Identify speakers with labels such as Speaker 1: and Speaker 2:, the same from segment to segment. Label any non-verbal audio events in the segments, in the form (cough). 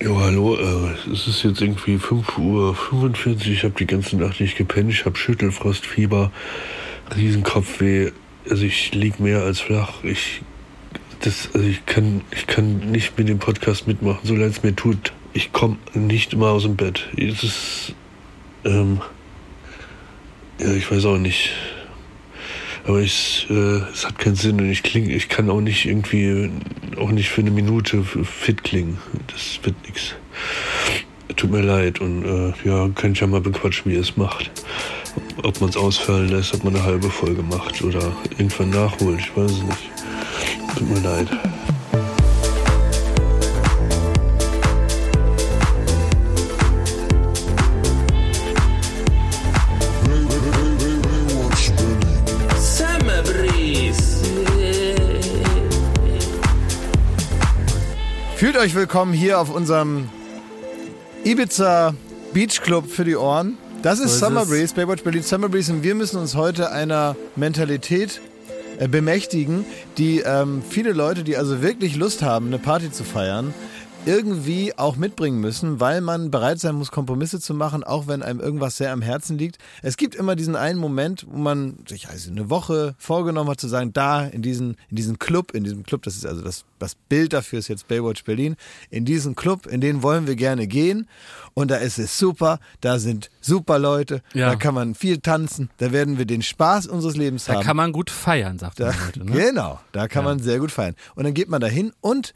Speaker 1: Jo, hallo, äh, es ist jetzt irgendwie 5.45 Uhr. Ich habe die ganze Nacht nicht gepennt. Ich habe Schüttelfrost, Fieber, Riesenkopfweh. Also ich lieg mehr als flach. Ich, das, also ich, kann, ich kann nicht mit dem Podcast mitmachen, so leid es mir tut. Ich komme nicht mal aus dem Bett. Es ist, ähm, ja, ich weiß auch nicht. Aber ich, äh, es hat keinen Sinn und ich kling, ich kann auch nicht irgendwie, auch nicht für eine Minute f- fit klingen. Das wird nichts. Tut mir leid und äh, ja, könnt ja mal bequatschen, wie ihr es macht. Ob man es ausfallen lässt, ob man eine halbe Folge macht oder irgendwann nachholt, ich weiß es nicht. Tut mir leid.
Speaker 2: Summer Breeze.
Speaker 3: Fühlt euch willkommen hier auf unserem Ibiza Beach Club für die Ohren. Das ist
Speaker 4: So ist
Speaker 3: Summer
Speaker 4: es.
Speaker 3: Breeze, Baywatch Berlin Summer Breeze und wir müssen uns heute einer Mentalität äh, bemächtigen, die ähm, viele Leute, die also wirklich Lust haben, eine Party zu feiern, irgendwie auch mitbringen müssen, weil man bereit sein muss, Kompromisse zu machen, auch wenn einem irgendwas sehr am Herzen liegt. Es gibt immer diesen einen Moment, wo man sich also eine Woche vorgenommen hat zu sagen, da in diesen, in diesen Club, in diesem Club, das ist also das, das Bild dafür ist jetzt Baywatch Berlin, in diesen Club, in den wollen wir gerne gehen und da ist es super, da sind super Leute,
Speaker 4: Ja.
Speaker 3: da kann man viel tanzen, da werden wir den Spaß unseres Lebens
Speaker 4: Da
Speaker 3: haben.
Speaker 4: kann man gut feiern, sagt
Speaker 3: (laughs) Da,
Speaker 4: man heute. Ne?
Speaker 3: Genau, da kann man sehr gut feiern. Und dann geht man dahin und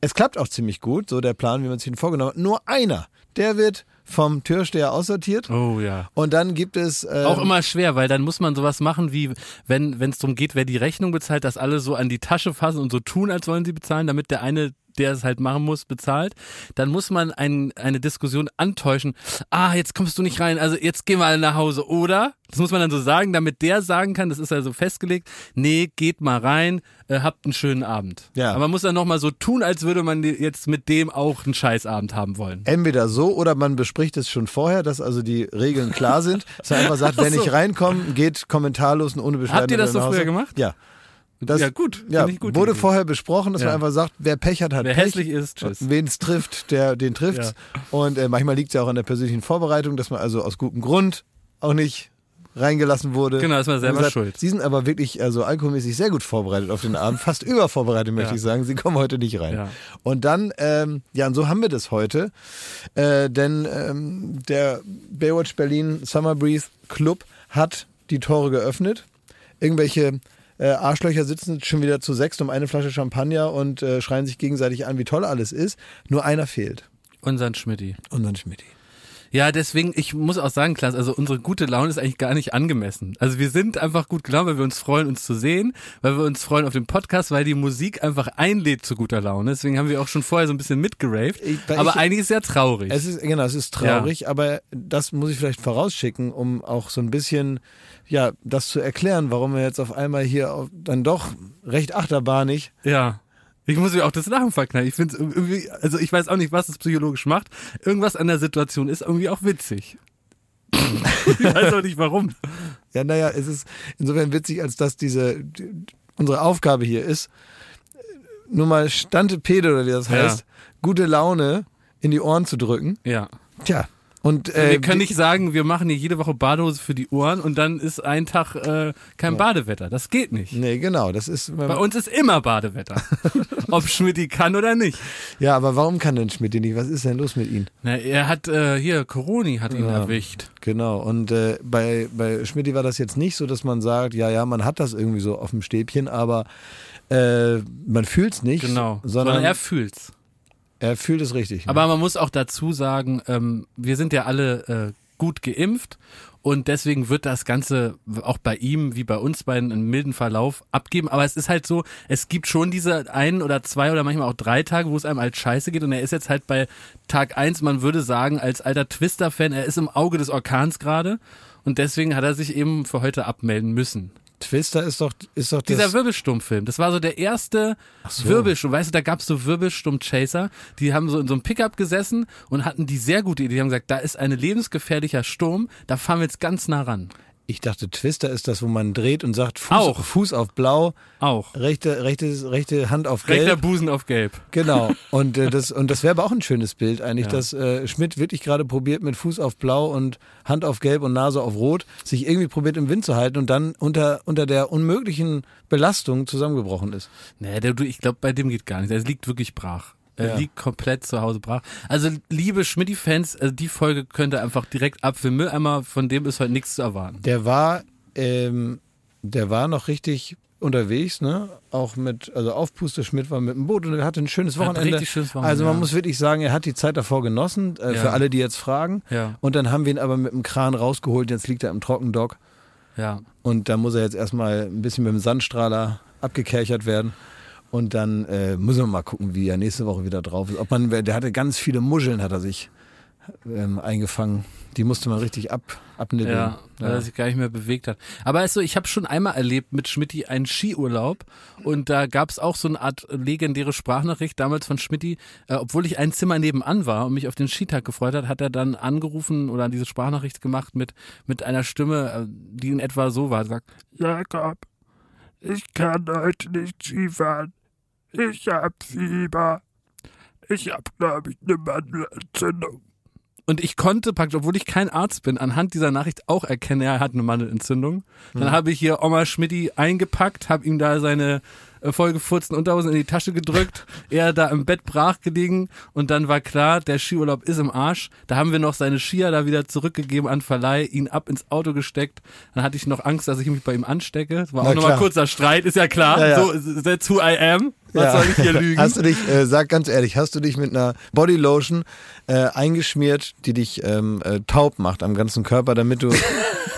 Speaker 3: es klappt auch ziemlich gut, so der Plan, wie man es sich vorgenommen hat. Nur einer, der wird vom Türsteher aussortiert.
Speaker 4: Oh ja.
Speaker 3: Und dann gibt es. ähm,
Speaker 4: Auch immer schwer, weil dann muss man sowas machen wie, wenn es darum geht, wer die Rechnung bezahlt, dass alle so an die Tasche fassen und so tun, als wollen sie bezahlen, damit der eine, der es halt machen muss, bezahlt. Dann muss man ein, eine Diskussion antäuschen. Ah, jetzt kommst du nicht rein, also jetzt gehen wir alle nach Hause, oder? Das muss man dann so sagen, damit der sagen kann, das ist also festgelegt, nee, geht mal rein, äh, habt einen schönen Abend.
Speaker 3: Ja.
Speaker 4: Aber man muss dann nochmal so tun, als würde man jetzt mit dem auch einen Scheißabend haben wollen.
Speaker 3: Entweder so oder man bespricht es schon vorher, dass also die Regeln klar sind. Dass man
Speaker 4: (laughs)
Speaker 3: einfach sagt, wenn ich reinkomme, geht kommentarlos und ohne Beschwerden.
Speaker 4: Habt ihr das
Speaker 3: nach
Speaker 4: so
Speaker 3: Hause.
Speaker 4: früher gemacht?
Speaker 3: Ja. Das,
Speaker 4: Ja, gut. Find
Speaker 3: Ja,
Speaker 4: ich gut, die
Speaker 3: wurde
Speaker 4: Idee.
Speaker 3: vorher besprochen, dass
Speaker 4: Ja.
Speaker 3: man einfach sagt, wer Pech hat, hat
Speaker 4: Wer
Speaker 3: Pech.
Speaker 4: hässlich ist, tschüss.
Speaker 3: Wen es trifft, der, den trifft's. Und äh, manchmal liegt es ja auch an der persönlichen Vorbereitung, dass man also aus gutem Grund auch nicht reingelassen wurde.
Speaker 4: Genau, ist man
Speaker 3: Und
Speaker 4: selber schuld.
Speaker 3: Sie sind aber wirklich also alkoholmäßig sehr gut vorbereitet auf den Abend, fast übervorbereitet, möchte
Speaker 4: Ja.
Speaker 3: ich sagen. Sie kommen heute nicht rein.
Speaker 4: Ja.
Speaker 3: Und dann, ähm, ja, und so haben wir das heute. Äh, denn ähm, der Baywatch Berlin Summer Breeze Club hat die Tore geöffnet. Irgendwelche äh, Arschlöcher sitzen schon wieder zu sechst um eine Flasche Champagner und äh, schreien sich gegenseitig an, wie toll alles ist. Nur einer fehlt.
Speaker 4: Unseren Schmidti.
Speaker 3: Unseren Schmidti.
Speaker 4: Ja, deswegen, ich muss auch sagen, Klaas, also unsere gute Laune ist eigentlich gar nicht angemessen. Also wir sind einfach gut gelaunt, weil wir uns freuen, uns zu sehen, weil wir uns freuen auf den Podcast, weil die Musik einfach einlädt zu guter Laune. Deswegen haben wir auch schon vorher so ein bisschen mitgeraved.
Speaker 3: Ich- weil
Speaker 4: Aber
Speaker 3: ich-
Speaker 4: eigentlich ist es ja traurig.
Speaker 3: Es ist, genau, es ist traurig, aber das muss ich vielleicht vorausschicken, um auch so ein bisschen, ja, das zu erklären, warum wir jetzt auf einmal hier auf, dann doch recht achterbahnig.
Speaker 4: (laughs) ja. Ich muss mir auch das Lachen verkneifen. Ich finde es irgendwie, also ich weiß auch nicht, was es psychologisch macht. Irgendwas an der Situation ist irgendwie auch witzig. ich weiß auch nicht warum.
Speaker 3: Ja, naja, es ist insofern witzig, als dass diese, die, unsere Aufgabe hier ist, nur mal Stantepede oder wie das
Speaker 4: Ja.
Speaker 3: heißt, gute Laune in die Ohren zu drücken.
Speaker 4: Ja.
Speaker 3: Tja. Und, äh,
Speaker 4: Also wir können
Speaker 3: die-
Speaker 4: nicht sagen, wir machen hier jede Woche Badehose für die Ohren und dann ist ein Tag äh, kein Badewetter. Das geht nicht.
Speaker 3: Nee, genau, das ist.
Speaker 4: Bei uns ist immer Badewetter. (laughs) Ob Schmidti kann oder nicht.
Speaker 3: Ja, aber warum kann denn Schmidt den nicht? Was ist denn los mit ihm?
Speaker 4: Na, er hat äh, hier, Coroni hat ihn erwischt.
Speaker 3: Genau, und äh, bei, bei Schmidti war das jetzt nicht so, dass man sagt, ja, ja, man hat das irgendwie so auf dem Stäbchen, aber äh, man fühlt es nicht,
Speaker 4: Genau. Sondern,
Speaker 3: sondern
Speaker 4: er
Speaker 3: er,
Speaker 4: fühlt's.
Speaker 3: fühlt es richtig. ne?
Speaker 4: Aber man muss auch dazu sagen, ähm, wir sind ja alle äh, gut geimpft und deswegen wird das Ganze auch bei ihm wie bei uns beiden einen milden Verlauf abgeben. Aber es ist halt so, es gibt schon diese einen oder zwei oder manchmal auch drei Tage, wo es einem halt scheiße geht und er ist jetzt halt bei Tag eins. man würde sagen, als alter Twister-Fan, er ist im Auge des Orkans gerade. Und deswegen hat er sich eben für heute abmelden müssen.
Speaker 3: Twister ist doch, ist doch
Speaker 4: Dieser
Speaker 3: das,
Speaker 4: Wirbelsturmfilm, das war so der erste Wirbelsturm. Weißt du, da gab's so Wirbelsturm-Chaser, die haben so in so einem Pickup gesessen und hatten die sehr gute Idee. Die haben gesagt, da ist ein lebensgefährlicher Sturm, da fahren wir jetzt ganz nah ran.
Speaker 3: Ich dachte, Twister ist das, wo man dreht und sagt, Fuß,
Speaker 4: Auch.
Speaker 3: Fuß auf blau,
Speaker 4: Auch.
Speaker 3: rechte, rechte, rechte Hand auf gelb.
Speaker 4: Rechter Busen auf Gelb.
Speaker 3: Genau. Und äh, das, und das wäre aber auch ein schönes Bild eigentlich,
Speaker 4: Ja.
Speaker 3: dass äh, Schmidt wirklich gerade probiert, mit Fuß auf Blau und Hand auf Gelb und Nase auf Rot, sich irgendwie probiert im Wind zu halten und dann unter, unter der unmöglichen Belastung zusammengebrochen ist.
Speaker 4: Nee, der, du, ich glaube, bei dem geht gar nichts. Er liegt wirklich brach. Er
Speaker 3: Ja.
Speaker 4: liegt komplett zu Hause brach. Also, liebe Schmidti-Fans, also die Folge könnt ihr einfach direkt ab für den Mülleimer. Von dem ist heute nichts zu erwarten.
Speaker 3: Der war, ähm, der war noch richtig unterwegs, ne? Auch mit, also Aufpuste Schmidt war mit dem Boot und er hatte ein schönes
Speaker 4: Hat ein
Speaker 3: Wochenende.
Speaker 4: richtig schönes Wochenende,
Speaker 3: also man
Speaker 4: ja.
Speaker 3: muss wirklich sagen, er hat die Zeit davor genossen, äh,
Speaker 4: Ja.
Speaker 3: für alle, die jetzt fragen.
Speaker 4: Ja.
Speaker 3: Und dann haben wir ihn aber mit dem Kran rausgeholt, jetzt liegt er im Trockendock.
Speaker 4: Ja.
Speaker 3: Und da muss er jetzt erstmal ein bisschen mit dem Sandstrahler abgekerchert werden. Und dann äh, müssen wir mal gucken, wie er nächste Woche wieder drauf ist. Ob man, der hatte ganz viele Muscheln, hat er sich ähm, eingefangen. Die musste man richtig ab, abnibbeln.
Speaker 4: Ja, weil er sich gar nicht mehr bewegt hat. Aber also, ich habe schon einmal erlebt mit Schmidti einen Skiurlaub und da gab es auch so eine Art legendäre Sprachnachricht damals von Schmidti. Äh, obwohl ich ein Zimmer nebenan war und mich auf den Skitag gefreut hat, hat er dann angerufen oder diese Sprachnachricht gemacht mit, mit einer Stimme, äh, die in etwa so war, sagt,
Speaker 5: Jakob, ich kann heute nicht Skifahren. Ich hab Fieber. Ich hab, glaube ich, ne eine Mandelentzündung.
Speaker 4: Und ich konnte praktisch, obwohl ich kein Arzt bin, anhand dieser Nachricht auch erkennen, er hat eine Mandelentzündung. Dann
Speaker 3: Mhm.
Speaker 4: habe ich hier Oma Schmidti eingepackt, habe ihm da seine äh, vollgefurzten Unterhosen in die Tasche
Speaker 3: (laughs)
Speaker 4: gedrückt, er da im Bett brach gelegen und dann war klar, der Skiurlaub ist im Arsch. Da haben wir noch seine Skier da wieder zurückgegeben an Verleih, ihn ab ins Auto gesteckt. Dann hatte ich noch Angst, dass ich mich bei ihm anstecke. Das war
Speaker 3: Na
Speaker 4: auch nochmal
Speaker 3: klar.
Speaker 4: kurzer Streit, ist ja klar.
Speaker 3: Ja, ja.
Speaker 4: So, that's who I am. Was soll ich hier lügen?
Speaker 3: Hast du dich, äh, sag ganz ehrlich, hast du dich mit einer Bodylotion äh, eingeschmiert, die dich ähm, äh, taub macht am ganzen Körper,
Speaker 4: (laughs)
Speaker 3: damit du,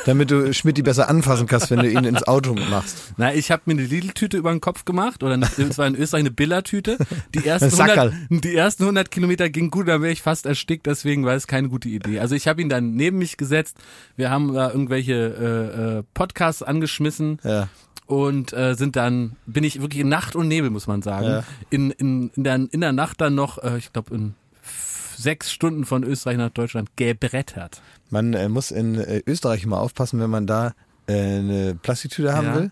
Speaker 3: damit du Schmidt besser anfassen kannst, wenn du ihn ins Auto machst?
Speaker 4: Na, ich habe mir eine Lidl-Tüte über den Kopf gemacht oder eine, es war in Österreich eine Billa-Tüte.
Speaker 3: (laughs)
Speaker 4: Die ersten,
Speaker 3: Ein Sackerl.
Speaker 4: 100, die ersten 100 Kilometer ging gut, da wäre ich fast erstickt, deswegen war es keine gute Idee. Also ich habe ihn dann neben mich gesetzt. Wir haben da irgendwelche äh, äh, Podcasts angeschmissen
Speaker 3: Ja.
Speaker 4: und äh, sind dann, bin ich wirklich in Nacht und Nebel, muss man sagen.
Speaker 3: Ja.
Speaker 4: In, in, in, der, in der Nacht dann noch, äh, ich glaube, in f- sechs Stunden von Österreich nach Deutschland gebrettert.
Speaker 3: Man äh, muss in äh, Österreich immer aufpassen, wenn man da äh, eine Plastiktüte haben
Speaker 4: Ja.
Speaker 3: will.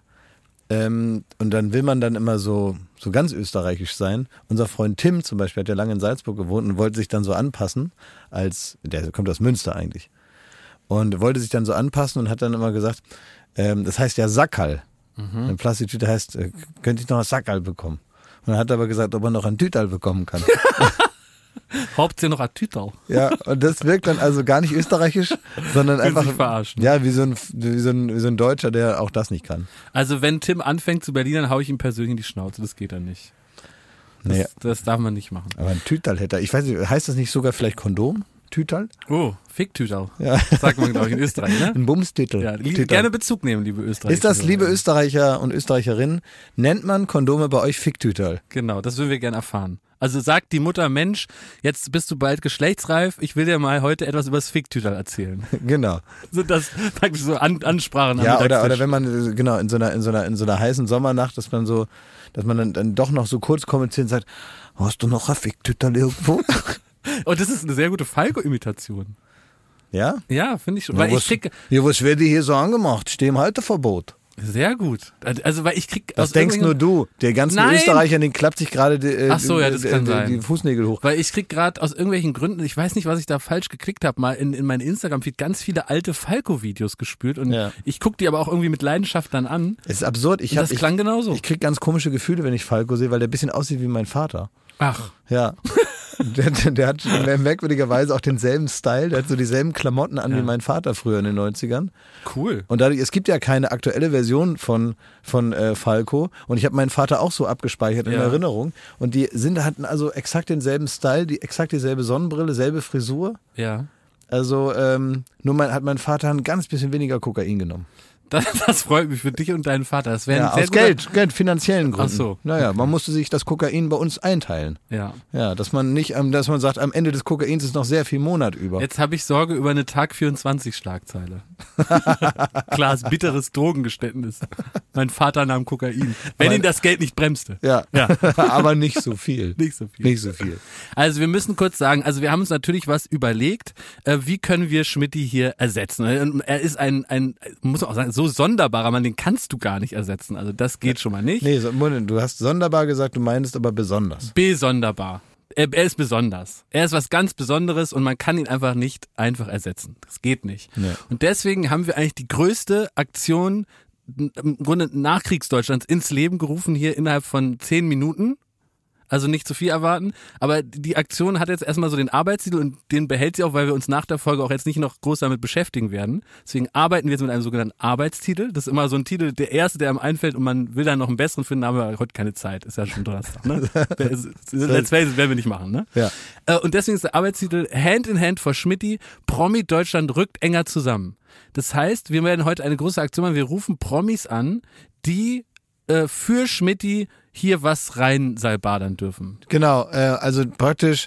Speaker 3: Ähm, und dann will man dann immer so, so ganz österreichisch sein. Unser Freund Tim zum Beispiel hat ja lange in Salzburg gewohnt und wollte sich dann so anpassen, als der kommt aus Münster eigentlich. Und wollte sich dann so anpassen und hat dann immer gesagt, ähm, das heißt ja Sackerl. Eine Plastiktüte heißt, äh, könnte ich noch ein Sackerl bekommen. Und er hat aber gesagt, ob er noch ein Tütal bekommen kann.
Speaker 4: Hauptsache noch Atütau.
Speaker 3: Ja, und das wirkt dann also gar nicht österreichisch, sondern einfach.
Speaker 4: sich verarscht.
Speaker 3: Ja, wie so, ein, wie, so ein, wie so ein Deutscher, der auch das nicht kann.
Speaker 4: Also wenn Tim anfängt zu Berlinern, hau ich ihm persönlich in die Schnauze. Das geht dann nicht. Das,
Speaker 3: Nee.
Speaker 4: das darf man nicht machen.
Speaker 3: Aber ein Tütal hätte er. Ich weiß nicht, heißt das nicht sogar vielleicht Kondom? Tütal?
Speaker 4: Oh, Ficktütau.
Speaker 3: Ja.
Speaker 4: Sagt man, glaube ich, in Österreich, ne?
Speaker 3: Ein Bumstütel.
Speaker 4: Ja, li-
Speaker 3: Tütal.
Speaker 4: gerne Bezug nehmen, liebe Österreicher.
Speaker 3: Ist das, liebe Österreicher und Österreicherinnen, nennt man Kondome bei euch Ficktütal?
Speaker 4: Genau, das würden wir gerne erfahren. Also sagt die Mutter, Mensch, jetzt bist du bald geschlechtsreif, ich will dir mal heute etwas über das Ficktütau erzählen.
Speaker 3: (laughs) Genau.
Speaker 4: So das praktisch so an, Ansprachen am
Speaker 3: Ja, oder,
Speaker 4: Mittagstisch.
Speaker 3: oder wenn man, äh, genau, in so einer, in so einer, in so einer heißen Sommernacht, dass man so, dass man dann, dann doch noch so kurz kommentiert und sagt, hast du noch ein Ficktütal irgendwo?
Speaker 4: Und das ist eine sehr gute Falco-Imitation.
Speaker 3: ja?
Speaker 4: Ja, finde ich schon.
Speaker 3: Ja,
Speaker 4: (laughs) Weil ich
Speaker 3: was,
Speaker 4: krieg,
Speaker 3: ja, was wird dir hier so angemacht? Steh im Halteverbot.
Speaker 4: sehr gut. Also, weil ich krieg.
Speaker 3: Das
Speaker 4: aus
Speaker 3: denkst nur
Speaker 4: irgendwelchen-
Speaker 3: du. Der ganzen
Speaker 4: Nein.
Speaker 3: Österreicher, den klappt sich gerade die, äh,
Speaker 4: Ach so, ja, das
Speaker 3: die,
Speaker 4: kann
Speaker 3: die,
Speaker 4: sein.
Speaker 3: die Fußnägel hoch.
Speaker 4: Weil ich krieg gerade aus irgendwelchen Gründen, ich weiß nicht, was ich da falsch geklickt habe, mal in, in meinen Instagram-Feed ganz viele alte Falco-Videos gespült und
Speaker 3: Ja.
Speaker 4: ich guck die aber auch irgendwie mit Leidenschaft dann an.
Speaker 3: Es ist absurd. Ich,
Speaker 4: Und
Speaker 3: hab,
Speaker 4: das
Speaker 3: ich,
Speaker 4: klang genauso.
Speaker 3: ich krieg ganz komische Gefühle, wenn ich Falco sehe, weil der ein bisschen aussieht wie mein Vater.
Speaker 4: Ach, (laughs)
Speaker 3: Ja. (laughs) der, der, der hat merkwürdigerweise auch denselben Style. Der hat so dieselben Klamotten an wie mein Vater früher in den 90ern.
Speaker 4: cool.
Speaker 3: Und dadurch, es gibt ja keine aktuelle Version von, von äh, Falco. Und ich habe meinen Vater auch so abgespeichert in
Speaker 4: Ja.
Speaker 3: Erinnerung. Und die sind, hatten also exakt denselben Style, die exakt dieselbe Sonnenbrille, selbe Frisur.
Speaker 4: Ja.
Speaker 3: Also ähm, nur mein, hat mein Vater ein ganz bisschen weniger Kokain genommen.
Speaker 4: Das, das freut mich für dich und deinen Vater. Das wäre
Speaker 3: Ja,
Speaker 4: ein sehr
Speaker 3: aus
Speaker 4: guter-
Speaker 3: Geld, Geld, finanziellen Gründen.
Speaker 4: Ach so.
Speaker 3: Naja, man musste sich das Kokain bei uns einteilen.
Speaker 4: Ja.
Speaker 3: Ja, dass man nicht, am- dass man sagt, am Ende des Kokains ist noch sehr viel Monat über.
Speaker 4: Jetzt habe ich Sorge über eine Tag 24
Speaker 3: (laughs)
Speaker 4: Schlagzeile. Klaas bitteres Drogengeständnis. Mein Vater nahm Kokain. Wenn
Speaker 3: Aber-
Speaker 4: ihn das Geld nicht bremste.
Speaker 3: Ja,
Speaker 4: Ja.
Speaker 3: (laughs) aber nicht so viel.
Speaker 4: Nicht so viel.
Speaker 3: Nicht so viel.
Speaker 4: Also wir müssen kurz sagen, also wir haben uns natürlich was überlegt, äh, wie können wir Schmidti hier ersetzen. Äh, Er ist ein, ein, muss man auch sagen, so sonderbarer Mann, den kannst du gar nicht ersetzen. Also das geht schon mal nicht.
Speaker 3: Nee, so- Moment, du hast sonderbar gesagt, du meinst aber besonders.
Speaker 4: Besonderbar. Er, er ist besonders. Er ist was ganz Besonderes und man kann ihn einfach nicht einfach ersetzen. Das geht nicht.
Speaker 3: Nee.
Speaker 4: Und deswegen haben wir eigentlich die größte Aktion n- im Grunde Nachkriegsdeutschlands ins Leben gerufen hier innerhalb von zehn Minuten. Also nicht zu viel erwarten. Aber die Aktion hat jetzt erstmal so den Arbeitstitel und den behält sie auch, weil wir uns nach der Folge auch jetzt nicht noch groß damit beschäftigen werden. Deswegen arbeiten wir jetzt mit einem sogenannten Arbeitstitel. Das ist immer so ein Titel, der erste, der einem einfällt und man will dann noch einen besseren finden, aber heute keine Zeit. Ist ja schon Donnerstag. Ne? Let's face it, werden wir nicht machen. Ne?
Speaker 3: Ja.
Speaker 4: Äh, Und deswegen ist der Arbeitstitel Hand in Hand for Schmidti, Promi Deutschland rückt enger zusammen. Das heißt, wir werden heute eine große Aktion machen. Wir rufen Promis an, die äh, für Schmidti hier was rein salbadern dürfen.
Speaker 3: Genau, äh, also praktisch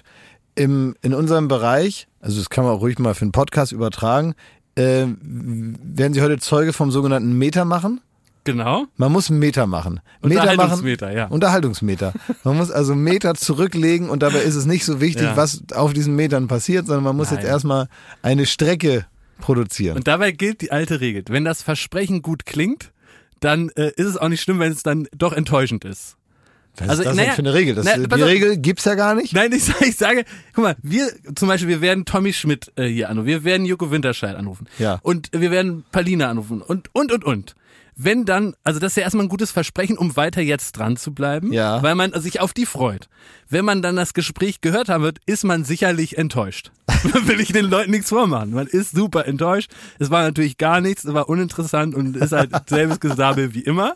Speaker 3: im, in unserem Bereich, also das kann man auch ruhig mal für einen Podcast übertragen, äh, werden Sie heute Zeuge vom sogenannten Meter machen?
Speaker 4: Genau.
Speaker 3: Man muss einen Meter machen. Meter machen.
Speaker 4: Unterhaltungsmeter, ja.
Speaker 3: Unterhaltungsmeter. Man muss also einen Meter zurücklegen und dabei ist es nicht so wichtig,
Speaker 4: Ja.
Speaker 3: was auf diesen Metern passiert, sondern man muss
Speaker 4: Nein.
Speaker 3: jetzt erstmal eine Strecke produzieren.
Speaker 4: Und dabei gilt die alte Regel. Wenn das Versprechen gut klingt, dann äh, ist es auch nicht schlimm, wenn es dann doch enttäuschend ist.
Speaker 3: Was
Speaker 4: also,
Speaker 3: ist das
Speaker 4: naja,
Speaker 3: denn für eine Regel? Das,
Speaker 4: na, pass
Speaker 3: die
Speaker 4: auf.
Speaker 3: Regel gibt's ja gar nicht.
Speaker 4: Nein, (laughs) ich, sag- ich sage, guck mal, wir zum Beispiel, wir werden Tommy Schmidt äh, hier anrufen, wir werden Joko Winterscheid anrufen
Speaker 3: Ja.
Speaker 4: und wir werden Palina anrufen und, und, und, und. Wenn dann, also das ist ja erstmal ein gutes Versprechen, um weiter jetzt dran zu bleiben,
Speaker 3: Ja.
Speaker 4: weil man sich auf die freut. Wenn man dann das Gespräch gehört haben wird, ist man sicherlich enttäuscht.
Speaker 3: (laughs)
Speaker 4: Will ich den Leuten nichts vormachen. Man ist super enttäuscht. Es war natürlich gar nichts, es war uninteressant und ist
Speaker 3: (laughs)
Speaker 4: halt selbes Gesabel wie immer.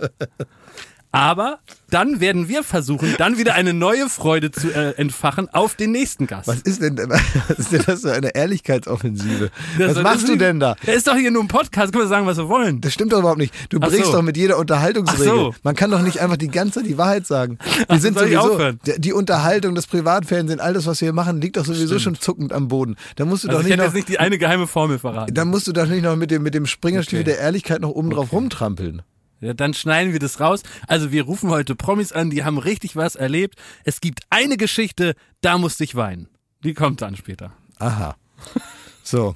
Speaker 4: Aber dann werden wir versuchen, dann wieder eine neue Freude zu äh, entfachen auf den nächsten Gast.
Speaker 3: Was ist denn, (laughs) was ist denn das für eine Ehrlichkeitsoffensive?
Speaker 4: Das-
Speaker 3: was
Speaker 4: das
Speaker 3: machst
Speaker 4: ist
Speaker 3: du
Speaker 4: nicht-
Speaker 3: denn da?
Speaker 4: Er ist doch hier nur ein Podcast, können wir sagen, was wir wollen.
Speaker 3: Das stimmt doch überhaupt nicht. Du
Speaker 4: Ach
Speaker 3: brichst
Speaker 4: so.
Speaker 3: doch mit jeder Unterhaltungsregel.
Speaker 4: Ach so.
Speaker 3: Man kann doch nicht einfach die ganze Zeit die
Speaker 4: (laughs)
Speaker 3: Wahrheit sagen. Wir sind
Speaker 4: soll ich
Speaker 3: sowieso
Speaker 4: aufhören?
Speaker 3: d- die Unterhaltung, das Privatfernsehen, all das, was wir hier machen, liegt doch sowieso schon zuckend am Boden. Da musst du
Speaker 4: Also
Speaker 3: doch
Speaker 4: ich
Speaker 3: nicht
Speaker 4: hätte
Speaker 3: noch,
Speaker 4: jetzt nicht die eine geheime Formel verraten.
Speaker 3: da musst du doch nicht noch mit dem mit dem Springerstiefel
Speaker 4: Okay.
Speaker 3: der Ehrlichkeit noch oben drauf rumtrampeln.
Speaker 4: Ja, dann schneiden wir das raus. Also wir rufen heute Promis an, die haben richtig was erlebt. Es gibt eine Geschichte, da musste ich weinen. Die kommt dann später.
Speaker 3: Aha. So,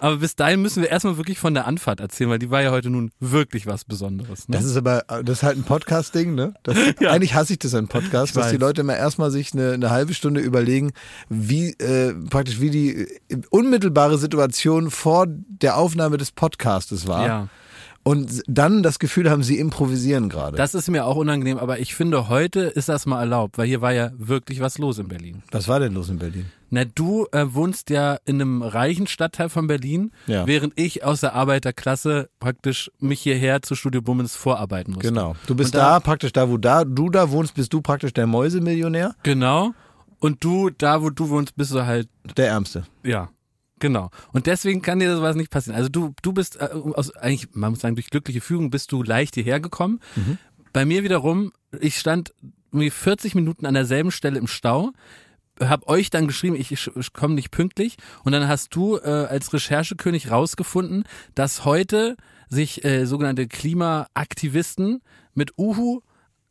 Speaker 4: Aber bis dahin müssen wir erstmal wirklich von der Anfahrt erzählen, weil die war ja heute nun wirklich was Besonderes. Ne?
Speaker 3: das ist aber das ist halt ein Podcast Ding, ne? Das,
Speaker 4: (laughs) Ja.
Speaker 3: Eigentlich hasse ich das an Podcasts,
Speaker 4: Ich
Speaker 3: dass die
Speaker 4: weiß.
Speaker 3: Leute immer erstmal sich eine, eine halbe Stunde überlegen, wie äh, praktisch wie die äh, unmittelbare Situation vor der Aufnahme des Podcastes war.
Speaker 4: ja.
Speaker 3: Und dann das Gefühl haben, sie improvisieren gerade. Das,
Speaker 4: Das ist mir auch unangenehm, aber ich finde, heute ist das mal erlaubt, weil hier war ja wirklich was los in Berlin.
Speaker 3: Was war denn los in Berlin?
Speaker 4: Na, du äh, wohnst ja in einem reichen Stadtteil von Berlin,
Speaker 3: Ja.
Speaker 4: während ich aus der Arbeiterklasse praktisch mich hierher zu Studio Bummens vorarbeiten musste.
Speaker 3: Genau. Du bist
Speaker 4: Und da-
Speaker 3: da, praktisch da, wo da du da wohnst, bist du praktisch der Mäusemillionär,
Speaker 4: Genau. Und du, da wo du wohnst, bist du halt,
Speaker 3: der Ärmste.
Speaker 4: ja, genau. Und deswegen kann dir sowas nicht passieren. Also du, du bist äh, aus, eigentlich, man muss sagen, durch glückliche Fügung bist du leicht hierher gekommen.
Speaker 3: Mhm.
Speaker 4: Bei mir wiederum, ich stand irgendwie 40 Minuten an derselben Stelle im Stau, hab euch dann geschrieben, ich, ich, ich komme nicht pünktlich. Und dann hast du äh, als Recherchekönig rausgefunden, dass heute sich äh, sogenannte Klimaaktivisten mit Uhu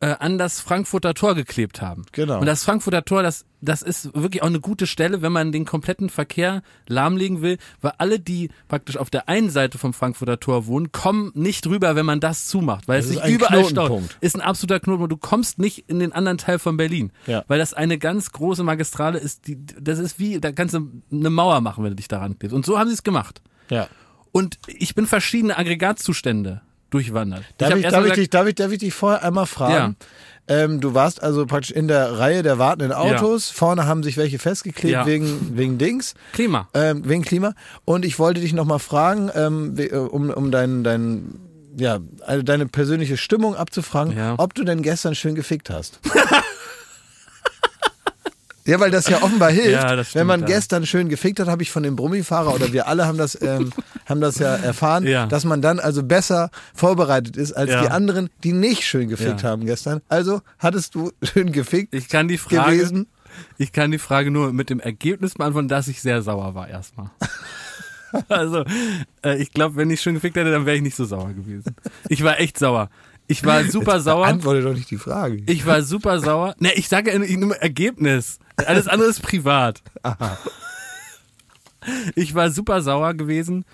Speaker 4: äh, an das Frankfurter Tor geklebt haben.
Speaker 3: Genau.
Speaker 4: Und das Frankfurter Tor, das, das ist wirklich auch eine gute Stelle, wenn man den kompletten Verkehr lahmlegen will, weil alle, die praktisch auf der einen Seite vom Frankfurter Tor wohnen, kommen nicht rüber, wenn man das zumacht, weil
Speaker 3: Das
Speaker 4: es
Speaker 3: ist
Speaker 4: sich
Speaker 3: ein
Speaker 4: überall staut
Speaker 3: Knotenpunkt.
Speaker 4: ist ein absoluter Knotenpunkt. Du kommst nicht in den anderen Teil von Berlin,
Speaker 3: Ja.
Speaker 4: weil das eine ganz große Magistrale ist. Die, das ist wie, da kannst du eine Mauer machen, wenn du dich daran klebst. Und so haben sie es gemacht.
Speaker 3: Ja.
Speaker 4: Und ich bin verschiedene Aggregatzustände durchwandert.
Speaker 3: Darf
Speaker 4: hab
Speaker 3: ich,
Speaker 4: erst
Speaker 3: darf,
Speaker 4: mal
Speaker 3: ich
Speaker 4: gesagt,
Speaker 3: dich, darf, ich, darf ich dich vorher einmal fragen? Ähm, du warst also praktisch in der Reihe der wartenden Autos. Vorne haben sich welche festgeklebt
Speaker 4: Ja.
Speaker 3: wegen, wegen Dings.
Speaker 4: Klima.
Speaker 3: Ähm, wegen Klima. Und ich wollte dich nochmal fragen, ähm, we- äh, um, um dein, dein, ja, also deine persönliche Stimmung abzufragen,
Speaker 4: Ja.
Speaker 3: ob du denn gestern schön gefickt hast. (laughs) Ja, weil das ja offenbar hilft.
Speaker 4: Ja, das stimmt,
Speaker 3: Wenn man
Speaker 4: ja.
Speaker 3: gestern schön gefickt hat, habe ich von dem Brummifahrer oder wir alle haben
Speaker 4: (laughs)
Speaker 3: das, ähm, haben das ja erfahren,
Speaker 4: Ja.
Speaker 3: dass man dann also besser vorbereitet ist als
Speaker 4: Ja.
Speaker 3: die anderen, die nicht schön gefickt
Speaker 4: Ja.
Speaker 3: haben gestern. Also hattest du schön gefickt
Speaker 4: Ich kann die Frage,
Speaker 3: gewesen.
Speaker 4: ich kann die Frage nur mit dem Ergebnis beantworten, dass ich sehr sauer war
Speaker 3: (laughs)
Speaker 4: erstmal. also, äh, ich glaube, wenn ich schon gefickt hätte, dann wäre ich nicht so sauer gewesen. Ich war echt sauer. Ich war super sauer.
Speaker 3: Antworte doch nicht die Frage.
Speaker 4: Ich war super sauer. Ne, ich sage ja nur Ergebnis. Alles andere ist privat. Ich war super sauer gewesen,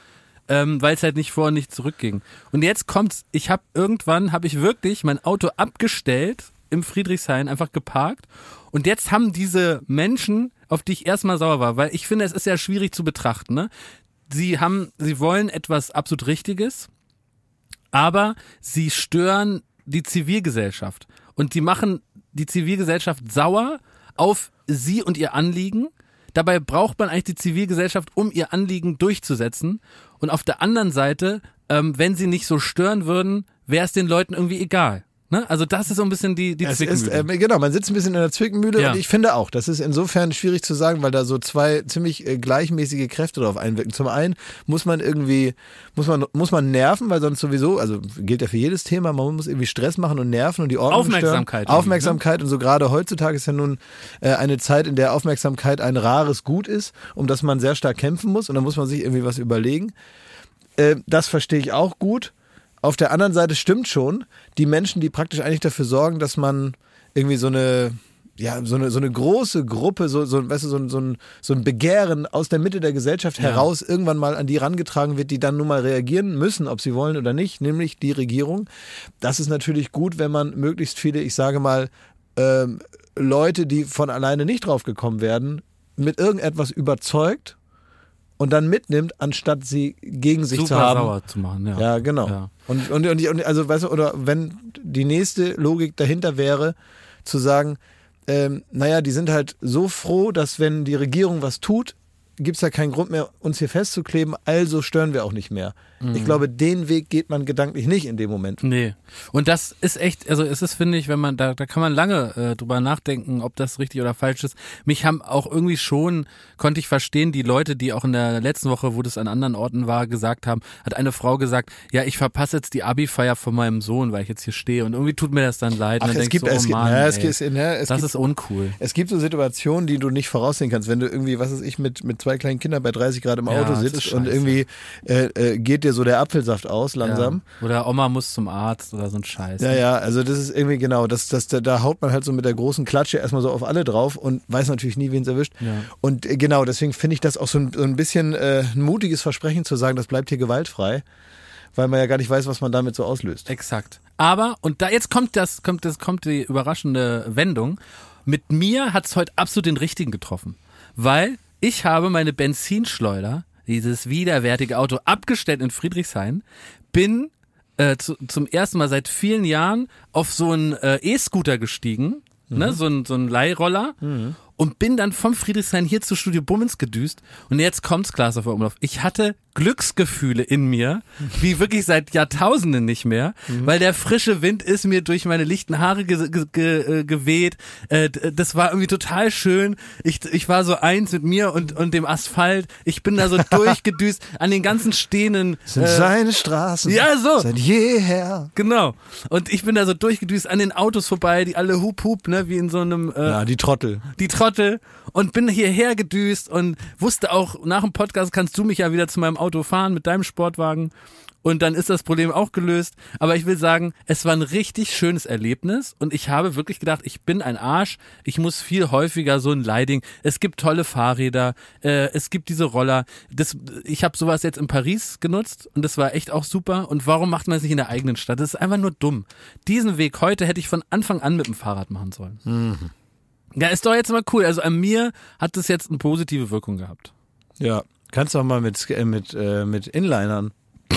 Speaker 4: ähm, weil es halt nicht vor und nicht zurückging. Und jetzt kommt's. Ich habe irgendwann habe ich wirklich mein Auto abgestellt im Friedrichshain, einfach geparkt. Und jetzt haben diese Menschen, auf die ich erstmal sauer war, weil ich finde, es ist ja schwierig zu betrachten. Ne? Sie haben, sie wollen etwas absolut Richtiges aber sie stören die Zivilgesellschaft und sie machen die Zivilgesellschaft sauer auf sie und ihr Anliegen. Dabei braucht man eigentlich die Zivilgesellschaft, um ihr Anliegen durchzusetzen. Und auf der anderen Seite, ähm, wenn sie nicht so stören würden, wäre es den Leuten irgendwie egal. Ne? Also das ist so ein bisschen die, die
Speaker 3: Es ist,
Speaker 4: Zwickmühle.
Speaker 3: ähm, genau, man sitzt ein bisschen in der Zwickmühle
Speaker 4: Ja.
Speaker 3: und ich finde auch, das ist insofern schwierig zu sagen, weil da so zwei ziemlich äh, gleichmäßige Kräfte drauf einwirken. Zum einen muss man irgendwie, muss man, muss man nerven, weil sonst sowieso, also gilt ja für jedes Thema, man muss irgendwie Stress machen und nerven und die Ordnung
Speaker 4: Aufmerksamkeit
Speaker 3: Stören.
Speaker 4: irgendwie,
Speaker 3: Aufmerksamkeit und so gerade heutzutage ist ja nun äh, eine Zeit, in der Aufmerksamkeit ein rares Gut ist, um das man sehr stark kämpfen muss und da muss man sich irgendwie was überlegen. Äh, das verstehe ich auch gut. Auf der anderen Seite stimmt schon, die Menschen, die praktisch eigentlich dafür sorgen, dass man irgendwie so eine, ja, so eine, so eine große Gruppe, so, so, weißt du, so, ein- so, ein, so ein Begehren aus der Mitte der Gesellschaft heraus irgendwann mal an die rangetragen wird, die dann nun mal reagieren müssen, ob sie wollen oder nicht, nämlich die Regierung. Das ist natürlich gut, wenn man möglichst viele, ich sage mal, ähm, Leute, die von alleine nicht drauf gekommen werden, mit irgendetwas überzeugt und dann mitnimmt, anstatt sie gegen sich
Speaker 4: Super
Speaker 3: zu haben.
Speaker 4: sauer zu machen. Ja,
Speaker 3: Ja, genau.
Speaker 4: Ja.
Speaker 3: Und, und, und, und also weißt du, oder wenn die nächste Logik dahinter wäre, zu sagen, ähm, naja, die sind halt so froh, dass wenn die Regierung was tut, gibt's ja keinen Grund mehr, uns hier festzukleben, also stören wir auch nicht mehr. Ich glaube, den Weg geht man gedanklich nicht in dem Moment.
Speaker 4: Mhm. Nee. Und das ist echt, also es ist, finde ich, wenn man, da, da kann man lange äh, drüber nachdenken, ob das richtig oder falsch ist. Mich haben auch irgendwie schon, konnte ich verstehen, die Leute, die auch in der letzten Woche, wo das an anderen Orten war, gesagt haben, hat eine Frau gesagt, ja, ich verpasse jetzt die Abi-Feier von meinem Sohn, weil ich jetzt hier stehe. Und irgendwie tut mir das dann leid. und
Speaker 3: Ach,
Speaker 4: dann
Speaker 3: es
Speaker 4: denkst
Speaker 3: gibt,
Speaker 4: du, oh
Speaker 3: es gibt,
Speaker 4: Mann,
Speaker 3: ja, es
Speaker 4: ey,
Speaker 3: gibt, ja, es
Speaker 4: das
Speaker 3: gibt
Speaker 4: ist uncool.
Speaker 3: Es gibt so Situationen, die du nicht voraussehen kannst. Wenn du irgendwie, was weiß ich, mit, mit zwei kleinen Kindern bei 30 Grad im
Speaker 4: Ja,
Speaker 3: Auto
Speaker 4: das ist
Speaker 3: sitzt und
Speaker 4: scheiße.
Speaker 3: irgendwie äh, äh, geht dir so der Apfelsaft aus langsam.
Speaker 4: Ja. Oder Oma muss zum Arzt oder so ein Scheiß.
Speaker 3: Ja, ja, also das ist irgendwie genau, das, das, da, da haut man halt so mit der großen Klatsche erstmal so auf alle drauf und weiß natürlich nie, wen es erwischt. Und äh, genau, deswegen finde ich das auch so ein, so ein bisschen äh, ein mutiges Versprechen zu sagen, das bleibt hier gewaltfrei, weil man ja gar nicht weiß, was man damit so auslöst.
Speaker 4: Exakt. Aber, und da jetzt kommt das, kommt das, kommt die überraschende Wendung. Mit mir hat's heute absolut den richtigen getroffen. Weil ich habe meine Benzinschleuder, dieses widerwärtige Auto, abgestellt in Friedrichshain, bin äh, zu, zum ersten Mal seit vielen Jahren auf so einen äh, E-Scooter gestiegen,
Speaker 3: Mhm.
Speaker 4: ne, so ein, so ein Leihroller. Und bin dann vom Friedrichshain hier zu Studio Bummens gedüst. Und jetzt kommt's, Klaas auf Umlauf. Ich hatte Glücksgefühle in mir, wie wirklich seit Jahrtausenden nicht mehr,
Speaker 3: Mhm.
Speaker 4: weil der frische Wind ist mir durch meine lichten Haare ge ge ge äh, geweht. Äh, d- das war irgendwie total schön. Ich, ich war so eins mit mir und, und dem Asphalt. Ich bin
Speaker 3: (laughs)
Speaker 4: da so durchgedüst an den ganzen stehenden.
Speaker 3: Sind seine Straßen
Speaker 4: Äh. ja, so.
Speaker 3: seit jeher.
Speaker 4: Genau. Und ich bin da so durchgedüst an den Autos vorbei, die alle hup hup, ne, wie in so einem äh,
Speaker 3: Ja, die Trottel.
Speaker 4: die Trottel und bin hierher gedüst und wusste auch, nach dem Podcast kannst du mich ja wieder zu meinem Auto fahren mit deinem Sportwagen. Und dann ist das Problem auch gelöst. Aber ich will sagen, es war ein richtig schönes Erlebnis und ich habe wirklich gedacht, ich bin ein Arsch. Ich muss viel häufiger so ein Leiding. Es gibt tolle Fahrräder, äh, es gibt diese Roller. Das, ich habe sowas jetzt in Paris genutzt und das war echt auch super. Und warum macht man es nicht in der eigenen Stadt? Das ist einfach nur dumm. Diesen Weg heute hätte ich von Anfang an mit dem Fahrrad machen sollen. Ja, ist doch jetzt mal cool. Also an mir hat das jetzt eine positive Wirkung gehabt.
Speaker 3: Ja, kannst doch mal mit, äh, mit, äh, mit Inlinern.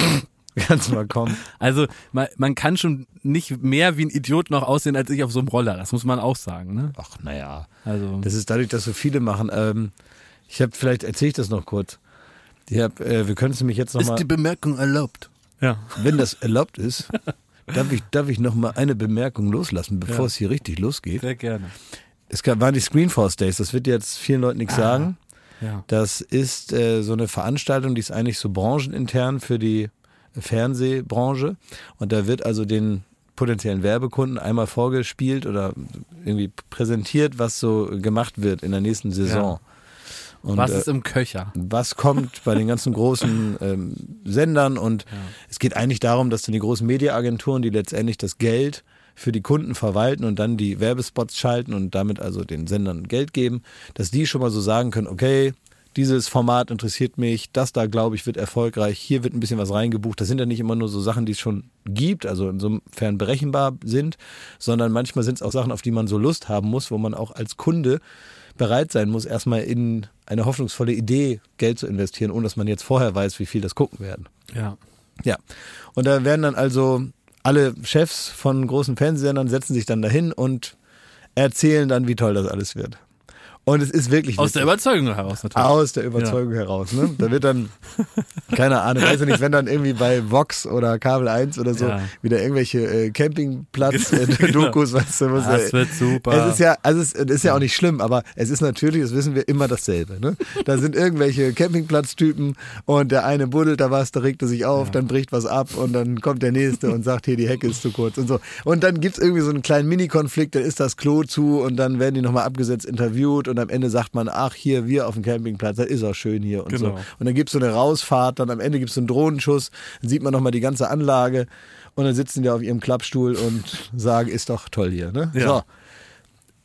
Speaker 3: (laughs) kannst mal kommen.
Speaker 4: Also man, man kann schon nicht mehr wie ein Idiot noch aussehen als ich auf so einem Roller. Das muss man auch sagen. Ne?
Speaker 3: Ach, naja.
Speaker 4: Also
Speaker 3: Das ist dadurch, dass so viele machen. Ähm, ich habe vielleicht erzähle ich das noch kurz. Ich hab, äh, wir können es nämlich jetzt noch mal,
Speaker 4: Bemerkung erlaubt? Ja.
Speaker 3: wenn das
Speaker 4: (laughs)
Speaker 3: erlaubt ist. Darf ich, darf ich noch mal eine Bemerkung loslassen, bevor es hier richtig losgeht?
Speaker 4: Sehr gerne.
Speaker 3: Es gab- waren die Screenforce Days, das wird jetzt vielen Leuten nichts sagen.
Speaker 4: Ah, Ja.
Speaker 3: Das ist äh, so eine Veranstaltung, die ist eigentlich so branchenintern für die Fernsehbranche. Und da wird also den potenziellen Werbekunden einmal vorgespielt oder irgendwie präsentiert, was so gemacht wird in der nächsten Saison. Und,
Speaker 4: Was
Speaker 3: äh,
Speaker 4: ist im Köcher?
Speaker 3: was kommt bei den ganzen großen ähm, Sendern und es geht eigentlich darum, dass dann die großen Mediaagenturen, die letztendlich das Geld für die Kunden verwalten und dann die Werbespots schalten und damit also den Sendern Geld geben, dass die schon mal so sagen können, okay, dieses Format interessiert mich, das da glaube ich wird erfolgreich, hier wird ein bisschen was reingebucht. Das sind ja nicht immer nur so Sachen, die es schon gibt, also insofern berechenbar sind, sondern manchmal sind es auch Sachen, auf die man so Lust haben muss, wo man auch als Kunde bereit sein muss, erstmal in eine hoffnungsvolle Idee Geld zu investieren, ohne dass man jetzt vorher weiß, wie viel das gucken werden.
Speaker 4: Ja.
Speaker 3: Ja. Und da werden dann also alle Chefs von großen Fernsehsendern setzen sich dann dahin und erzählen dann, wie toll das alles wird. Und es ist wirklich
Speaker 4: Aus der
Speaker 3: witzig.
Speaker 4: Überzeugung heraus natürlich.
Speaker 3: aus der Überzeugung heraus. Ne? Da
Speaker 4: (laughs)
Speaker 3: wird dann, keine Ahnung, weiß ich nicht, wenn dann irgendwie bei Vox oder Kabel 1 oder so
Speaker 4: Ja. Genau.
Speaker 3: wieder irgendwelche äh,
Speaker 4: (laughs)
Speaker 3: Campingplatz-Dokus, weißt du, was
Speaker 4: Das wird super.
Speaker 3: es ist ja, also es, es ist ja auch nicht schlimm, aber es ist natürlich, das wissen wir, immer dasselbe. Ne? Da sind irgendwelche Campingplatztypen und der eine buddelt da was, da regt er sich auf, dann bricht was ab und dann kommt der nächste und sagt, hier die Hecke ist zu kurz und so. Und dann gibt's irgendwie so einen kleinen Mini-Konflikt, dann ist das Klo zu und dann werden die nochmal abgesetzt, interviewt und am Ende sagt man, ach hier, wir auf dem Campingplatz, das ist auch schön hier und
Speaker 4: Genau.
Speaker 3: so. Und dann gibt's so eine Rausfahrt, dann am Ende gibt's so einen Drohnenschuss, dann sieht man nochmal die ganze Anlage und dann sitzen die auf ihrem Klappstuhl und sagen, ist doch toll hier. Ne?
Speaker 4: Ja.
Speaker 3: So.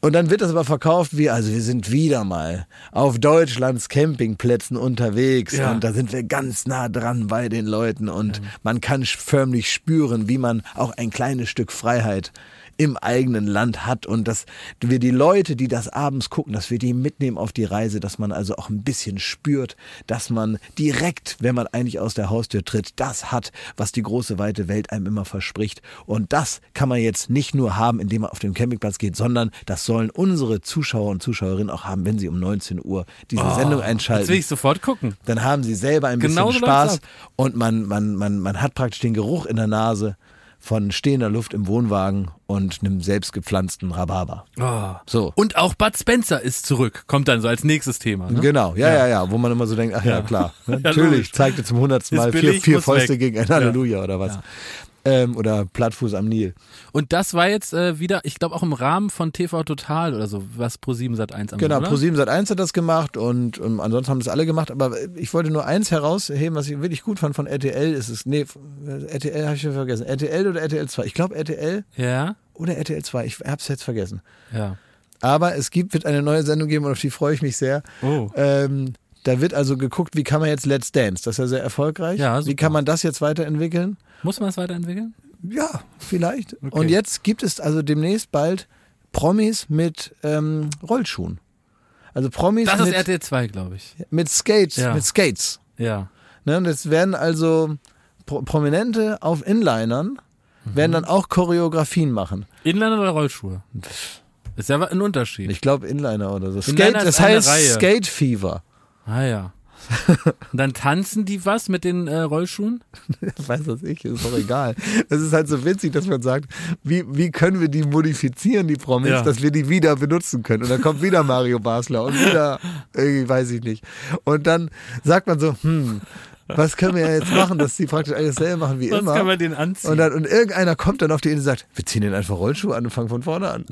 Speaker 3: Und dann wird das aber verkauft wie, also wir sind wieder mal auf Deutschlands Campingplätzen unterwegs
Speaker 4: Ja.
Speaker 3: und da sind wir ganz nah dran bei den Leuten und man kann sch- förmlich spüren, wie man auch ein kleines Stück Freiheit im eigenen Land hat und dass wir die Leute, die das abends gucken, dass wir die mitnehmen auf die Reise, dass man also auch ein bisschen spürt, dass man direkt, wenn man eigentlich aus der Haustür tritt, das hat, was die große weite Welt einem immer verspricht. Und das kann man jetzt nicht nur haben, indem man auf den Campingplatz geht, sondern das sollen unsere Zuschauer und Zuschauerinnen auch haben, wenn sie um 19 Uhr diese Sendung
Speaker 4: Oh, Jetzt will
Speaker 3: einschalten.
Speaker 4: ich sofort gucken.
Speaker 3: Dann haben sie selber ein bisschen
Speaker 4: Genau so
Speaker 3: Spaß
Speaker 4: läuft's
Speaker 3: und man, man, man, man hat praktisch den Geruch in der Nase von stehender Luft im Wohnwagen und einem selbst gepflanzten Rhabarber.
Speaker 4: Ah.
Speaker 3: So.
Speaker 4: Und auch Bud Spencer ist zurück. Kommt dann so als nächstes Thema. Ne?
Speaker 3: Genau, ja, ja, ja, wo man immer so denkt, ach
Speaker 4: (laughs)
Speaker 3: ja, klar, Ne? natürlich,
Speaker 4: logisch.
Speaker 3: zeigte zum hundertsten
Speaker 4: Ist
Speaker 3: Mal vier,
Speaker 4: billig,
Speaker 3: vier
Speaker 4: muss
Speaker 3: Fäuste
Speaker 4: weg.
Speaker 3: gegen ein Halleluja oder was. Ähm, oder Plattfuß am Nil.
Speaker 4: Und das war jetzt äh, wieder, ich glaube auch im Rahmen von TV Total oder so, was Pro7 Sat 1 am
Speaker 3: Genau,
Speaker 4: oder?
Speaker 3: ProSieben Sat 1 hat das gemacht und, ähm, ansonsten haben das alle gemacht, aber ich wollte nur eins herausheben, was ich wirklich gut fand von RTL, ist es, nee, RTL habe ich schon vergessen, RTL oder RTL 2? Ich glaube RTL
Speaker 4: Ja.
Speaker 3: oder RTL 2, ich hab's jetzt vergessen.
Speaker 4: Ja.
Speaker 3: Aber es gibt, wird eine neue Sendung geben und auf die freue ich mich sehr.
Speaker 4: Oh.
Speaker 3: Ähm, da wird also geguckt, wie kann man jetzt Let's Dance, das ist ja sehr erfolgreich,
Speaker 4: Ja,
Speaker 3: wie
Speaker 4: super.
Speaker 3: kann man das jetzt weiterentwickeln?
Speaker 4: Muss man es weiterentwickeln?
Speaker 3: Ja, vielleicht. Und jetzt gibt es also demnächst bald Promis mit ähm, Rollschuhen. Also Promis
Speaker 4: Das ist
Speaker 3: mit,
Speaker 4: RTL 2, glaube ich.
Speaker 3: mit Skates,
Speaker 4: Ja.
Speaker 3: mit Skates.
Speaker 4: Ja.
Speaker 3: Ne? Und jetzt werden also Pro Prominente auf Inlinern
Speaker 4: Mhm.
Speaker 3: werden dann auch Choreografien machen.
Speaker 4: Inliner oder Rollschuhe? Ist ja ein Unterschied.
Speaker 3: Ich glaube Inliner oder so. Skate,
Speaker 4: Inliner ist
Speaker 3: das
Speaker 4: eine
Speaker 3: heißt
Speaker 4: Reihe.
Speaker 3: Skate Fever.
Speaker 4: Ah
Speaker 3: (laughs)
Speaker 4: ja. Und dann tanzen die was mit den äh, Rollschuhen?
Speaker 3: (laughs) Weiß das ich, ist doch egal. Das ist halt so witzig, dass man sagt, wie, wie können wir die modifizieren, die Promis,
Speaker 4: Ja.
Speaker 3: dass wir die wieder benutzen können. Und dann kommt wieder Mario Basler und
Speaker 4: (laughs)
Speaker 3: wieder, irgendwie weiß ich nicht. Und dann sagt man so, hm, was können wir jetzt machen, dass die praktisch alles selber machen wie immer.
Speaker 4: den anziehen?
Speaker 3: und, dann, und irgendeiner kommt dann auf die Idee und sagt, wir ziehen den einfach Rollschuh an und fangen von vorne an.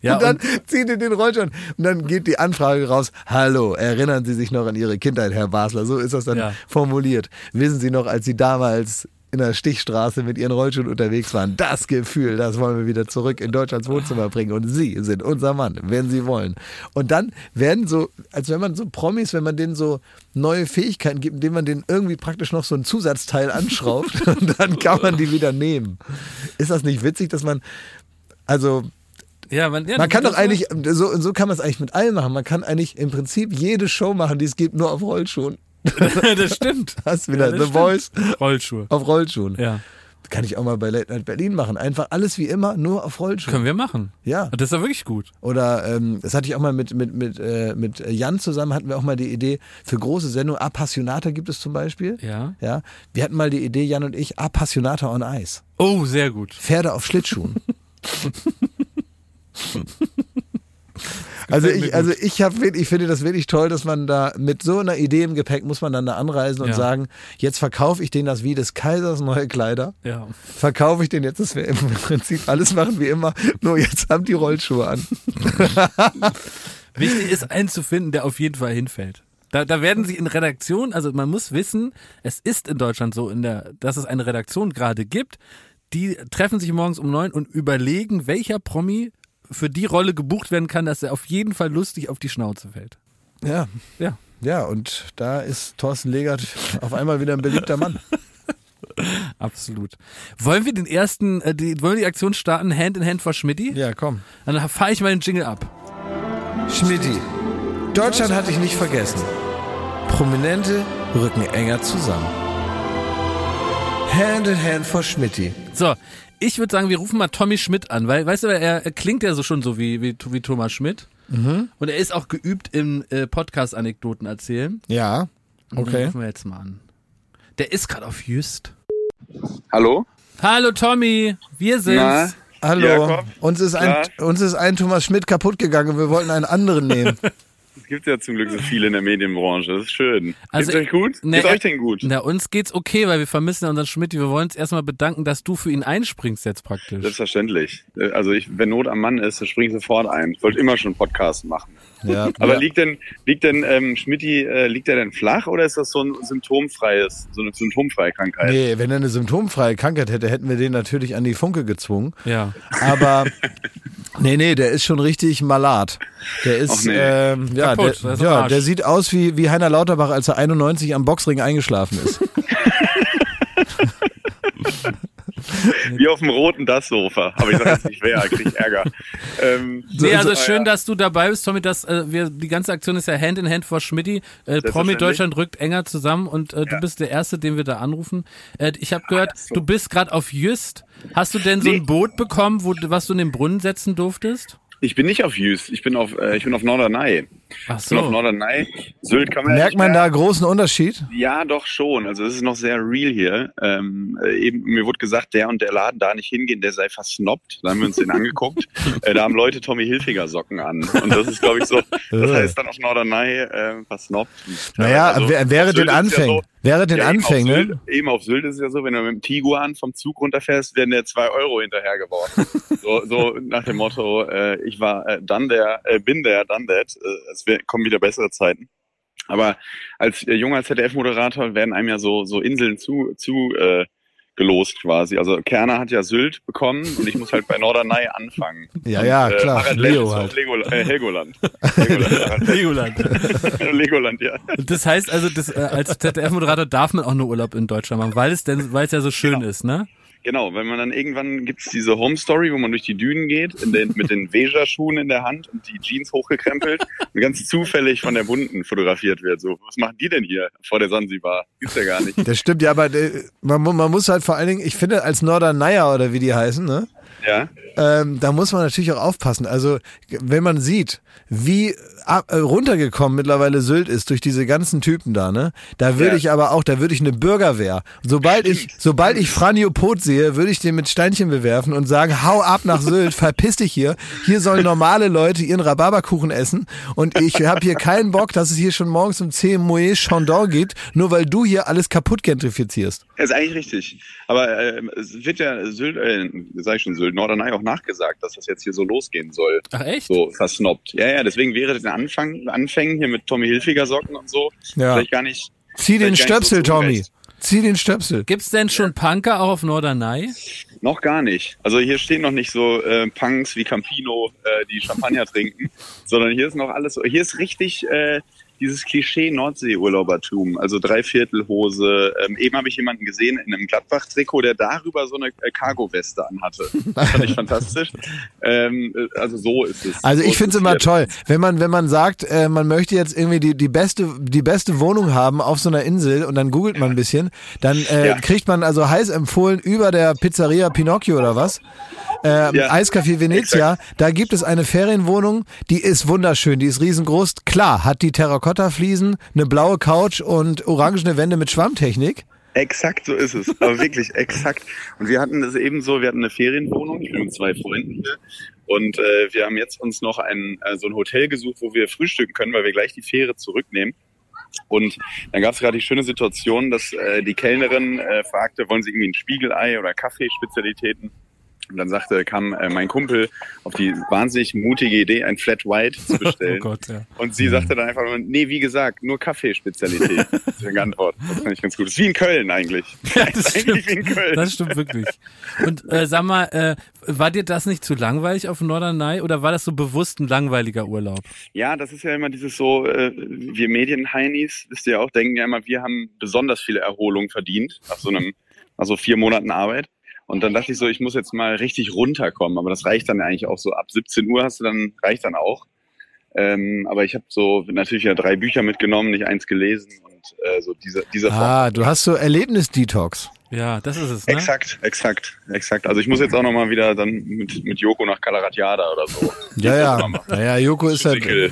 Speaker 4: ja,
Speaker 3: und dann
Speaker 4: und
Speaker 3: zieht ihr den Rollschuh an. Und dann geht die Anfrage raus. Hallo, erinnern Sie sich noch an Ihre Kindheit, Herr Basler? So ist das dann
Speaker 4: Ja.
Speaker 3: formuliert. Wissen Sie noch, als Sie damals in der Stichstraße mit Ihren Rollschuhen unterwegs waren? Das Gefühl, das wollen wir wieder zurück in Deutschlands Wohnzimmer bringen. Und Sie sind unser Mann, wenn Sie wollen. Und dann werden so, als wenn man so Promis, wenn man denen so neue Fähigkeiten gibt, indem man denen irgendwie praktisch noch so ein Zusatzteil anschraubt (laughs) und dann kann man die wieder nehmen. Ist das nicht witzig, dass man, also
Speaker 4: ja, man, ja,
Speaker 3: man kann
Speaker 4: das-
Speaker 3: doch eigentlich, so, so kann man es eigentlich mit allem machen. Man kann eigentlich im Prinzip jede Show machen, die es gibt, nur auf Rollschuhen.
Speaker 4: (laughs)
Speaker 3: (laughs)
Speaker 4: das stimmt.
Speaker 3: Hast wieder
Speaker 4: das
Speaker 3: The
Speaker 4: stimmt.
Speaker 3: Voice
Speaker 4: Rollschuhe.
Speaker 3: auf Rollschuhen.
Speaker 4: Ja.
Speaker 3: Kann ich auch mal bei Late Night Berlin machen. Einfach alles wie immer, nur auf Rollschuhen.
Speaker 4: Können wir machen. Ah,
Speaker 3: Ja.
Speaker 4: Das ist ja wirklich gut.
Speaker 3: Oder ähm, das hatte ich auch mal mit, mit, mit, äh, mit Jan zusammen, hatten wir auch mal die Idee, für große Sendungen, Appassionata gibt es zum Beispiel.
Speaker 4: Ja.
Speaker 3: Ja, wir hatten mal die Idee, Jan und ich, Appassionata on Ice.
Speaker 4: Oh, sehr gut.
Speaker 3: Pferde auf Schlittschuhen. Also
Speaker 4: Gefällt mir
Speaker 3: ich, also ich habe, ich finde das wirklich toll, dass man da mit so einer Idee im Gepäck muss man dann da anreisen und
Speaker 4: Ja.
Speaker 3: sagen, jetzt verkaufe ich denen das wie des Kaisers neue Kleider.
Speaker 4: (laughs) Ja.
Speaker 3: Verkaufe ich denen jetzt, dass wir im Prinzip alles machen wie immer, nur jetzt haben die Rollschuhe an.
Speaker 4: Wichtig ist, einen zu finden, der auf jeden Fall hinfällt. Da, da werden sie in Redaktion, also man muss wissen, es ist in Deutschland so, in der, dass es eine Redaktion gerade gibt, die treffen sich morgens um neun und überlegen, welcher Promi für die Rolle gebucht werden kann, dass er auf jeden Fall lustig auf die Schnauze fällt.
Speaker 3: Ja.
Speaker 4: (laughs) Ja.
Speaker 3: Ja, und da ist Thorsten Legert
Speaker 4: (laughs)
Speaker 3: auf einmal wieder ein beliebter Mann.
Speaker 4: Absolut. Wollen wir den ersten, äh, die, wollen wir die Aktion starten, Hand in Hand for Schmidti?
Speaker 3: Ja, komm.
Speaker 4: Dann fahre ich mal den Jingle ab.
Speaker 3: Schmidti, Deutschland hatte ich nicht vergessen. Prominente rücken enger zusammen. Hand in Hand vor Schmidti.
Speaker 4: So, ich würde sagen, wir rufen mal Tommy Schmidt an, weil, weißt du, er, er klingt ja so schon so wie, wie, wie Thomas Schmidt.
Speaker 3: Mhm.
Speaker 4: Und er ist auch geübt im äh, Podcast-Anekdoten erzählen.
Speaker 3: Ja,
Speaker 4: Den
Speaker 3: okay.
Speaker 4: rufen Mhm. wir jetzt mal an. Der ist gerade auf Just.
Speaker 6: Hallo?
Speaker 4: Hallo Tommy, wir
Speaker 6: Na?
Speaker 4: sind's.
Speaker 3: Hallo,
Speaker 6: Jakob,
Speaker 3: uns, ist ein, uns ist ein Thomas Schmidt kaputt gegangen und wir wollten einen
Speaker 4: (laughs)
Speaker 3: anderen nehmen.
Speaker 6: Es gibt ja zum Glück so viele in der Medienbranche. Das ist schön.
Speaker 4: Also,
Speaker 6: Geht's euch gut?
Speaker 4: ne,
Speaker 6: Geht's
Speaker 4: äh,
Speaker 6: euch denn gut?
Speaker 4: Na, uns geht's okay, weil wir vermissen ja unseren Schmidt. Wir wollen uns erstmal bedanken, dass du für ihn einspringst jetzt praktisch.
Speaker 6: Selbstverständlich. Äh, Also ich, wenn Not am Mann ist, dann springe ich sofort ein. Ich wollte immer schon Podcast machen.
Speaker 3: ja,
Speaker 4: (laughs)
Speaker 6: Aber
Speaker 3: ja.
Speaker 6: liegt denn, liegt denn ähm, Schmidti, äh, liegt er denn flach oder ist das so ein symptomfreies, so eine symptomfreie Krankheit?
Speaker 3: Nee, wenn er eine symptomfreie Krankheit hätte, hätten wir den natürlich an die Funke gezwungen.
Speaker 4: Ja.
Speaker 3: Aber (laughs) nee, nee, der ist schon richtig malat. Der ist,
Speaker 6: Och, nee.
Speaker 3: ähm, ja,
Speaker 4: Kaputt,
Speaker 3: der,
Speaker 4: das ist ein
Speaker 3: ja
Speaker 4: Arsch.
Speaker 3: der sieht aus wie, wie Heiner Lauterbach, als er 91 am Boxring eingeschlafen ist.
Speaker 6: Wie auf dem roten Das-Sofa. Aber ich sage jetzt nicht wer, krieg ich Ärger. Ähm,
Speaker 4: Nee, also
Speaker 6: ah,
Speaker 4: schön,
Speaker 6: ja.
Speaker 4: dass du dabei bist, Tommy. Dass, äh, wir, die ganze Aktion ist ja Hand in Hand vor Schmidti. Äh, Promi
Speaker 6: Selbstverständlich.
Speaker 4: Deutschland rückt enger zusammen und äh, du bist der Erste, den wir da anrufen. Äh, ich habe gehört,
Speaker 6: Ah, so.
Speaker 4: du bist gerade auf Jüst. Hast du denn so ein
Speaker 6: Nee.
Speaker 4: Boot bekommen, wo, du- was du in den Brunnen setzen durftest?
Speaker 6: Ich bin nicht auf Jüst, ich bin auf, äh, ich bin auf Norderney.
Speaker 4: Ach
Speaker 6: Ich bin auf
Speaker 4: so.
Speaker 6: Norderney. Sylt (laughs) kann man ja
Speaker 3: Merkt
Speaker 6: nicht
Speaker 3: man
Speaker 6: mehr-
Speaker 3: da großen Unterschied?
Speaker 6: Ja, doch schon. Also es ist noch sehr real hier. Ähm, äh, eben, mir wurde gesagt, der und der Laden da nicht hingehen, der sei versnobbt. Da haben wir uns den angeguckt. Äh, da haben Leute Tommy Hilfiger Socken an. Und das ist, glaube ich, so. Das heißt dann auf Norderney äh, versnobbt.
Speaker 3: Naja,
Speaker 6: Also,
Speaker 3: wär- wäre
Speaker 6: Sylt
Speaker 3: den
Speaker 6: ist ja
Speaker 3: Anfängen.
Speaker 6: so-
Speaker 3: wäre den
Speaker 6: ja,
Speaker 3: Anfängen,
Speaker 6: eben
Speaker 3: ne?
Speaker 6: auf, Sylt, eben auf Sylt ist es ja so, wenn du mit dem Tiguan vom Zug runterfährst, werden der zwei
Speaker 3: (laughs)
Speaker 6: Euro hinterhergeworfen. so, so nach dem Motto, äh, ich war äh, dann der, äh, bin der, dann that. Äh, es wär- kommen wieder bessere Zeiten. Aber als äh, junger ZDF-Moderator werden einem ja so, so Inseln zu, zu äh, gelost quasi. Also Kerner hat ja Sylt bekommen und ich muss halt bei Norderney anfangen.
Speaker 3: (laughs) Ja, ja,
Speaker 6: Äh,
Speaker 3: klar.
Speaker 6: Harald Lesch ist
Speaker 3: Leo
Speaker 6: auf
Speaker 3: halt.
Speaker 6: Legol äh,
Speaker 3: (laughs)
Speaker 6: (laughs) Helgoland.
Speaker 4: (laughs)
Speaker 6: Helgoland, ja. Legoland, ja.
Speaker 4: Das heißt also, das, äh, als ZDF-Moderator darf man auch nur Urlaub in Deutschland machen, weil es denn, weil es ja so schön ist, ne?
Speaker 6: Genau, wenn man dann irgendwann gibt's diese Home Story, wo man durch die Dünen geht, in den, mit den Veja-Schuhen in der Hand und die Jeans hochgekrempelt (laughs) und ganz zufällig von der Bunten fotografiert wird. So, was machen die denn hier vor der Sansibar? Gibt's ja gar
Speaker 3: (laughs)
Speaker 6: nicht.
Speaker 3: Das stimmt, ja, aber äh, man, mu- man muss halt vor allen Dingen, ich finde, als Norderneier oder wie die heißen, ne?
Speaker 6: Ja.
Speaker 3: ähm, da muss man natürlich auch aufpassen. Also wenn man sieht, wie ab, äh, runtergekommen mittlerweile Sylt ist durch diese ganzen Typen da, ne? Da würde
Speaker 6: Ja.
Speaker 3: ich aber auch, da würde ich eine Bürgerwehr. Sobald ich, sobald ich Franjo Pot sehe, würde ich den mit Steinchen bewerfen und sagen, hau ab nach Sylt, verpiss dich hier. Hier sollen normale Leute ihren Rhabarberkuchen essen und ich habe hier keinen Bock, dass es hier schon morgens um 10 Moet Chandon gibt, nur weil du hier alles kaputt gentrifizierst.
Speaker 6: Ist eigentlich richtig. Aber ähm, es wird ja Sylt, äh, sag ich schon Sylt, Norderney auch nachgesagt, dass das jetzt hier so losgehen soll.
Speaker 4: Ach echt?
Speaker 6: So versnobbt. Ja, ja, deswegen wäre den Anfang, Anfängen hier mit Tommy Hilfiger Socken und so
Speaker 3: Ja.
Speaker 6: vielleicht gar nicht.
Speaker 3: Zieh den
Speaker 6: vielleicht gar nicht so
Speaker 3: Stöpsel,
Speaker 6: zu
Speaker 3: Tommy.
Speaker 6: Unrecht.
Speaker 3: Zieh den Stöpsel.
Speaker 4: Gibt's denn schon Punker auch auf Norderney?
Speaker 6: Noch gar nicht. Also hier stehen noch nicht so äh, Punks wie Campino, äh, die Champagner (laughs) trinken, sondern hier ist noch alles, so- hier ist richtig äh, dieses Klischee Nordsee-Urlaubertum. Also Dreiviertelhose. Ähm, eben habe ich jemanden gesehen in einem Gladbach-Trikot, der darüber so eine äh, Cargo-Weste anhatte. Das
Speaker 3: (laughs)
Speaker 6: fand ich fantastisch. Ähm, äh, also so ist es.
Speaker 3: Also
Speaker 6: so
Speaker 3: ich finde es
Speaker 6: ist
Speaker 3: immer
Speaker 6: hier.
Speaker 3: toll, wenn man, wenn man sagt, äh, man möchte jetzt irgendwie die, die, beste, die beste Wohnung haben auf so einer Insel und dann googelt man ein bisschen, dann äh,
Speaker 6: Ja.
Speaker 3: kriegt man also heiß empfohlen über der Pizzeria Pinocchio oder was. Ähm,
Speaker 6: Ja.
Speaker 3: Eiscafé Venezia, da gibt es eine Ferienwohnung, die ist wunderschön, die ist riesengroß. Klar, hat die Terrakottafliesen, eine blaue Couch und orangene Wände mit Schwammtechnik.
Speaker 6: Exakt so ist es. Aber wirklich exakt. Und wir hatten das eben so, wir hatten eine Ferienwohnung, ich bin mit zwei Freunden hier. Und äh, wir haben jetzt uns noch ein, äh, so ein Hotel gesucht, wo wir frühstücken können, weil wir gleich die Fähre zurücknehmen. Und dann gab es gerade die schöne Situation, dass äh, die Kellnerin äh, fragte, wollen Sie irgendwie ein Spiegelei oder Kaffeespezialitäten? Und dann sagte, kam äh, mein Kumpel auf die wahnsinnig mutige Idee, ein Flat White
Speaker 4: (laughs)
Speaker 6: zu
Speaker 4: Oh
Speaker 6: bestellen.
Speaker 4: Gott, ja.
Speaker 6: Und sie sagte dann einfach nur, nee, wie gesagt, nur Kaffeespezialität. Das ist eine Antwort. Das fand ich ganz gut. Das ist wie in Köln eigentlich.
Speaker 4: (laughs) Ja, das
Speaker 6: Eigentlich
Speaker 4: stimmt.
Speaker 6: wie in Köln.
Speaker 4: Das stimmt wirklich. Und äh, sag mal, äh, war dir das nicht zu langweilig auf Norderney oder war das so bewusst ein langweiliger Urlaub?
Speaker 6: Ja, das ist ja immer dieses so, äh, wir Medienheinis, wisst ihr auch, denken ja immer, wir haben besonders viel Erholung verdient nach so einem, nach so vier Monaten Arbeit. Und dann dachte ich so, ich muss jetzt mal richtig runterkommen, aber das reicht dann eigentlich auch so. Ab 17 Uhr hast du dann, reicht dann auch. Ähm, aber ich habe so natürlich ja drei Bücher mitgenommen, nicht eins gelesen und äh, so diese, diese Form.
Speaker 3: Ah, du hast so Erlebnis-Detox.
Speaker 4: Ja, das ist es, ne?
Speaker 6: Exakt, exakt, exakt. Also ich muss jetzt auch nochmal wieder dann mit, mit Joko nach Calaratiada oder so.
Speaker 3: Ja, ja. Naja, Joko ist halt
Speaker 6: Physical.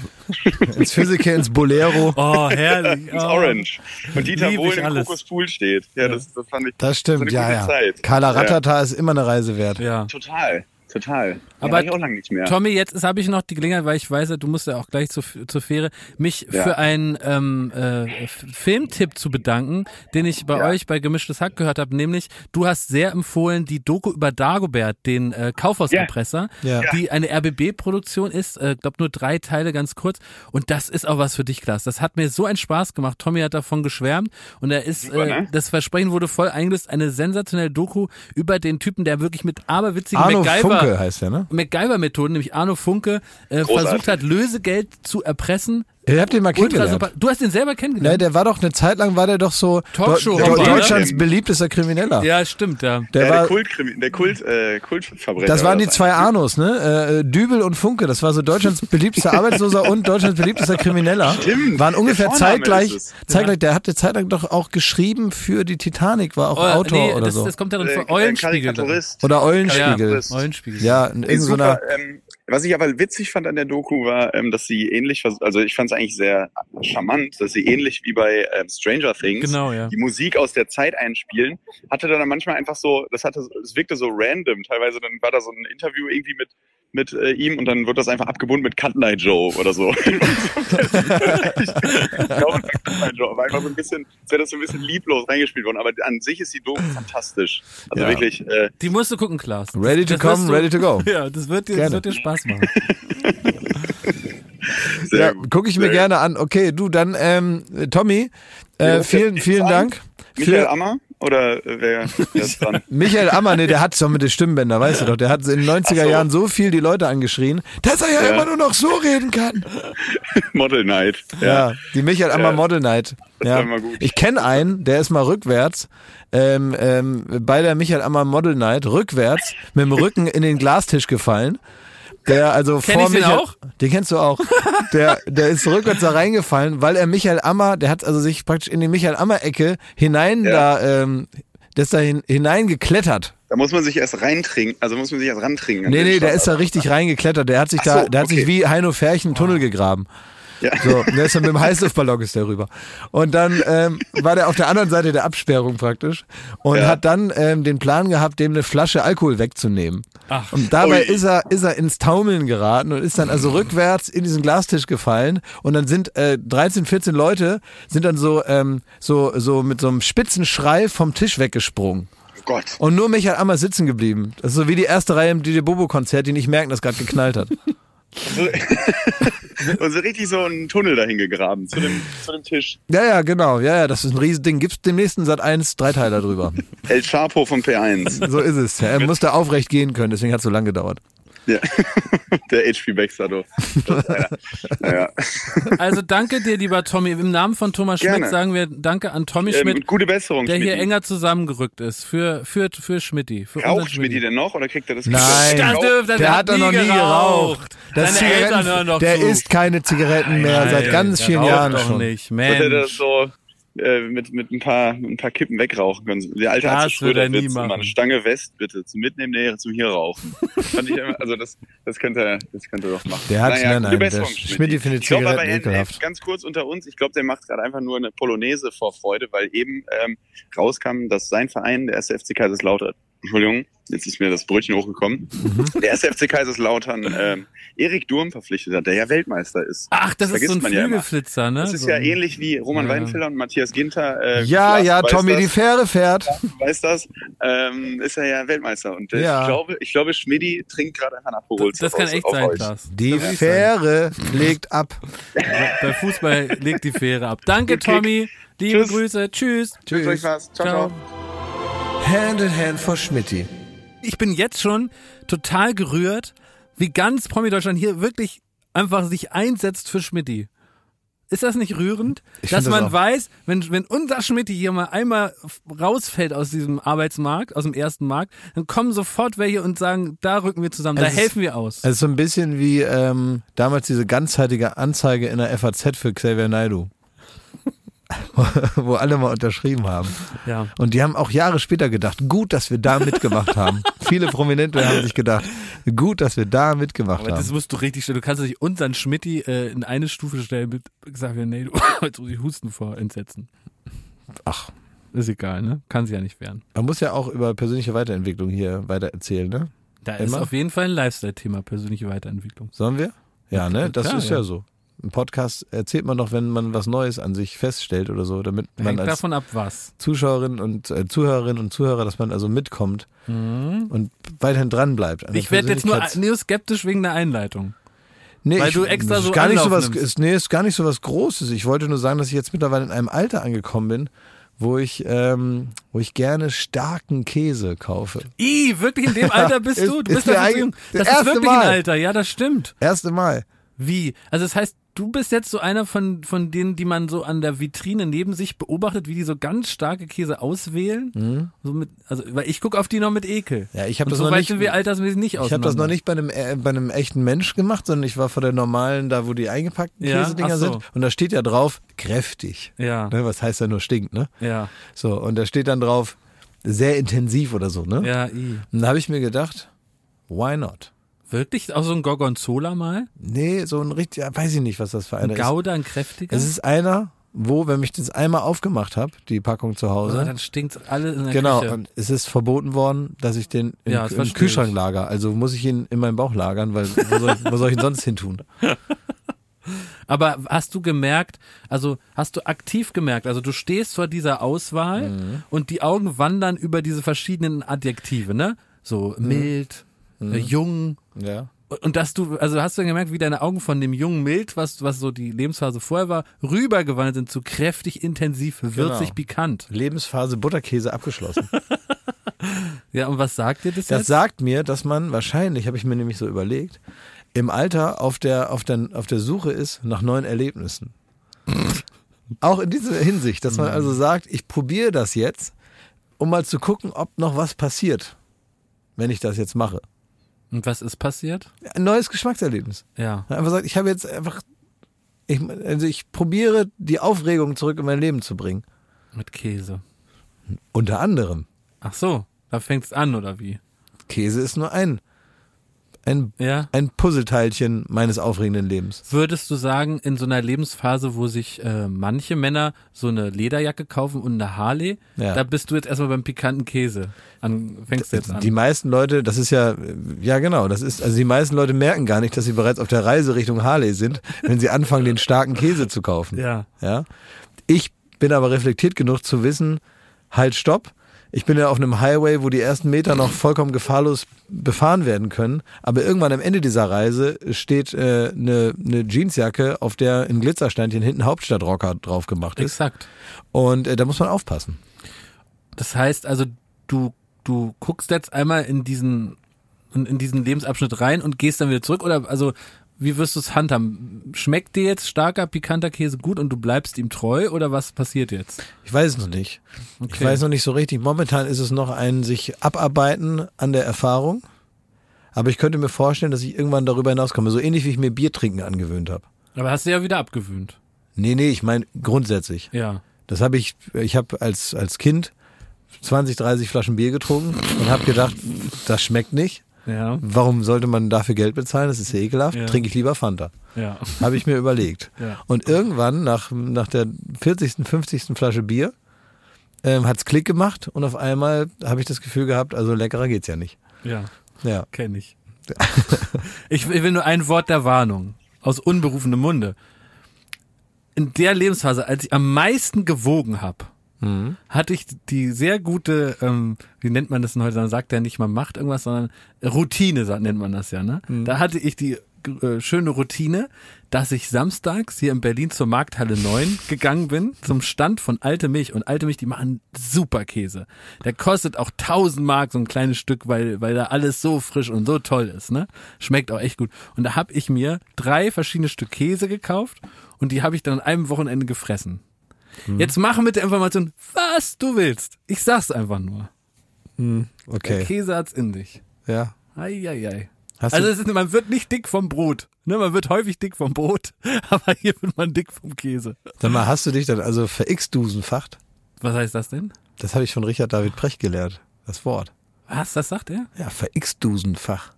Speaker 3: ins Physical, ins Bolero.
Speaker 4: Oh,
Speaker 6: (laughs)
Speaker 4: herrlich.
Speaker 6: ins
Speaker 4: oh.
Speaker 6: Orange. Und Dieter
Speaker 4: Lieb ich
Speaker 6: Bohlen im
Speaker 4: alles.
Speaker 6: Kokospool steht. Ja, Das, das fand ich
Speaker 3: Das
Speaker 6: so
Speaker 3: stimmt,
Speaker 6: eine
Speaker 3: ja,
Speaker 6: gute
Speaker 3: ja.
Speaker 6: Zeit.
Speaker 3: Carla Rattata ist immer eine Reise wert.
Speaker 4: Ja.
Speaker 6: total, total. Ja,
Speaker 4: Aber
Speaker 6: war ich auch lange nicht mehr.
Speaker 4: Tommy, jetzt habe ich noch die Gelegenheit, weil ich weiß, ja, du musst ja auch gleich zur, zur Fähre, mich
Speaker 6: Ja.
Speaker 4: für einen ähm, äh, F- Filmtipp zu bedanken, den ich bei
Speaker 6: Ja.
Speaker 4: euch bei Gemischtes Hack gehört habe, nämlich du hast sehr empfohlen die Doku über Dagobert, den äh, Kaufhauskompressor,
Speaker 3: Ja. Ja.
Speaker 4: die eine RBB-Produktion ist, äh, glaube nur drei Teile ganz kurz und das ist auch was für dich, Klaas. Das hat mir so einen Spaß gemacht. Tommy hat davon geschwärmt und er ist,
Speaker 6: Super,
Speaker 4: äh,
Speaker 6: ne?
Speaker 4: das Versprechen wurde voll eingelöst, eine sensationelle Doku über den Typen, der wirklich mit aberwitzigen
Speaker 3: Arno
Speaker 4: MacGyver
Speaker 3: Funke heißt der, ne?
Speaker 4: MacGyver-Methoden, nämlich Arno Funke, äh,
Speaker 6: Großartig.
Speaker 4: versucht hat, Lösegeld zu erpressen.
Speaker 3: Ihr habt den mal
Speaker 4: Ultra
Speaker 3: kennengelernt.
Speaker 4: super. Du hast den selber
Speaker 3: Ne,
Speaker 4: kennengelernt.
Speaker 3: der war doch eine Zeit lang, war der doch so
Speaker 4: Talkshow-
Speaker 3: Deu-
Speaker 4: Hopper,
Speaker 3: Deutschlands
Speaker 6: ne?
Speaker 3: beliebtester Krimineller.
Speaker 4: ja, stimmt, ja.
Speaker 3: Der
Speaker 6: ja, der
Speaker 3: war,
Speaker 6: Kultkrimi, der Kult, äh, Kultverbrecher.
Speaker 3: das waren
Speaker 6: war
Speaker 3: die zwei Arnos, ne? Äh, Dübel und Funke. Das war so
Speaker 6: (laughs)
Speaker 3: Deutschlands beliebtester Arbeitsloser und Deutschlands beliebtester Krimineller.
Speaker 6: Stimmt,
Speaker 3: Waren
Speaker 6: der
Speaker 3: ungefähr
Speaker 6: Vorname
Speaker 3: zeitgleich.
Speaker 6: ist es.
Speaker 3: Zeitgleich. Der hatte zeitlang doch auch geschrieben für die Titanic, war auch
Speaker 4: Oh,
Speaker 3: Autor
Speaker 4: nee,
Speaker 3: oder
Speaker 4: das,
Speaker 3: so.
Speaker 4: das kommt ja dann
Speaker 6: Äh,
Speaker 4: vor
Speaker 6: ein
Speaker 4: Eulenspiegel. dann.
Speaker 6: Karikaturist.
Speaker 3: oder
Speaker 4: Ja,
Speaker 3: Eulenspiegel.
Speaker 6: Karikaturist.
Speaker 4: Eulenspiegel.
Speaker 3: Ja, in
Speaker 6: Nee,
Speaker 3: irgendeiner.
Speaker 6: super. Ähm, was ich aber witzig fand an der Doku war, ähm, dass sie ähnlich, vers- also ich fand es eigentlich sehr charmant, dass sie ähnlich wie bei ähm, Stranger Things
Speaker 4: Genau, ja.
Speaker 6: die Musik aus der Zeit einspielen, hatte dann manchmal einfach so, das hatte, es wirkte so random. Teilweise dann war da so ein Interview irgendwie mit mit äh, ihm und dann wird das einfach abgebunden mit Cut Night Joe oder so. (laughs) ich glaube, Cut Night Joe war einfach so ein bisschen, es wäre das so ein bisschen lieblos reingespielt worden, aber an sich ist die Doku fantastisch. Also
Speaker 3: Ja.
Speaker 6: wirklich, äh,
Speaker 4: Die musst du gucken, Klaas. Das-
Speaker 3: Ready to
Speaker 4: das wirst
Speaker 3: come,
Speaker 4: du-
Speaker 3: ready to go.
Speaker 4: (laughs) Ja, das wird dir, das
Speaker 3: Gerne.
Speaker 4: wird dir Spaß machen.
Speaker 6: sehr
Speaker 3: ja,
Speaker 6: gut.
Speaker 3: gucke ich mir
Speaker 6: Sehr
Speaker 3: gerne an. Okay, du, dann, ähm, Tommy, äh,
Speaker 6: Ja,
Speaker 3: vielen,
Speaker 6: jetzt
Speaker 3: vielen
Speaker 6: an.
Speaker 3: Dank.
Speaker 6: Michael
Speaker 3: für-
Speaker 6: Ammer oder äh,
Speaker 3: (laughs)
Speaker 6: wer wer ist dran?
Speaker 3: Michael Ammer, nee,
Speaker 6: (laughs)
Speaker 3: der hat so mit den Stimmbändern, weißt du doch, der hat in den 90er
Speaker 6: Ach so.
Speaker 3: Jahren so viel die Leute angeschrien, dass er ja,
Speaker 6: Ja.
Speaker 3: immer nur noch so reden kann.
Speaker 6: Model Night.
Speaker 3: Ja, die Michael Ammer
Speaker 6: Ja.
Speaker 3: Model Night. Ja.
Speaker 6: war immer gut.
Speaker 3: Ich kenne einen, der ist mal rückwärts ähm, ähm, bei der Michael Ammer Model Night rückwärts mit dem Rücken in den Glastisch gefallen. Der also
Speaker 4: Kenn
Speaker 3: vor
Speaker 4: ich den
Speaker 3: Michael,
Speaker 4: auch?
Speaker 3: den kennst du auch. Der, der ist rückwärts da reingefallen, weil er Michael Ammer, der hat also sich praktisch in die Michael Ammer Ecke hinein
Speaker 6: Ja.
Speaker 3: da, ähm, der ist da hin, hineingeklettert.
Speaker 6: Da muss man sich erst reintrinken, also muss man sich erst rantrinken. an
Speaker 3: Nee,
Speaker 6: den
Speaker 3: nee, der
Speaker 6: Standard.
Speaker 3: ist da richtig reingeklettert. Der hat sich
Speaker 6: Ach
Speaker 3: da,
Speaker 6: so,
Speaker 3: der hat sich
Speaker 6: okay. Ah.
Speaker 3: wie Heino Färchen einen Tunnel gegraben.
Speaker 6: Ja.
Speaker 3: So, der ist dann mit dem Heißluftballon ist der rüber. Und dann ähm, war der auf der anderen Seite der Absperrung praktisch und
Speaker 6: Ja.
Speaker 3: hat dann ähm, den Plan gehabt, dem eine Flasche Alkohol wegzunehmen.
Speaker 4: Ach.
Speaker 3: Und dabei
Speaker 6: Ui.
Speaker 3: ist er, ist er ins Taumeln geraten und ist dann also rückwärts in diesen Glastisch gefallen. Und dann sind äh, 13, 14 Leute sind dann so, ähm, so, so mit so einem spitzen Schrei vom Tisch weggesprungen.
Speaker 6: Oh Gott.
Speaker 3: Und nur Michael Ammer sitzen geblieben. Das ist so wie die erste Reihe im DJ Bobo-Konzert, die nicht merken, dass gerade geknallt hat.
Speaker 6: Also, (laughs) Und so richtig so einen Tunnel dahin gegraben, zu dem, zu dem Tisch.
Speaker 3: Ja, ja, genau. Ja, ja, das ist ein Riesending. Gibt's dem nächsten Sat 1 Dreiteiler drüber.
Speaker 6: El Chapo von P1.
Speaker 3: So ist es. Ja, er musste aufrecht gehen können, deswegen hat's so lange gedauert.
Speaker 6: Ja. (laughs) Der HP Baxter,
Speaker 3: (laughs)
Speaker 6: du. Das ist einer. Naja.
Speaker 4: Also danke dir, lieber Tommy. Im Namen von Thomas Schmidt
Speaker 6: Gerne.
Speaker 4: sagen wir Danke an Tommy
Speaker 6: Ähm,
Speaker 4: Schmidt,
Speaker 6: gute Besserung,
Speaker 4: der hier
Speaker 6: Schmidti.
Speaker 4: enger zusammengerückt ist für, für, für Schmidti. Für unseren
Speaker 6: Raucht Schmidti denn noch oder kriegt er das?
Speaker 3: Nein.
Speaker 4: Das dürfte- der
Speaker 3: der
Speaker 4: hat
Speaker 3: hat doch noch
Speaker 4: nie
Speaker 3: nie geraucht.
Speaker 4: geraucht.
Speaker 3: Das
Speaker 4: Seine Eltern
Speaker 3: Zigaretten-
Speaker 4: hören doch
Speaker 3: der
Speaker 4: zu.
Speaker 3: isst keine Zigaretten mehr seit ganz
Speaker 4: der
Speaker 3: vielen
Speaker 4: raucht
Speaker 3: Jahren
Speaker 4: doch
Speaker 3: schon.
Speaker 4: nicht.
Speaker 6: Wird er
Speaker 4: Mensch.
Speaker 6: das so äh, mit, mit, ein paar, mit ein paar Kippen wegrauchen können? Der alte
Speaker 4: Das
Speaker 6: Arzt
Speaker 4: wird er
Speaker 6: Schröder
Speaker 4: nie
Speaker 6: wird immer
Speaker 4: machen.
Speaker 6: eine Stange West, bitte, zum Mitnehmen der Ehre, zum hier rauchen. (laughs) Fand ich immer, also das, das könnte er, das könnte er doch machen.
Speaker 3: Der hat- nein,
Speaker 6: gute
Speaker 3: nein,
Speaker 6: Besserung,
Speaker 3: der
Speaker 6: Schmidti.
Speaker 3: Schmidti findet
Speaker 6: Ich glaub aber,
Speaker 3: Zigaretten
Speaker 6: er- er-
Speaker 3: ekelhaft.
Speaker 6: Ganz kurz unter uns, ich glaube, der macht gerade einfach nur eine Polonaise vor Freude, weil eben ähm, rauskam, dass sein Verein, der SFC Kaiserslautern, Entschuldigung, jetzt ist mir das Brötchen hochgekommen.
Speaker 3: Mhm.
Speaker 6: Der SFC Kaiserslautern ähm, Erik Durm verpflichtet hat, der ja Weltmeister ist.
Speaker 4: Ach, das ist
Speaker 6: Vergisst
Speaker 4: so ein
Speaker 6: man ja immer.
Speaker 4: Flügelflitzer, ne?
Speaker 6: Das ist
Speaker 4: so
Speaker 6: ja
Speaker 4: ein-
Speaker 6: ähnlich wie Roman
Speaker 4: Ja.
Speaker 6: Weidenfeller und Matthias Ginter. Äh,
Speaker 3: Also, Ja,
Speaker 6: Lars
Speaker 3: ja,
Speaker 6: weiß
Speaker 3: Tommy,
Speaker 6: das,
Speaker 3: die Fähre fährt.
Speaker 6: weiß das, ähm, ist er ja Weltmeister. Und äh,
Speaker 3: Ja.
Speaker 6: ich glaube, ich glaube, Schmidti trinkt gerade einen Hanapo
Speaker 4: Das, das kann echt sein, Klaas.
Speaker 3: Die Fähre legt ab.
Speaker 4: Bei Fußball legt die Fähre ab. Danke, Tommy. Liebe
Speaker 6: Tschüss.
Speaker 4: Grüße. Tschüss.
Speaker 6: Tschüss. Euch was. Ciao, ciao.
Speaker 3: Hand in Hand for Schmidti.
Speaker 4: Ich bin jetzt schon total gerührt, wie ganz Promi Deutschland hier wirklich einfach sich einsetzt für Schmidti. Ist das nicht rührend?
Speaker 3: Ich
Speaker 4: dass
Speaker 3: find das
Speaker 4: man
Speaker 3: auch.
Speaker 4: weiß, wenn, wenn unser Schmidti hier mal einmal f- rausfällt aus diesem Arbeitsmarkt, aus dem ersten Markt, dann kommen sofort welche und sagen, da rücken wir zusammen,
Speaker 3: Es
Speaker 4: da
Speaker 3: ist-
Speaker 4: helfen wir aus.
Speaker 3: Also so ein bisschen wie ähm, damals diese ganzheitliche Anzeige in der FAZ für Xavier Naidu. (laughs) Wo alle mal unterschrieben haben.
Speaker 4: ja.
Speaker 3: Und die haben auch Jahre später gedacht, gut, dass wir da
Speaker 4: (laughs)
Speaker 3: mitgemacht haben. Viele Prominente haben sich gedacht, gut, dass wir da mitgemacht
Speaker 4: Aber das
Speaker 3: haben.
Speaker 4: musst du richtig stellen. Du kannst nicht unseren Schmidti äh, in eine Stufe stellen mit Xavier Naidu. (laughs) Jetzt muss ich husten vor Entsetzen.
Speaker 3: Ach,
Speaker 4: Ist egal, ne? Kann sie ja nicht werden.
Speaker 3: man muss ja auch über persönliche Weiterentwicklung hier weiter erzählen, ne?
Speaker 4: Da ist
Speaker 3: Emma?
Speaker 4: auf jeden Fall ein Lifestyle-Thema, persönliche Weiterentwicklung.
Speaker 3: Sollen wir? Ja, ne? Das
Speaker 4: klar,
Speaker 3: ist ja.
Speaker 4: ja.
Speaker 3: so. Im Podcast erzählt man doch, wenn man was Neues an sich feststellt oder so, damit man
Speaker 4: Hängt
Speaker 3: als
Speaker 4: davon ab, was.
Speaker 3: Zuschauerinnen und äh, Zuhörerinnen und Zuhörer, dass man also mitkommt und weiterhin dran bleibt. an der
Speaker 4: Mhm. Ich werde jetzt nur
Speaker 3: Also Persönlichkeits-
Speaker 4: neoskeptisch wegen der Einleitung.
Speaker 3: Nee,
Speaker 4: Weil du extra
Speaker 3: das ist
Speaker 4: so
Speaker 3: gar nicht so
Speaker 4: Anlauf
Speaker 3: was,
Speaker 4: nimmst.
Speaker 3: ist, Nee, ist gar nicht so was Großes. Ich wollte nur sagen, dass ich jetzt mittlerweile in einem Alter angekommen bin, wo ich, ähm, wo ich gerne starken Käse kaufe.
Speaker 4: I, wirklich in dem Alter bist
Speaker 3: (laughs) Ist-
Speaker 4: du. Du bist
Speaker 3: ist mir
Speaker 4: doch so
Speaker 3: eigen-
Speaker 4: jung.
Speaker 3: das
Speaker 4: Das
Speaker 3: erste
Speaker 4: ist wirklich
Speaker 3: Mal.
Speaker 4: ein Alter, ja, das stimmt.
Speaker 3: Erste Mal.
Speaker 4: Wie? Also das heißt, du bist jetzt so einer von, von denen, die man so an der Vitrine neben sich beobachtet, wie die so ganz starke Käse auswählen. So mit, also, weil ich gucke auf die noch mit Ekel.
Speaker 3: Mhm. Ja, ich hab
Speaker 4: Und
Speaker 3: das
Speaker 4: so
Speaker 3: noch
Speaker 4: weit
Speaker 3: nicht-
Speaker 4: sind wir altersmäßig nicht
Speaker 3: Ich habe das noch
Speaker 4: auseinander.
Speaker 3: nicht bei einem, äh, bei einem echten Mensch gemacht, sondern ich war vor der normalen, da wo die eingepackten
Speaker 4: Ja,
Speaker 3: Käsedinger
Speaker 4: ach so.
Speaker 3: sind. Und da steht ja drauf, kräftig.
Speaker 4: Ja,
Speaker 3: Ne, was heißt ja nur stinkt, ne?
Speaker 4: ja,
Speaker 3: So, und da steht dann drauf, sehr intensiv oder so, ne?
Speaker 4: ja, i.
Speaker 3: Und da habe ich mir gedacht, why not?
Speaker 4: Wirklich? Auch so ein Gorgonzola mal?
Speaker 3: Nee, so ein richtig, ja, weiß ich nicht, was das für einer
Speaker 4: Ein
Speaker 3: ist.
Speaker 4: Gouda, ein kräftiger?
Speaker 3: Es ist einer, wo, wenn ich das einmal aufgemacht habe, die Packung zu
Speaker 4: Oh,
Speaker 3: Hause.
Speaker 4: dann stinkt alle in der
Speaker 3: genau,
Speaker 4: Küche.
Speaker 3: und es ist verboten worden, dass ich den im,
Speaker 4: Ja, das
Speaker 3: im
Speaker 4: verstehe
Speaker 3: Kühlschrank
Speaker 4: ich.
Speaker 3: lager. Also muss ich ihn in meinen Bauch lagern, weil wo soll ich, wo soll ich ihn sonst hin tun?
Speaker 4: (laughs) Aber hast du gemerkt, also hast du aktiv gemerkt, also du stehst vor dieser Auswahl
Speaker 3: Mhm.
Speaker 4: und die Augen wandern über diese verschiedenen Adjektive, ne? So mild, äh, jung.
Speaker 3: Mhm. Ja.
Speaker 4: Und und dass du, also hast du dann gemerkt, wie deine Augen von dem jungen Mild, was, was so die Lebensphase vorher war, rübergewandert sind zu kräftig, intensiv, würzig,
Speaker 3: Genau.
Speaker 4: pikant.
Speaker 3: Lebensphase Butterkäse abgeschlossen.
Speaker 4: Ja, und was sagt dir das,
Speaker 3: Das
Speaker 4: jetzt?
Speaker 3: sagt mir, dass man wahrscheinlich, habe ich mir nämlich so überlegt, im Alter auf der, auf der, auf der Suche ist nach neuen Erlebnissen. Auch in dieser Hinsicht, dass man
Speaker 4: Mhm.
Speaker 3: also sagt, ich probiere das jetzt, um mal zu gucken, ob noch was passiert, wenn ich das jetzt mache.
Speaker 4: und was ist passiert?
Speaker 3: Ein neues Geschmackserlebnis.
Speaker 4: Ja.
Speaker 3: Einfach sagt, ich habe jetzt einfach, ich, also ich probiere die Aufregung zurück in mein Leben zu bringen.
Speaker 4: Mit Käse.
Speaker 3: Unter anderem.
Speaker 4: Ach so, da fängt's an, oder wie?
Speaker 3: Käse ist nur ein, ein,
Speaker 4: Ja.
Speaker 3: ein Puzzleteilchen meines aufregenden Lebens.
Speaker 4: Würdest du sagen, in so einer Lebensphase, wo sich äh, manche Männer so eine Lederjacke kaufen und eine Harley,
Speaker 3: Ja.
Speaker 4: da bist du jetzt erstmal beim pikanten Käse. An, fängst du jetzt an.
Speaker 3: Äh, Die meisten Leute, das ist ja, ja genau, das ist, also die meisten Leute merken gar nicht, dass sie bereits auf der Reise Richtung Harley sind, wenn sie anfangen, den starken Käse zu kaufen.
Speaker 4: ja.
Speaker 3: Ja. Ich bin aber reflektiert genug zu wissen, halt, stopp. Ich bin ja auf einem Highway, wo die ersten Meter noch vollkommen gefahrlos befahren werden können. Aber irgendwann am Ende dieser Reise steht äh, eine, eine Jeansjacke, auf der ein Glitzersteinchen hinten Hauptstadtrocker drauf gemacht ist.
Speaker 4: Exakt.
Speaker 3: Und äh, da muss man aufpassen.
Speaker 4: Das heißt also, du, du guckst jetzt einmal in diesen, in, in diesen Lebensabschnitt rein und gehst dann wieder zurück oder also, wie wirst du es handhaben? Schmeckt dir jetzt starker, pikanter Käse gut und du bleibst ihm treu oder was passiert jetzt?
Speaker 3: Ich weiß es noch nicht. Ich
Speaker 4: Okay.
Speaker 3: weiß noch nicht so richtig. Momentan ist es noch ein sich abarbeiten an der Erfahrung. Aber ich könnte mir vorstellen, dass ich irgendwann darüber hinauskomme. So ähnlich wie ich mir Bier trinken angewöhnt habe.
Speaker 4: Aber hast du ja wieder abgewöhnt.
Speaker 3: Nee, nee, ich meine grundsätzlich.
Speaker 4: Ja.
Speaker 3: Das habe ich, ich habe als, als Kind 20, 30 Flaschen Bier getrunken und habe gedacht, das schmeckt nicht.
Speaker 4: Ja.
Speaker 3: Warum sollte man dafür Geld bezahlen? Das ist ja ekelhaft.
Speaker 4: Ja.
Speaker 3: Trinke ich lieber Fanta.
Speaker 4: Ja.
Speaker 3: Habe ich mir überlegt.
Speaker 4: Ja.
Speaker 3: Und irgendwann, nach, nach der 40., 50. Flasche Bier, ähm, hat's Klick gemacht und auf einmal habe ich das Gefühl gehabt, also leckerer geht's ja nicht.
Speaker 4: Ja,
Speaker 3: Ja.
Speaker 4: kenne ich. ich. Ich will nur ein Wort der Warnung aus unberufenem Munde. In der Lebensphase, als ich am meisten gewogen habe, hatte ich die sehr gute, ähm, wie nennt man das denn heute? Dann sagt er nicht, man macht irgendwas, sondern Routine sa- nennt man das ja. Ne? Da hatte ich die äh, schöne Routine, dass ich samstags hier in Berlin zur Markthalle 9 gegangen bin, zum Stand von Alte Milch. Und Alte Milch, die machen super Käse. Der kostet auch 1000 Mark so ein kleines Stück, weil, weil da alles so frisch und so toll ist. Ne? Schmeckt auch echt gut. Und da habe ich mir drei verschiedene Stück Käse gekauft und die habe ich dann an einem Wochenende gefressen.
Speaker 3: Mhm.
Speaker 4: Jetzt mach mit der Information, was du willst. Ich sag's einfach nur. Der
Speaker 3: Hm, Okay.
Speaker 4: Käse hat's in dich.
Speaker 3: Ja.
Speaker 4: Eieiei.
Speaker 3: Hast
Speaker 4: Also
Speaker 3: du-
Speaker 4: es ist, man wird nicht dick vom Brot. Ne, man wird häufig dick vom Brot, (laughs) aber hier wird man dick vom Käse.
Speaker 3: Sag mal, hast du dich dann also verX-Dusenfacht?
Speaker 4: Was heißt das denn?
Speaker 3: Das habe ich von Richard David Precht gelernt. Das Wort.
Speaker 4: Was? Das sagt er?
Speaker 3: Ja, verX-Dusenfach.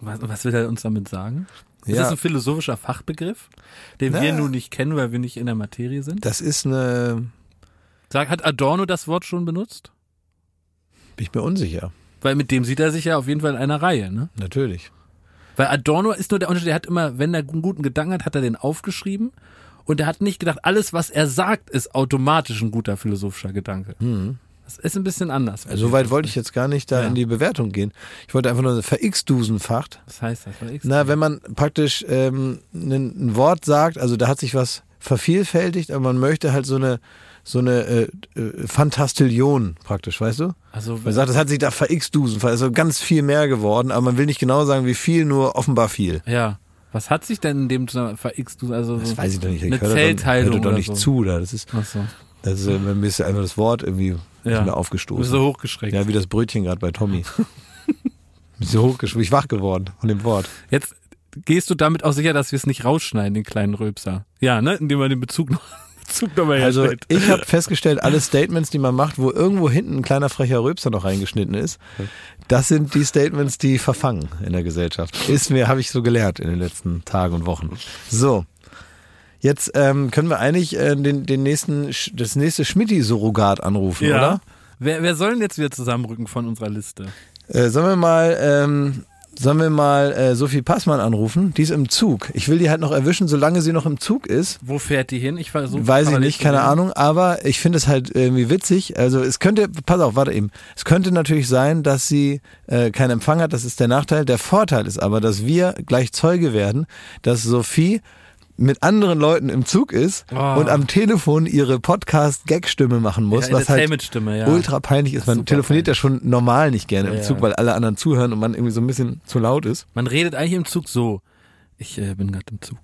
Speaker 4: Was, was will er uns damit sagen? Ist
Speaker 3: Ja.
Speaker 4: das ein philosophischer Fachbegriff, den
Speaker 3: Na.
Speaker 4: wir nun nicht kennen, weil wir nicht in der Materie sind?
Speaker 3: Das ist eine.
Speaker 4: Sag, hat Adorno das Wort schon benutzt?
Speaker 3: Bin ich mir unsicher.
Speaker 4: Weil mit dem sieht er sich ja auf jeden Fall in einer Reihe, ne?
Speaker 3: Natürlich.
Speaker 4: Weil Adorno ist nur der Unterschied, der hat immer, wenn er einen guten Gedanken hat, hat er den aufgeschrieben und er hat nicht gedacht, alles, was er sagt, ist automatisch ein guter philosophischer Gedanke.
Speaker 3: Mhm.
Speaker 4: Das ist ein bisschen anders.
Speaker 3: So weit wollte ich jetzt gar nicht da
Speaker 4: Ja.
Speaker 3: in die Bewertung gehen. Ich wollte einfach nur verX-Dusenfacht.
Speaker 4: Was heißt das? Weil ich-
Speaker 3: Na, wenn man praktisch ähm, ein, ein Wort sagt, also da hat sich was vervielfältigt, aber man möchte halt so eine so eine äh, äh, Fantastillion praktisch, weißt du?
Speaker 4: also,
Speaker 3: Man sagt, das hat sich da verX-Dusen, also ganz viel mehr geworden, aber man will nicht genau sagen, wie viel, nur offenbar viel.
Speaker 4: ja. Was hat sich denn in dem Zusammenhang verX du also so
Speaker 3: Das weiß ich doch nicht.
Speaker 4: eine
Speaker 3: Ich höre doch,
Speaker 4: Zellteilung
Speaker 3: hör doch
Speaker 4: oder
Speaker 3: nicht
Speaker 4: so.
Speaker 3: zu. Da. Das ist,
Speaker 4: Ach so.
Speaker 3: das ist, äh, mir ist einfach das Wort irgendwie
Speaker 4: Ja.
Speaker 3: ja. mehr
Speaker 4: Du bist
Speaker 3: aufgestoßen.
Speaker 4: so hochgeschreckt.
Speaker 3: Ja, wie das Brötchen gerade
Speaker 4: (laughs)
Speaker 3: bei Tommy. Bin so hochgeschwungen, ich wach geworden von dem Wort.
Speaker 4: Jetzt gehst du damit auch sicher, dass wir es nicht rausschneiden, den kleinen Röpser. Ja, ne? Indem man den Bezug noch, (laughs) Bezug nochmal
Speaker 3: Also
Speaker 4: herstellt.
Speaker 3: ich habe festgestellt, alle Statements, die man macht, wo irgendwo hinten ein kleiner frecher Röpser noch reingeschnitten ist, das sind die Statements, die verfangen in der Gesellschaft. Ist mir, habe ich so gelernt in den letzten Tagen und Wochen. So, jetzt ähm, können wir eigentlich äh, den, den nächsten, Sch- das nächste Schmitty-Surrogat anrufen,
Speaker 4: ja.
Speaker 3: oder?
Speaker 4: Wer, wer soll denn jetzt wieder zusammenrücken von unserer Liste?
Speaker 3: Äh, sollen wir mal, ähm, sollen wir mal äh, Sophie Passmann anrufen? Die ist im Zug. Ich will die halt noch erwischen, solange sie noch im Zug ist.
Speaker 4: Wo fährt die hin? Ich versuche
Speaker 3: Weiß ich nicht, keine Ahnung, aber ich finde es halt irgendwie witzig. Also es könnte, pass auf, warte eben. Es könnte natürlich sein, dass sie äh, keinen Empfang hat, das ist der Nachteil. Der Vorteil ist aber, dass wir gleich Zeuge werden, dass Sophie mit anderen Leuten im Zug ist
Speaker 4: Ah.
Speaker 3: und am Telefon ihre Podcast-Gag-Stimme machen muss,
Speaker 4: Ja,
Speaker 3: was halt
Speaker 4: Entertainment-Stimme, ja.
Speaker 3: ultra peinlich ist. Man
Speaker 4: Super
Speaker 3: telefoniert ja schon normal nicht gerne im
Speaker 4: Ja,
Speaker 3: Zug,
Speaker 4: ja.
Speaker 3: weil alle anderen zuhören und man irgendwie so ein bisschen zu laut ist.
Speaker 4: Man redet eigentlich im Zug so. Ich äh, bin gerade im Zug.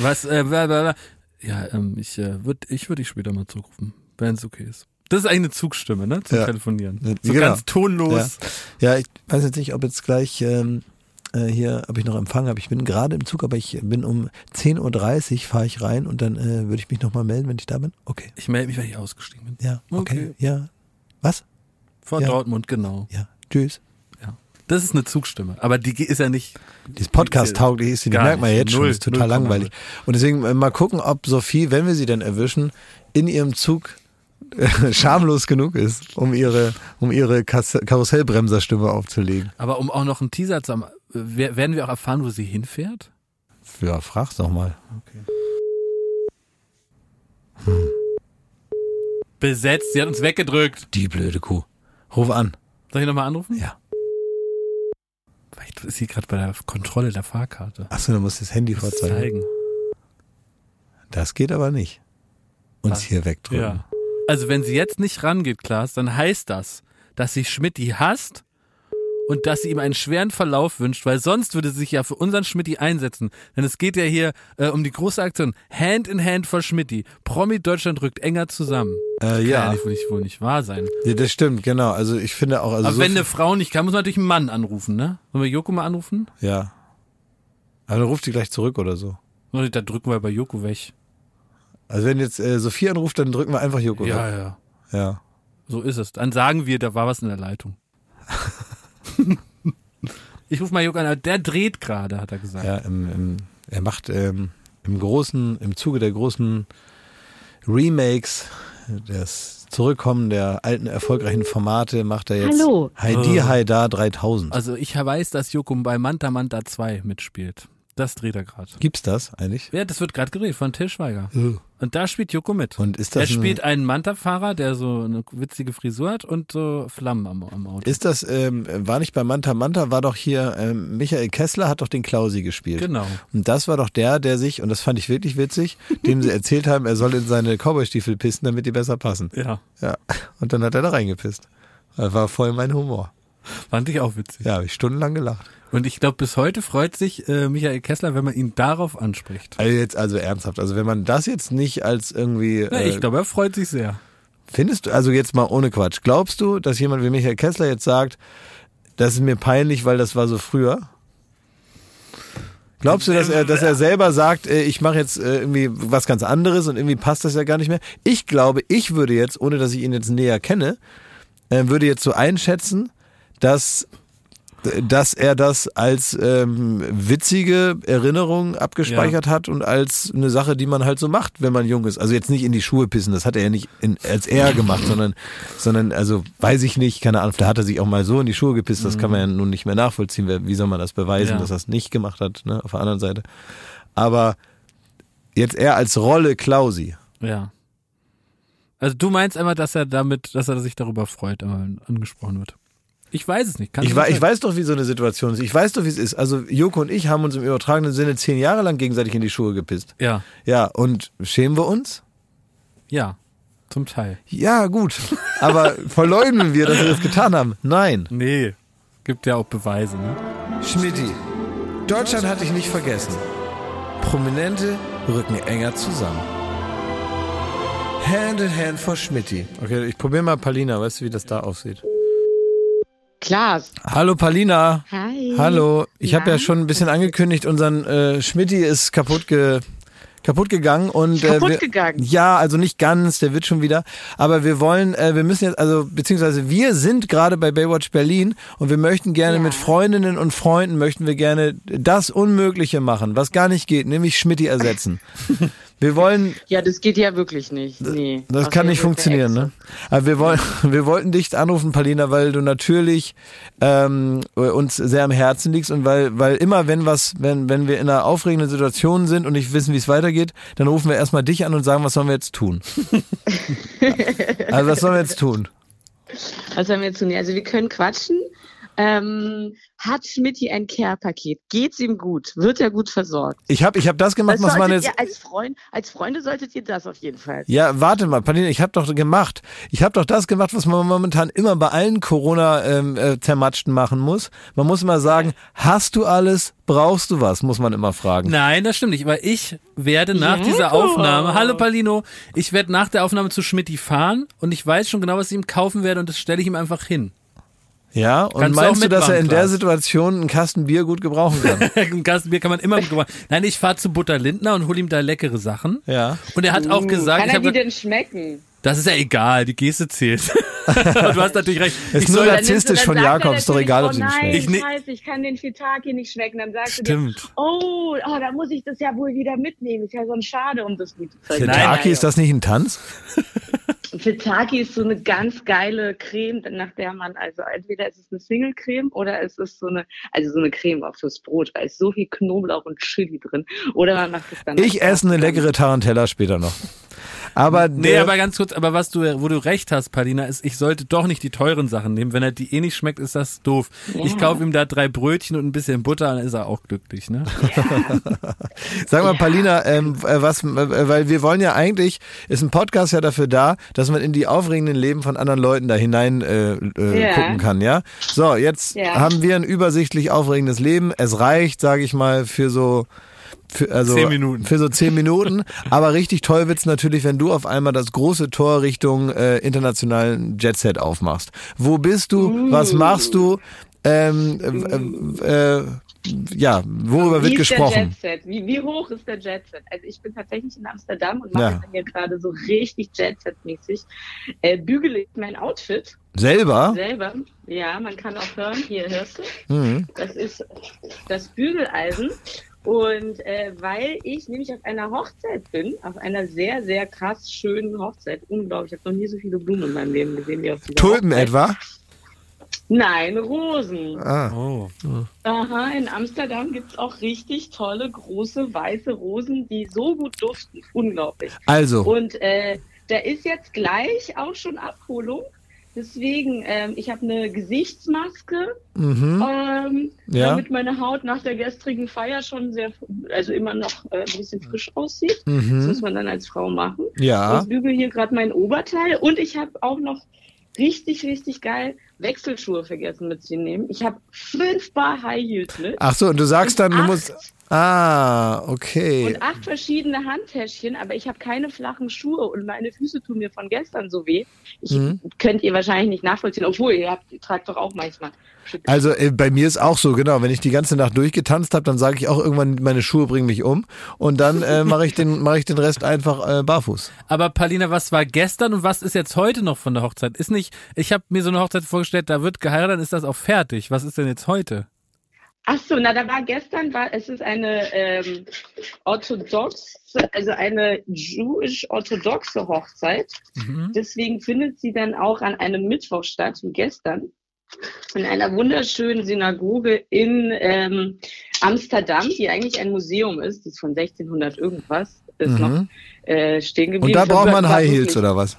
Speaker 4: Was, äh, bla, bla, bla. Ja, ähm, ich äh, würde ich würd dich später mal zurückrufen, wenn es okay ist. Das ist eigentlich eine Zugstimme, ne? Zum
Speaker 3: Ja.
Speaker 4: Telefonieren.
Speaker 3: Ja,
Speaker 4: So
Speaker 3: genau.
Speaker 4: ganz tonlos.
Speaker 3: Ja, ich weiß jetzt nicht, ob jetzt gleich ähm, äh, hier, ob ich noch Empfang habe. Ich bin gerade im Zug, aber ich bin um 10.30 Uhr, fahre ich rein und dann äh, würde ich mich nochmal melden, wenn ich da bin. Okay.
Speaker 4: Ich melde mich, wenn ich ausgestiegen bin.
Speaker 3: Ja, okay.
Speaker 4: Okay.
Speaker 3: Ja. Was?
Speaker 4: Vor
Speaker 3: Ja.
Speaker 4: Dortmund, genau.
Speaker 3: Ja. Tschüss.
Speaker 4: Ja. Das ist eine Zugstimme, aber die ge- ist ja nicht.
Speaker 3: Dieses Podcast tauglich ist, die
Speaker 4: Äh, Gar
Speaker 3: merkt man
Speaker 4: nicht.
Speaker 3: jetzt schon,
Speaker 4: Null,
Speaker 3: ist
Speaker 4: 0,0.
Speaker 3: total langweilig. Und deswegen äh, mal gucken, ob Sophie, wenn wir sie denn erwischen, in ihrem Zug äh, (laughs) schamlos genug ist, um ihre, um ihre Kasse- Karussellbremserstimme aufzulegen.
Speaker 4: Aber um auch noch einen Teaser zu haben, äh, wer- werden wir auch erfahren, wo sie hinfährt?
Speaker 3: Ja, frag's doch mal.
Speaker 4: Besetzt, sie hat uns weggedrückt.
Speaker 3: Die blöde Kuh. Ruf an.
Speaker 4: Soll ich nochmal anrufen?
Speaker 3: Ja.
Speaker 4: Vielleicht ist sie gerade bei der Kontrolle der Fahrkarte.
Speaker 3: Achso, du musst das Handy
Speaker 4: Das
Speaker 3: vorzeigen. Das geht aber nicht. Uns
Speaker 4: Was?
Speaker 3: hier wegdrücken.
Speaker 4: Ah. Ja. Also wenn sie jetzt nicht rangeht, Klaas, dann heißt das, dass sie Schmidti hasst und dass sie ihm einen schweren Verlauf wünscht, weil sonst würde sie sich ja für unseren Schmidti einsetzen. Denn es geht ja hier äh, um die große Aktion Hand in Hand for Schmidti. Promi Deutschland rückt enger zusammen.
Speaker 3: Äh, ja.
Speaker 4: Kann ja nicht, wohl nicht wahr sein.
Speaker 3: ja, das stimmt, genau. Also ich finde auch, also
Speaker 4: Aber
Speaker 3: so
Speaker 4: wenn eine
Speaker 3: viel,
Speaker 4: Frau nicht kann, muss man natürlich einen Mann anrufen, ne? Sollen wir Joko mal anrufen?
Speaker 3: ja. Aber dann ruft die gleich zurück oder so.
Speaker 4: Oder da drücken wir bei Joko weg.
Speaker 3: Also wenn jetzt äh, Sophie anruft, dann drücken wir einfach Joko.
Speaker 4: Ja,
Speaker 3: weg.
Speaker 4: ja.
Speaker 3: ja.
Speaker 4: So ist es. Dann sagen wir, da war was in der
Speaker 3: (laughs)
Speaker 4: Leitung. ich rufe mal Jörg an, aber der dreht gerade, hat er gesagt.
Speaker 3: ja im, im, er macht ähm, im großen, im Zuge der großen Remakes das Zurückkommen der alten erfolgreichen Formate macht er jetzt
Speaker 7: Hallo.
Speaker 3: Heidi
Speaker 4: Äh.
Speaker 3: Haida 3000.
Speaker 4: Also ich weiß, dass Jokum bei Manta Manta 2 mitspielt. Das dreht er gerade.
Speaker 3: Gibt's das eigentlich?
Speaker 4: Ja, das wird gerade gedreht von Til Schweiger. Und da spielt Joko mit.
Speaker 3: Und ist
Speaker 4: er
Speaker 3: das, ein,
Speaker 4: spielt einen Manta-Fahrer, der so eine witzige Frisur hat und so Flammen am, am Auto.
Speaker 3: ist das, ähm, war nicht bei Manta Manta, war doch hier, ähm, Michael Kessler hat doch den Klausi gespielt.
Speaker 4: Genau.
Speaker 3: Und das war doch der, der sich, und das fand ich wirklich witzig, dem sie erzählt haben, er soll in seine Cowboy-Stiefel pissen, damit die besser passen.
Speaker 4: Ja,
Speaker 3: Ja. Und dann hat er da reingepisst. Das war voll mein Humor.
Speaker 4: fand ich auch witzig.
Speaker 3: Ja, habe ich stundenlang gelacht.
Speaker 4: Und ich glaube, bis heute freut sich äh, Michael Kessler, wenn man ihn darauf anspricht.
Speaker 3: Also jetzt also ernsthaft. Also wenn man das jetzt nicht als irgendwie.
Speaker 4: Ja,
Speaker 3: Äh,
Speaker 4: ich glaube, er freut sich sehr.
Speaker 3: findest du, also jetzt mal ohne Quatsch, glaubst du, dass jemand wie Michael Kessler jetzt sagt, das ist mir peinlich, weil das war so früher? Glaubst du, dass er, dass er selber sagt, äh, ich mache jetzt äh, irgendwie was ganz anderes und irgendwie passt das ja gar nicht mehr? Ich glaube, ich würde jetzt, ohne dass ich ihn jetzt näher kenne, äh, würde jetzt so einschätzen, dass, dass er das als ähm, witzige Erinnerung abgespeichert hat und als eine Sache, die man halt so macht, wenn man jung ist. Also jetzt nicht in die Schuhe pissen, das hat er ja nicht in, als er gemacht, sondern, sondern, also weiß ich nicht, keine Ahnung, da hat er sich auch mal so in die Schuhe gepisst, das kann man ja nun nicht mehr nachvollziehen. Wer- Wie soll man das beweisen,
Speaker 4: Mhm. Ja.
Speaker 3: dass er es nicht gemacht hat, ne, auf der anderen Seite. Aber jetzt er als Rolle Klausi.
Speaker 4: Ja. Also du meinst immer, dass er damit, dass er sich darüber freut, wenn er angesprochen wird. Ich weiß es nicht. Kann
Speaker 3: Ich,
Speaker 4: nicht
Speaker 3: wei- ich
Speaker 4: sein.
Speaker 3: weiß doch, wie so eine Situation ist. Ich weiß doch, wie es ist. Also Joko und ich haben uns im übertragenen Sinne zehn Jahre lang gegenseitig in die Schuhe gepisst.
Speaker 4: Ja,
Speaker 3: Ja, und schämen wir uns?
Speaker 4: ja. Zum Teil.
Speaker 3: Ja, gut. Aber verleugnen wir, dass wir das getan haben? Nein.
Speaker 4: Nee. Gibt ja auch Beweise, ne?
Speaker 3: Schmidti, Deutschland hatte ich nicht vergessen. Prominente rücken enger zusammen. Hand in Hand vor Schmidti. Okay, ich probiere mal Palina. Weißt du, wie das da aussieht?
Speaker 7: Klaas.
Speaker 3: Hallo, Palina.
Speaker 7: Hi.
Speaker 3: Hallo, ich habe ja
Speaker 7: Na?
Speaker 3: schon ein bisschen angekündigt, unseren äh, Schmidti ist kaputt, ge kaputt gegangen und
Speaker 7: Kaputt
Speaker 3: äh, wir,
Speaker 7: gegangen?
Speaker 3: Ja, also nicht ganz, der wird schon wieder. Aber wir wollen, äh, wir müssen jetzt, also beziehungsweise wir sind gerade bei Baywatch Berlin und wir möchten gerne
Speaker 7: Ja.
Speaker 3: mit Freundinnen und Freunden möchten wir gerne das Unmögliche machen, was gar nicht geht, nämlich
Speaker 7: (laughs)
Speaker 3: Schmidti ersetzen. wir wollen
Speaker 7: Ja, das geht ja wirklich nicht. Nee.
Speaker 3: das
Speaker 7: Aus
Speaker 3: kann
Speaker 7: der
Speaker 3: nicht
Speaker 7: Hilfe (laughs)
Speaker 3: funktionieren,
Speaker 7: Exe.
Speaker 3: ne? Aber wir, wollen, (laughs) wir wollten dich anrufen, Paulina, weil du natürlich ähm, uns sehr am Herzen liegst und weil, weil immer, wenn was, wenn, wenn wir in einer aufregenden Situation sind und nicht wissen, wie es weitergeht, dann rufen wir erstmal dich an und sagen, was sollen wir jetzt tun? also was sollen wir jetzt tun?
Speaker 7: Was sollen wir jetzt tun? Also wir können quatschen. Ähm, hat Schmidti ein Care-Paket? Geht's ihm gut? Wird er gut versorgt?
Speaker 3: Ich habe ich hab das gemacht,
Speaker 7: Das
Speaker 3: was man
Speaker 7: solltet
Speaker 3: jetzt.
Speaker 7: ihr als, Freund, als Freunde solltet ihr das auf jeden Fall.
Speaker 3: Ja, warte mal, Paulina, ich habe doch gemacht. Ich habe doch das gemacht, was man momentan immer bei allen Corona-Zermatschten machen muss. Man muss immer sagen, hast du alles, brauchst du was, muss man immer fragen.
Speaker 4: Nein, das stimmt nicht, weil ich werde nach dieser Aufnahme, hallo Palino, ich werde nach der Aufnahme zu Schmidti fahren und ich weiß schon genau, was ich ihm kaufen werde und das stelle ich ihm einfach
Speaker 3: (laughs)
Speaker 4: hin.
Speaker 3: Ja, und
Speaker 4: Kannst du
Speaker 3: meinst
Speaker 4: auch
Speaker 3: du, dass er
Speaker 4: mitmachen,
Speaker 3: in der
Speaker 4: Klaas?
Speaker 3: Situation einen Kasten Bier gut
Speaker 7: (laughs)
Speaker 3: gebrauchen kann?
Speaker 4: Ein Kastenbier kann man immer gut machen. Nein, ich fahre zu Butter Lindner und hole ihm da leckere Sachen.
Speaker 3: ja.
Speaker 4: Und er hat auch gesagt,
Speaker 7: Uh, kann
Speaker 4: ich
Speaker 7: er
Speaker 4: hab
Speaker 7: die
Speaker 4: gesagt,
Speaker 7: denn schmecken?
Speaker 4: das ist ja egal, die Geste zählt. (laughs) und du hast natürlich recht.
Speaker 3: Ist
Speaker 4: Ich
Speaker 3: nur
Speaker 4: soll,
Speaker 7: Dann nimmst du-
Speaker 3: narzisstisch
Speaker 7: dann
Speaker 3: von
Speaker 7: sagt er
Speaker 3: Jakob, ist doch
Speaker 7: natürlich,
Speaker 3: egal,
Speaker 7: oh
Speaker 3: ob sie ihn
Speaker 7: nein,
Speaker 3: schmeckt.
Speaker 4: Ich ne-
Speaker 7: scheiße, ich kann den Fitaki nicht schmecken. Dann sagst du
Speaker 4: Stimmt.
Speaker 7: dir, oh, oh, da muss ich das ja wohl wieder mitnehmen. Ist ja so ein Schade um das gute Zeug.
Speaker 3: Taki, ist das nicht ein Tanz?
Speaker 7: Fitaki ist so eine ganz geile Creme, nach der man, also entweder ist es eine Single-Creme oder es ist so eine, also so eine Creme auch fürs Brot. Da ist so viel Knoblauch und Chili drin. Oder man macht es dann.
Speaker 3: Ich esse eine leckere Tarantella später noch. Aber,
Speaker 4: Nee,
Speaker 3: der-
Speaker 4: aber ganz kurz, aber was du, wo du recht hast, Palina, ist, ich sollte doch nicht die teuren Sachen nehmen. Wenn er die eh nicht schmeckt, ist das doof. Ich kaufe ihm da drei Brötchen und ein bisschen Butter, dann ist er auch glücklich, ne?
Speaker 3: (laughs) Sag mal, Paulina, ähm, äh, was, äh, weil wir wollen ja eigentlich, ist ein Podcast ja dafür da, dass man in die aufregenden Leben von anderen Leuten da hinein äh, äh,
Speaker 7: Ja.
Speaker 3: gucken kann, ja? So, jetzt
Speaker 7: Ja.
Speaker 3: haben wir ein übersichtlich aufregendes Leben. Es reicht, sage ich mal, für so für, also
Speaker 4: Zehn Minuten.
Speaker 3: für so
Speaker 4: (laughs)
Speaker 3: zehn Minuten. Aber richtig toll wird's natürlich, wenn du auf einmal das große Tor Richtung äh, internationalen Jetset aufmachst. Wo bist du?
Speaker 7: Uh.
Speaker 3: Was machst du? Ähm, äh, äh, äh, ja, worüber wird
Speaker 7: wie ist Der
Speaker 3: gesprochen?
Speaker 7: Jet Set? Wie, wie hoch ist der Jet Set? Also ich bin tatsächlich in Amsterdam und mache
Speaker 3: Ja.
Speaker 7: jetzt hier gerade so richtig Jet Set-mäßig. Äh, bügele ich mein Outfit
Speaker 3: Selber?
Speaker 7: selber. Ja, man kann auch hören. Hier hörst du.
Speaker 3: Mhm.
Speaker 7: Das ist das Bügeleisen. Und äh, weil ich nämlich auf einer Hochzeit bin, auf einer sehr, sehr krass schönen Hochzeit. Unglaublich, ich habe noch nie so viele Blumen in meinem Leben gesehen wie auf dieser
Speaker 3: Tulpen
Speaker 7: Hochzeit.
Speaker 3: etwa?
Speaker 7: Nein, Rosen.
Speaker 3: Ah.
Speaker 4: Oh.
Speaker 7: Aha, in Amsterdam gibt's auch richtig tolle, große, weiße Rosen, die so gut duften. Unglaublich.
Speaker 3: Also,
Speaker 7: Und äh, da ist jetzt gleich auch schon Abholung. Deswegen, ähm, ich habe eine Gesichtsmaske,
Speaker 3: mhm.
Speaker 7: ähm,
Speaker 3: Ja.
Speaker 7: damit meine Haut nach der gestrigen Feier schon sehr, also immer noch äh, ein bisschen frisch aussieht. Das
Speaker 3: Mhm.
Speaker 7: muss man dann als Frau machen.
Speaker 3: ja.
Speaker 7: Ich bügel hier gerade mein Oberteil und ich habe auch noch richtig, richtig geil Wechselschuhe vergessen mitzunehmen. Ich habe fünf Paar High Heels mit.
Speaker 3: Ach so, und du sagst dann, du
Speaker 7: Acht.
Speaker 3: musst. Ah, okay.
Speaker 7: Und acht verschiedene Handtäschchen, aber ich habe keine flachen Schuhe und meine Füße tun mir von gestern so weh. Ich,
Speaker 3: Mhm.
Speaker 7: Könnt ihr wahrscheinlich nicht nachvollziehen, obwohl ihr, habt, ihr tragt doch auch manchmal. Schicke-
Speaker 3: Also äh, bei mir ist auch so, genau. Wenn ich die ganze Nacht durchgetanzt habe, dann sage ich auch irgendwann, meine Schuhe bringen mich um. Und dann äh, mache ich, den- mach ich den Rest einfach äh, barfuß.
Speaker 4: Aber Paulina, was war gestern und was ist jetzt heute noch von der Hochzeit? Ist nicht, ich habe mir so eine Hochzeit vorgestellt, da wird geheiratet, dann ist das auch fertig. Was ist denn jetzt heute?
Speaker 7: Ach so, na da war gestern, war es ist eine ähm, orthodoxe, also eine jewisch-orthodoxe Hochzeit.
Speaker 3: Mhm.
Speaker 7: Deswegen findet sie dann auch an einem Mittwoch statt, wie gestern, in einer wunderschönen Synagoge in ähm, Amsterdam, die eigentlich ein Museum ist, die ist von 1600 irgendwas, ist noch
Speaker 3: Mhm.
Speaker 7: äh, stehen geblieben.
Speaker 3: Und da braucht man
Speaker 7: War
Speaker 3: High
Speaker 7: wirklich-
Speaker 3: Heels oder was?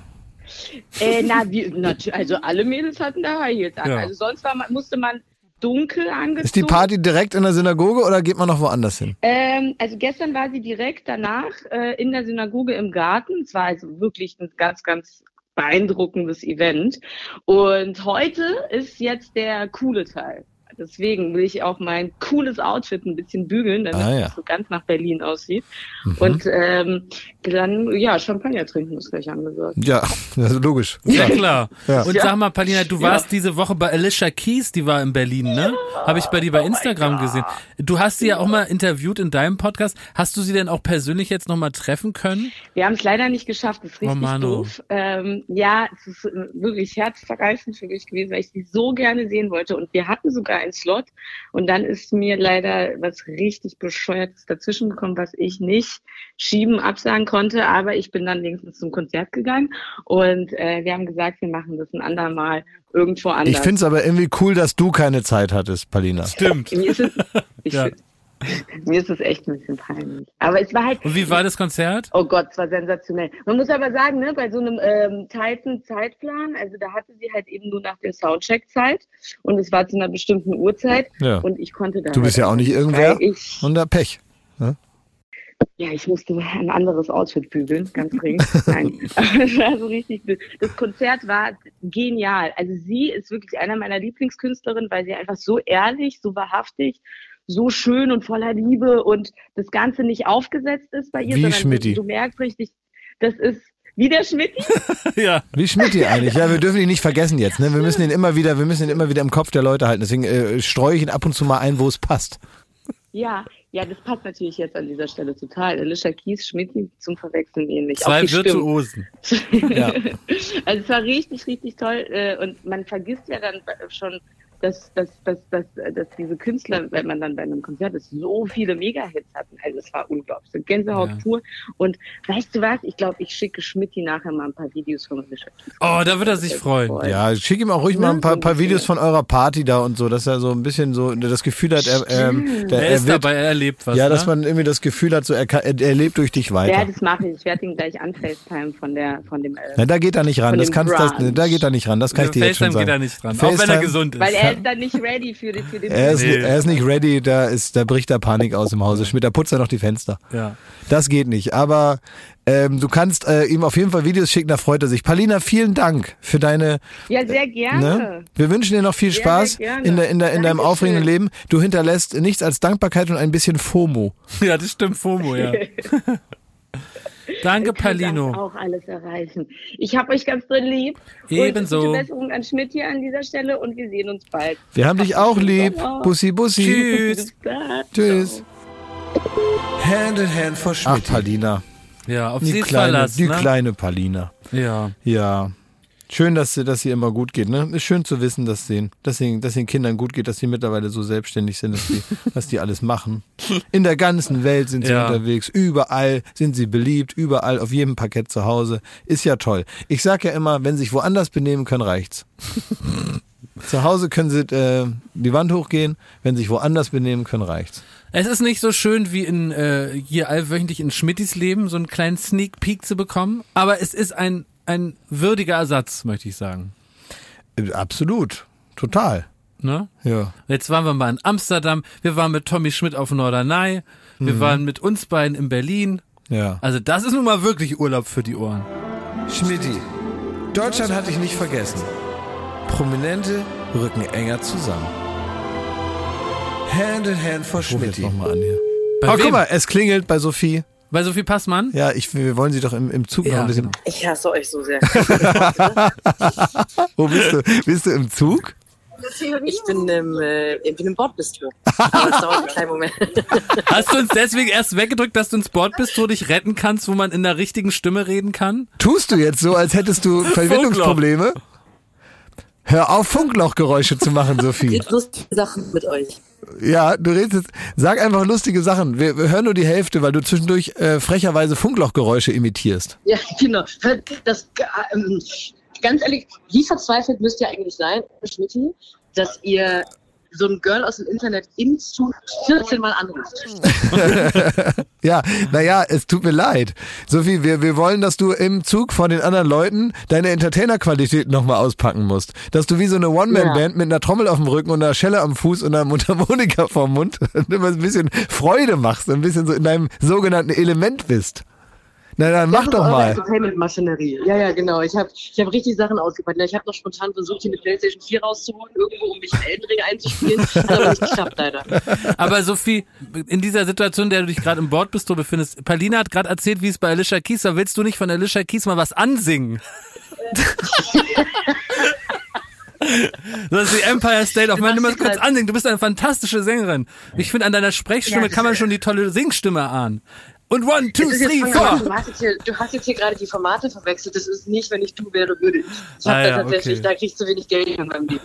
Speaker 7: äh, na, wie, natu- also alle Mädels hatten da High Heels an.
Speaker 4: Ja.
Speaker 7: Also sonst war man, musste man dunkel angezogen.
Speaker 3: Ist die Party direkt in der Synagoge oder geht man noch woanders hin?
Speaker 7: Ähm, also gestern war sie direkt danach äh, in der Synagoge im Garten. Es war also wirklich ein ganz, ganz beeindruckendes Event. Und heute ist jetzt der coole Teil. Deswegen will ich auch mein cooles Outfit ein bisschen bügeln, damit
Speaker 3: Ah, ja. Mhm.
Speaker 7: es so ganz nach Berlin aussieht. Und ähm, dann, ja, Champagner trinken ist gleich angesagt.
Speaker 3: Ja, (laughs) also logisch.
Speaker 4: Ja,
Speaker 3: Klar.
Speaker 4: klar.
Speaker 3: Ja.
Speaker 4: Und sag mal, Paulina, du warst diese Woche bei Alicia Keys, die war in Berlin, ne? Habe ich bei
Speaker 3: Oh
Speaker 4: dir bei Instagram gesehen. Du hast sie ja auch mal interviewt in deinem Podcast. Hast du sie denn auch persönlich jetzt nochmal treffen können?
Speaker 7: Wir haben es leider nicht geschafft, das ist richtig
Speaker 4: Oh, Mano.
Speaker 7: doof. Ähm, ja, es ist äh, wirklich herzverreißend für mich gewesen, weil ich sie so gerne sehen wollte. Und wir hatten sogar einen Slot. Und dann ist mir leider was richtig Bescheuertes dazwischen gekommen, was ich nicht schieben, absagen konnte. Aber ich bin dann wenigstens zum Konzert gegangen. Und äh, wir haben gesagt, wir machen das ein andermal irgendwo anders.
Speaker 3: Ich find's aber irgendwie cool, dass du keine Zeit hattest, Paulina.
Speaker 4: Stimmt.
Speaker 7: mir ist es, ich,
Speaker 4: Ja.
Speaker 7: mir ist es echt ein bisschen peinlich. Aber es war halt
Speaker 4: Und wie war das Konzert?
Speaker 7: Oh Gott, es war sensationell. Man muss aber sagen, ne, bei so einem ähm, tighten Zeitplan, also da hatte sie halt eben nur nach dem Soundcheck Zeit und es war zu einer bestimmten Uhrzeit
Speaker 3: Ja.
Speaker 7: und ich konnte da. halt
Speaker 3: Du bist ja auch nicht irgendwer.
Speaker 7: Weil ich,
Speaker 3: Und da Pech.
Speaker 7: ja, ich musste ein anderes (laughs) Outfit bügeln, ganz dringend. Nein,
Speaker 3: (laughs)
Speaker 7: das war so richtig. blöd. Das Konzert war genial. Also sie ist wirklich einer meiner Lieblingskünstlerinnen, weil sie einfach so ehrlich, so wahrhaftig, so schön und voller Liebe und das Ganze nicht aufgesetzt ist bei ihr.
Speaker 3: Wie
Speaker 7: sondern
Speaker 3: Schmidti.
Speaker 7: Du, du merkst richtig, das ist wie der Schmidti.
Speaker 4: (laughs) Ja.
Speaker 3: Wie Schmidti eigentlich. Ja, wir dürfen ihn nicht vergessen jetzt. Ne? Wir müssen ihn immer wieder, wir müssen ihn immer wieder im Kopf der Leute halten. Deswegen äh, streue ich ihn ab und zu mal ein, wo es passt.
Speaker 7: Ja, ja, das passt natürlich jetzt an dieser Stelle total. Alicia Keys, Schmidti zum Verwechseln ähnlich. Auch
Speaker 4: Zwei
Speaker 7: die Stimmen.
Speaker 4: Virtuosen. (laughs)
Speaker 3: Ja.
Speaker 7: (laughs) Also es war richtig, richtig toll. äh, Und man vergisst ja dann schon, dass, dass, dass, dass, dass diese Künstler, wenn man dann bei einem Konzert ist, so viele Mega-Hits hatten. Also es war unglaublich. So Gänsehaut
Speaker 4: Ja.
Speaker 7: pur. Und weißt du was? Ich glaube, ich schicke Schmidti nachher mal ein paar Videos von Alicia Keys.
Speaker 4: Oh, da wird er sich freuen.
Speaker 3: Ja, schick ihm auch ruhig mal ein paar, paar Videos von eurer Party da und so, dass er so ein bisschen so das Gefühl hat, er, ähm, der,
Speaker 4: Er
Speaker 3: er
Speaker 4: ist
Speaker 3: wird,
Speaker 4: dabei, er erlebt was.
Speaker 3: ja,
Speaker 4: ne?
Speaker 3: dass man irgendwie das Gefühl hat, so er, kann, er, er lebt durch dich
Speaker 7: Ja,
Speaker 3: weiter.
Speaker 7: das mache ich. Ich werde ihn gleich anfacetimen von der, von dem, äh,
Speaker 3: Na, da geht er nicht ran.
Speaker 7: Von
Speaker 3: Das
Speaker 7: dem
Speaker 3: kannst, das,
Speaker 7: Brunch.
Speaker 3: da geht er nicht ran. Das kann ich dir jetzt
Speaker 4: FaceTime
Speaker 3: schon sagen.
Speaker 4: geht er nicht dran. Auch wenn er
Speaker 3: FaceTime-
Speaker 4: gesund ist.
Speaker 7: weil er ist dann nicht ready für, die- für den
Speaker 3: Er ist,
Speaker 4: Nee.
Speaker 3: er ist nicht ready, da, ist, da bricht der Panik aus im Hause. Schmidt, da putzt er noch die Fenster.
Speaker 4: ja.
Speaker 3: Das geht nicht. Aber ähm, du kannst äh, ihm auf jeden Fall Videos schicken, da freut er sich. Paulina, vielen Dank für deine.
Speaker 7: Ja, sehr gerne.
Speaker 3: Ne? Wir wünschen dir noch viel
Speaker 7: Sehr,
Speaker 3: Spaß
Speaker 7: sehr gerne.
Speaker 3: in, der, in, der, in deinem
Speaker 7: Dankeschön.
Speaker 3: aufregenden Leben. Du hinterlässt nichts als Dankbarkeit und ein bisschen FOMO.
Speaker 4: ja, das stimmt, FOMO,
Speaker 3: (laughs)
Speaker 4: ja. Danke,
Speaker 7: Ich kann
Speaker 4: Palino.
Speaker 7: das auch alles erreichen. Ich habe euch ganz drin lieb.
Speaker 4: Ebenso.
Speaker 7: Und gute Besserung an Schmidt hier an dieser Stelle und wir sehen uns bald.
Speaker 3: Wir haben dich auch lieb. Bussi, bussi.
Speaker 4: Tschüss.
Speaker 7: Bis dann.
Speaker 3: Tschüss.
Speaker 2: Hand in Hand for
Speaker 3: Ach,
Speaker 2: Schmidt.
Speaker 3: Paulina.
Speaker 4: Ja, auf
Speaker 3: Die
Speaker 4: sie ist
Speaker 3: kleine,
Speaker 4: Verlass,
Speaker 3: die
Speaker 4: ne?
Speaker 3: kleine Paulina.
Speaker 4: Ja.
Speaker 3: Ja. Schön, dass sie, dass sie immer gut geht, ne? Ist schön zu wissen, dass denen, dass den, dass den Kindern gut geht, dass sie mittlerweile so selbstständig sind, dass
Speaker 4: (laughs)
Speaker 3: die, dass die alles machen. In der ganzen Welt sind sie
Speaker 4: Ja.
Speaker 3: unterwegs, überall sind sie beliebt, überall auf jedem Parkett zu Hause. Ist ja toll. Ich sag ja immer, wenn sie sich woanders benehmen können, (laughs) reicht's. zu Hause können sie äh, die Wand hochgehen, wenn sie sich woanders benehmen können, reicht's.
Speaker 4: Es ist nicht so schön wie in äh, hier allwöchentlich in Schmittis Leben so einen kleinen Sneak Peek zu bekommen, aber es ist ein ein würdiger Ersatz, möchte ich sagen.
Speaker 3: Äh, Absolut. Total.
Speaker 4: Ne?
Speaker 3: Ja.
Speaker 4: Jetzt waren wir mal in Amsterdam, wir waren mit Tommy Schmidt auf Norderney, wir waren mit uns beiden in Berlin.
Speaker 3: Ja.
Speaker 4: Also das ist nun mal wirklich Urlaub für die Ohren.
Speaker 3: Schmidti, Deutschland hatte ich nicht vergessen. Prominente rücken enger zusammen. Hand in Hand vor Schmidti. nochmal an hier.
Speaker 4: Bei
Speaker 3: Oh,
Speaker 4: wem?
Speaker 3: guck mal, es klingelt bei Sophie.
Speaker 4: Bei Sophie Passmann?
Speaker 3: Ja, ich, wir wollen sie doch im, im Zug noch
Speaker 4: Ja, genau.
Speaker 3: ein bisschen.
Speaker 8: Ich hasse euch so sehr.
Speaker 3: (laughs) Wo bist du? Bist du im Zug?
Speaker 8: Ich bin im, äh, ich bin im
Speaker 3: (laughs)
Speaker 8: Bordbistro. Aber es dauert einen kleinen Moment.
Speaker 4: Hast du uns deswegen erst weggedrückt, dass du ins Bord bist, wo du dich retten kannst, wo man in der richtigen Stimme reden kann?
Speaker 3: Tust du jetzt so, als hättest du Verbindungsprobleme? Hör auf, Funklochgeräusche zu machen,
Speaker 8: (laughs)
Speaker 3: Sophie.
Speaker 8: Jetzt lustige Sachen mit euch.
Speaker 3: Ja, du redest. Sag einfach lustige Sachen. Wir, wir hören nur die Hälfte, weil du zwischendurch äh, frecherweise Funklochgeräusche imitierst. (laughs)
Speaker 8: Ja, genau. Das, ähm, ganz ehrlich, wie verzweifelt müsst ihr eigentlich sein, Schmitty, dass ihr so ein Girl aus dem Internet im Zug 14 Mal anruft?
Speaker 3: Ja, naja, es tut mir leid. Sophie, wir, wir wollen, dass du im Zug vor den anderen Leuten deine Entertainer-Qualität nochmal auspacken musst. Dass du wie so eine One-Man-Band mit einer Trommel auf dem Rücken und einer Schelle am Fuß und einer Mundharmonika vorm Mund (laughs) immer ein bisschen Freude machst, ein bisschen so in deinem sogenannten Element bist. Na dann
Speaker 8: Das
Speaker 3: mach
Speaker 8: ist
Speaker 3: doch
Speaker 8: eure
Speaker 3: mal.
Speaker 8: Entertainment-Maschinerie. Ja, ja, genau. Ich habe ich hab richtig Sachen ausgepackt. Ich habe noch spontan versucht, hier eine Playstation 4 rauszuholen, irgendwo, um mich in Elden Ring einzuspielen. Hat aber nicht geklappt, leider.
Speaker 4: (laughs) Aber Sophie, in dieser Situation, in der du dich gerade im Bordbistro befindest, Palina hat gerade erzählt, wie es bei Alicia Keys war. Willst du nicht von Alicia Keys mal was ansingen? (laughs) Das ist die Empire State of Man. Du musst kurz ansingen. Du bist eine fantastische Sängerin. Ich finde, an deiner Sprechstimme kann man schon die tolle Singstimme ahnen. Und one, two,
Speaker 8: Das ist jetzt
Speaker 4: three,
Speaker 8: schon
Speaker 4: four.
Speaker 8: gemacht. Du hast jetzt hier, du hast jetzt hier gerade die Formate verwechselt. Das ist nicht, wenn ich du wäre, würde ich. Ich habe
Speaker 4: Ah,
Speaker 8: da
Speaker 4: ja,
Speaker 8: tatsächlich,
Speaker 4: okay.
Speaker 8: da kriegst du wenig Geld in meinem Leben.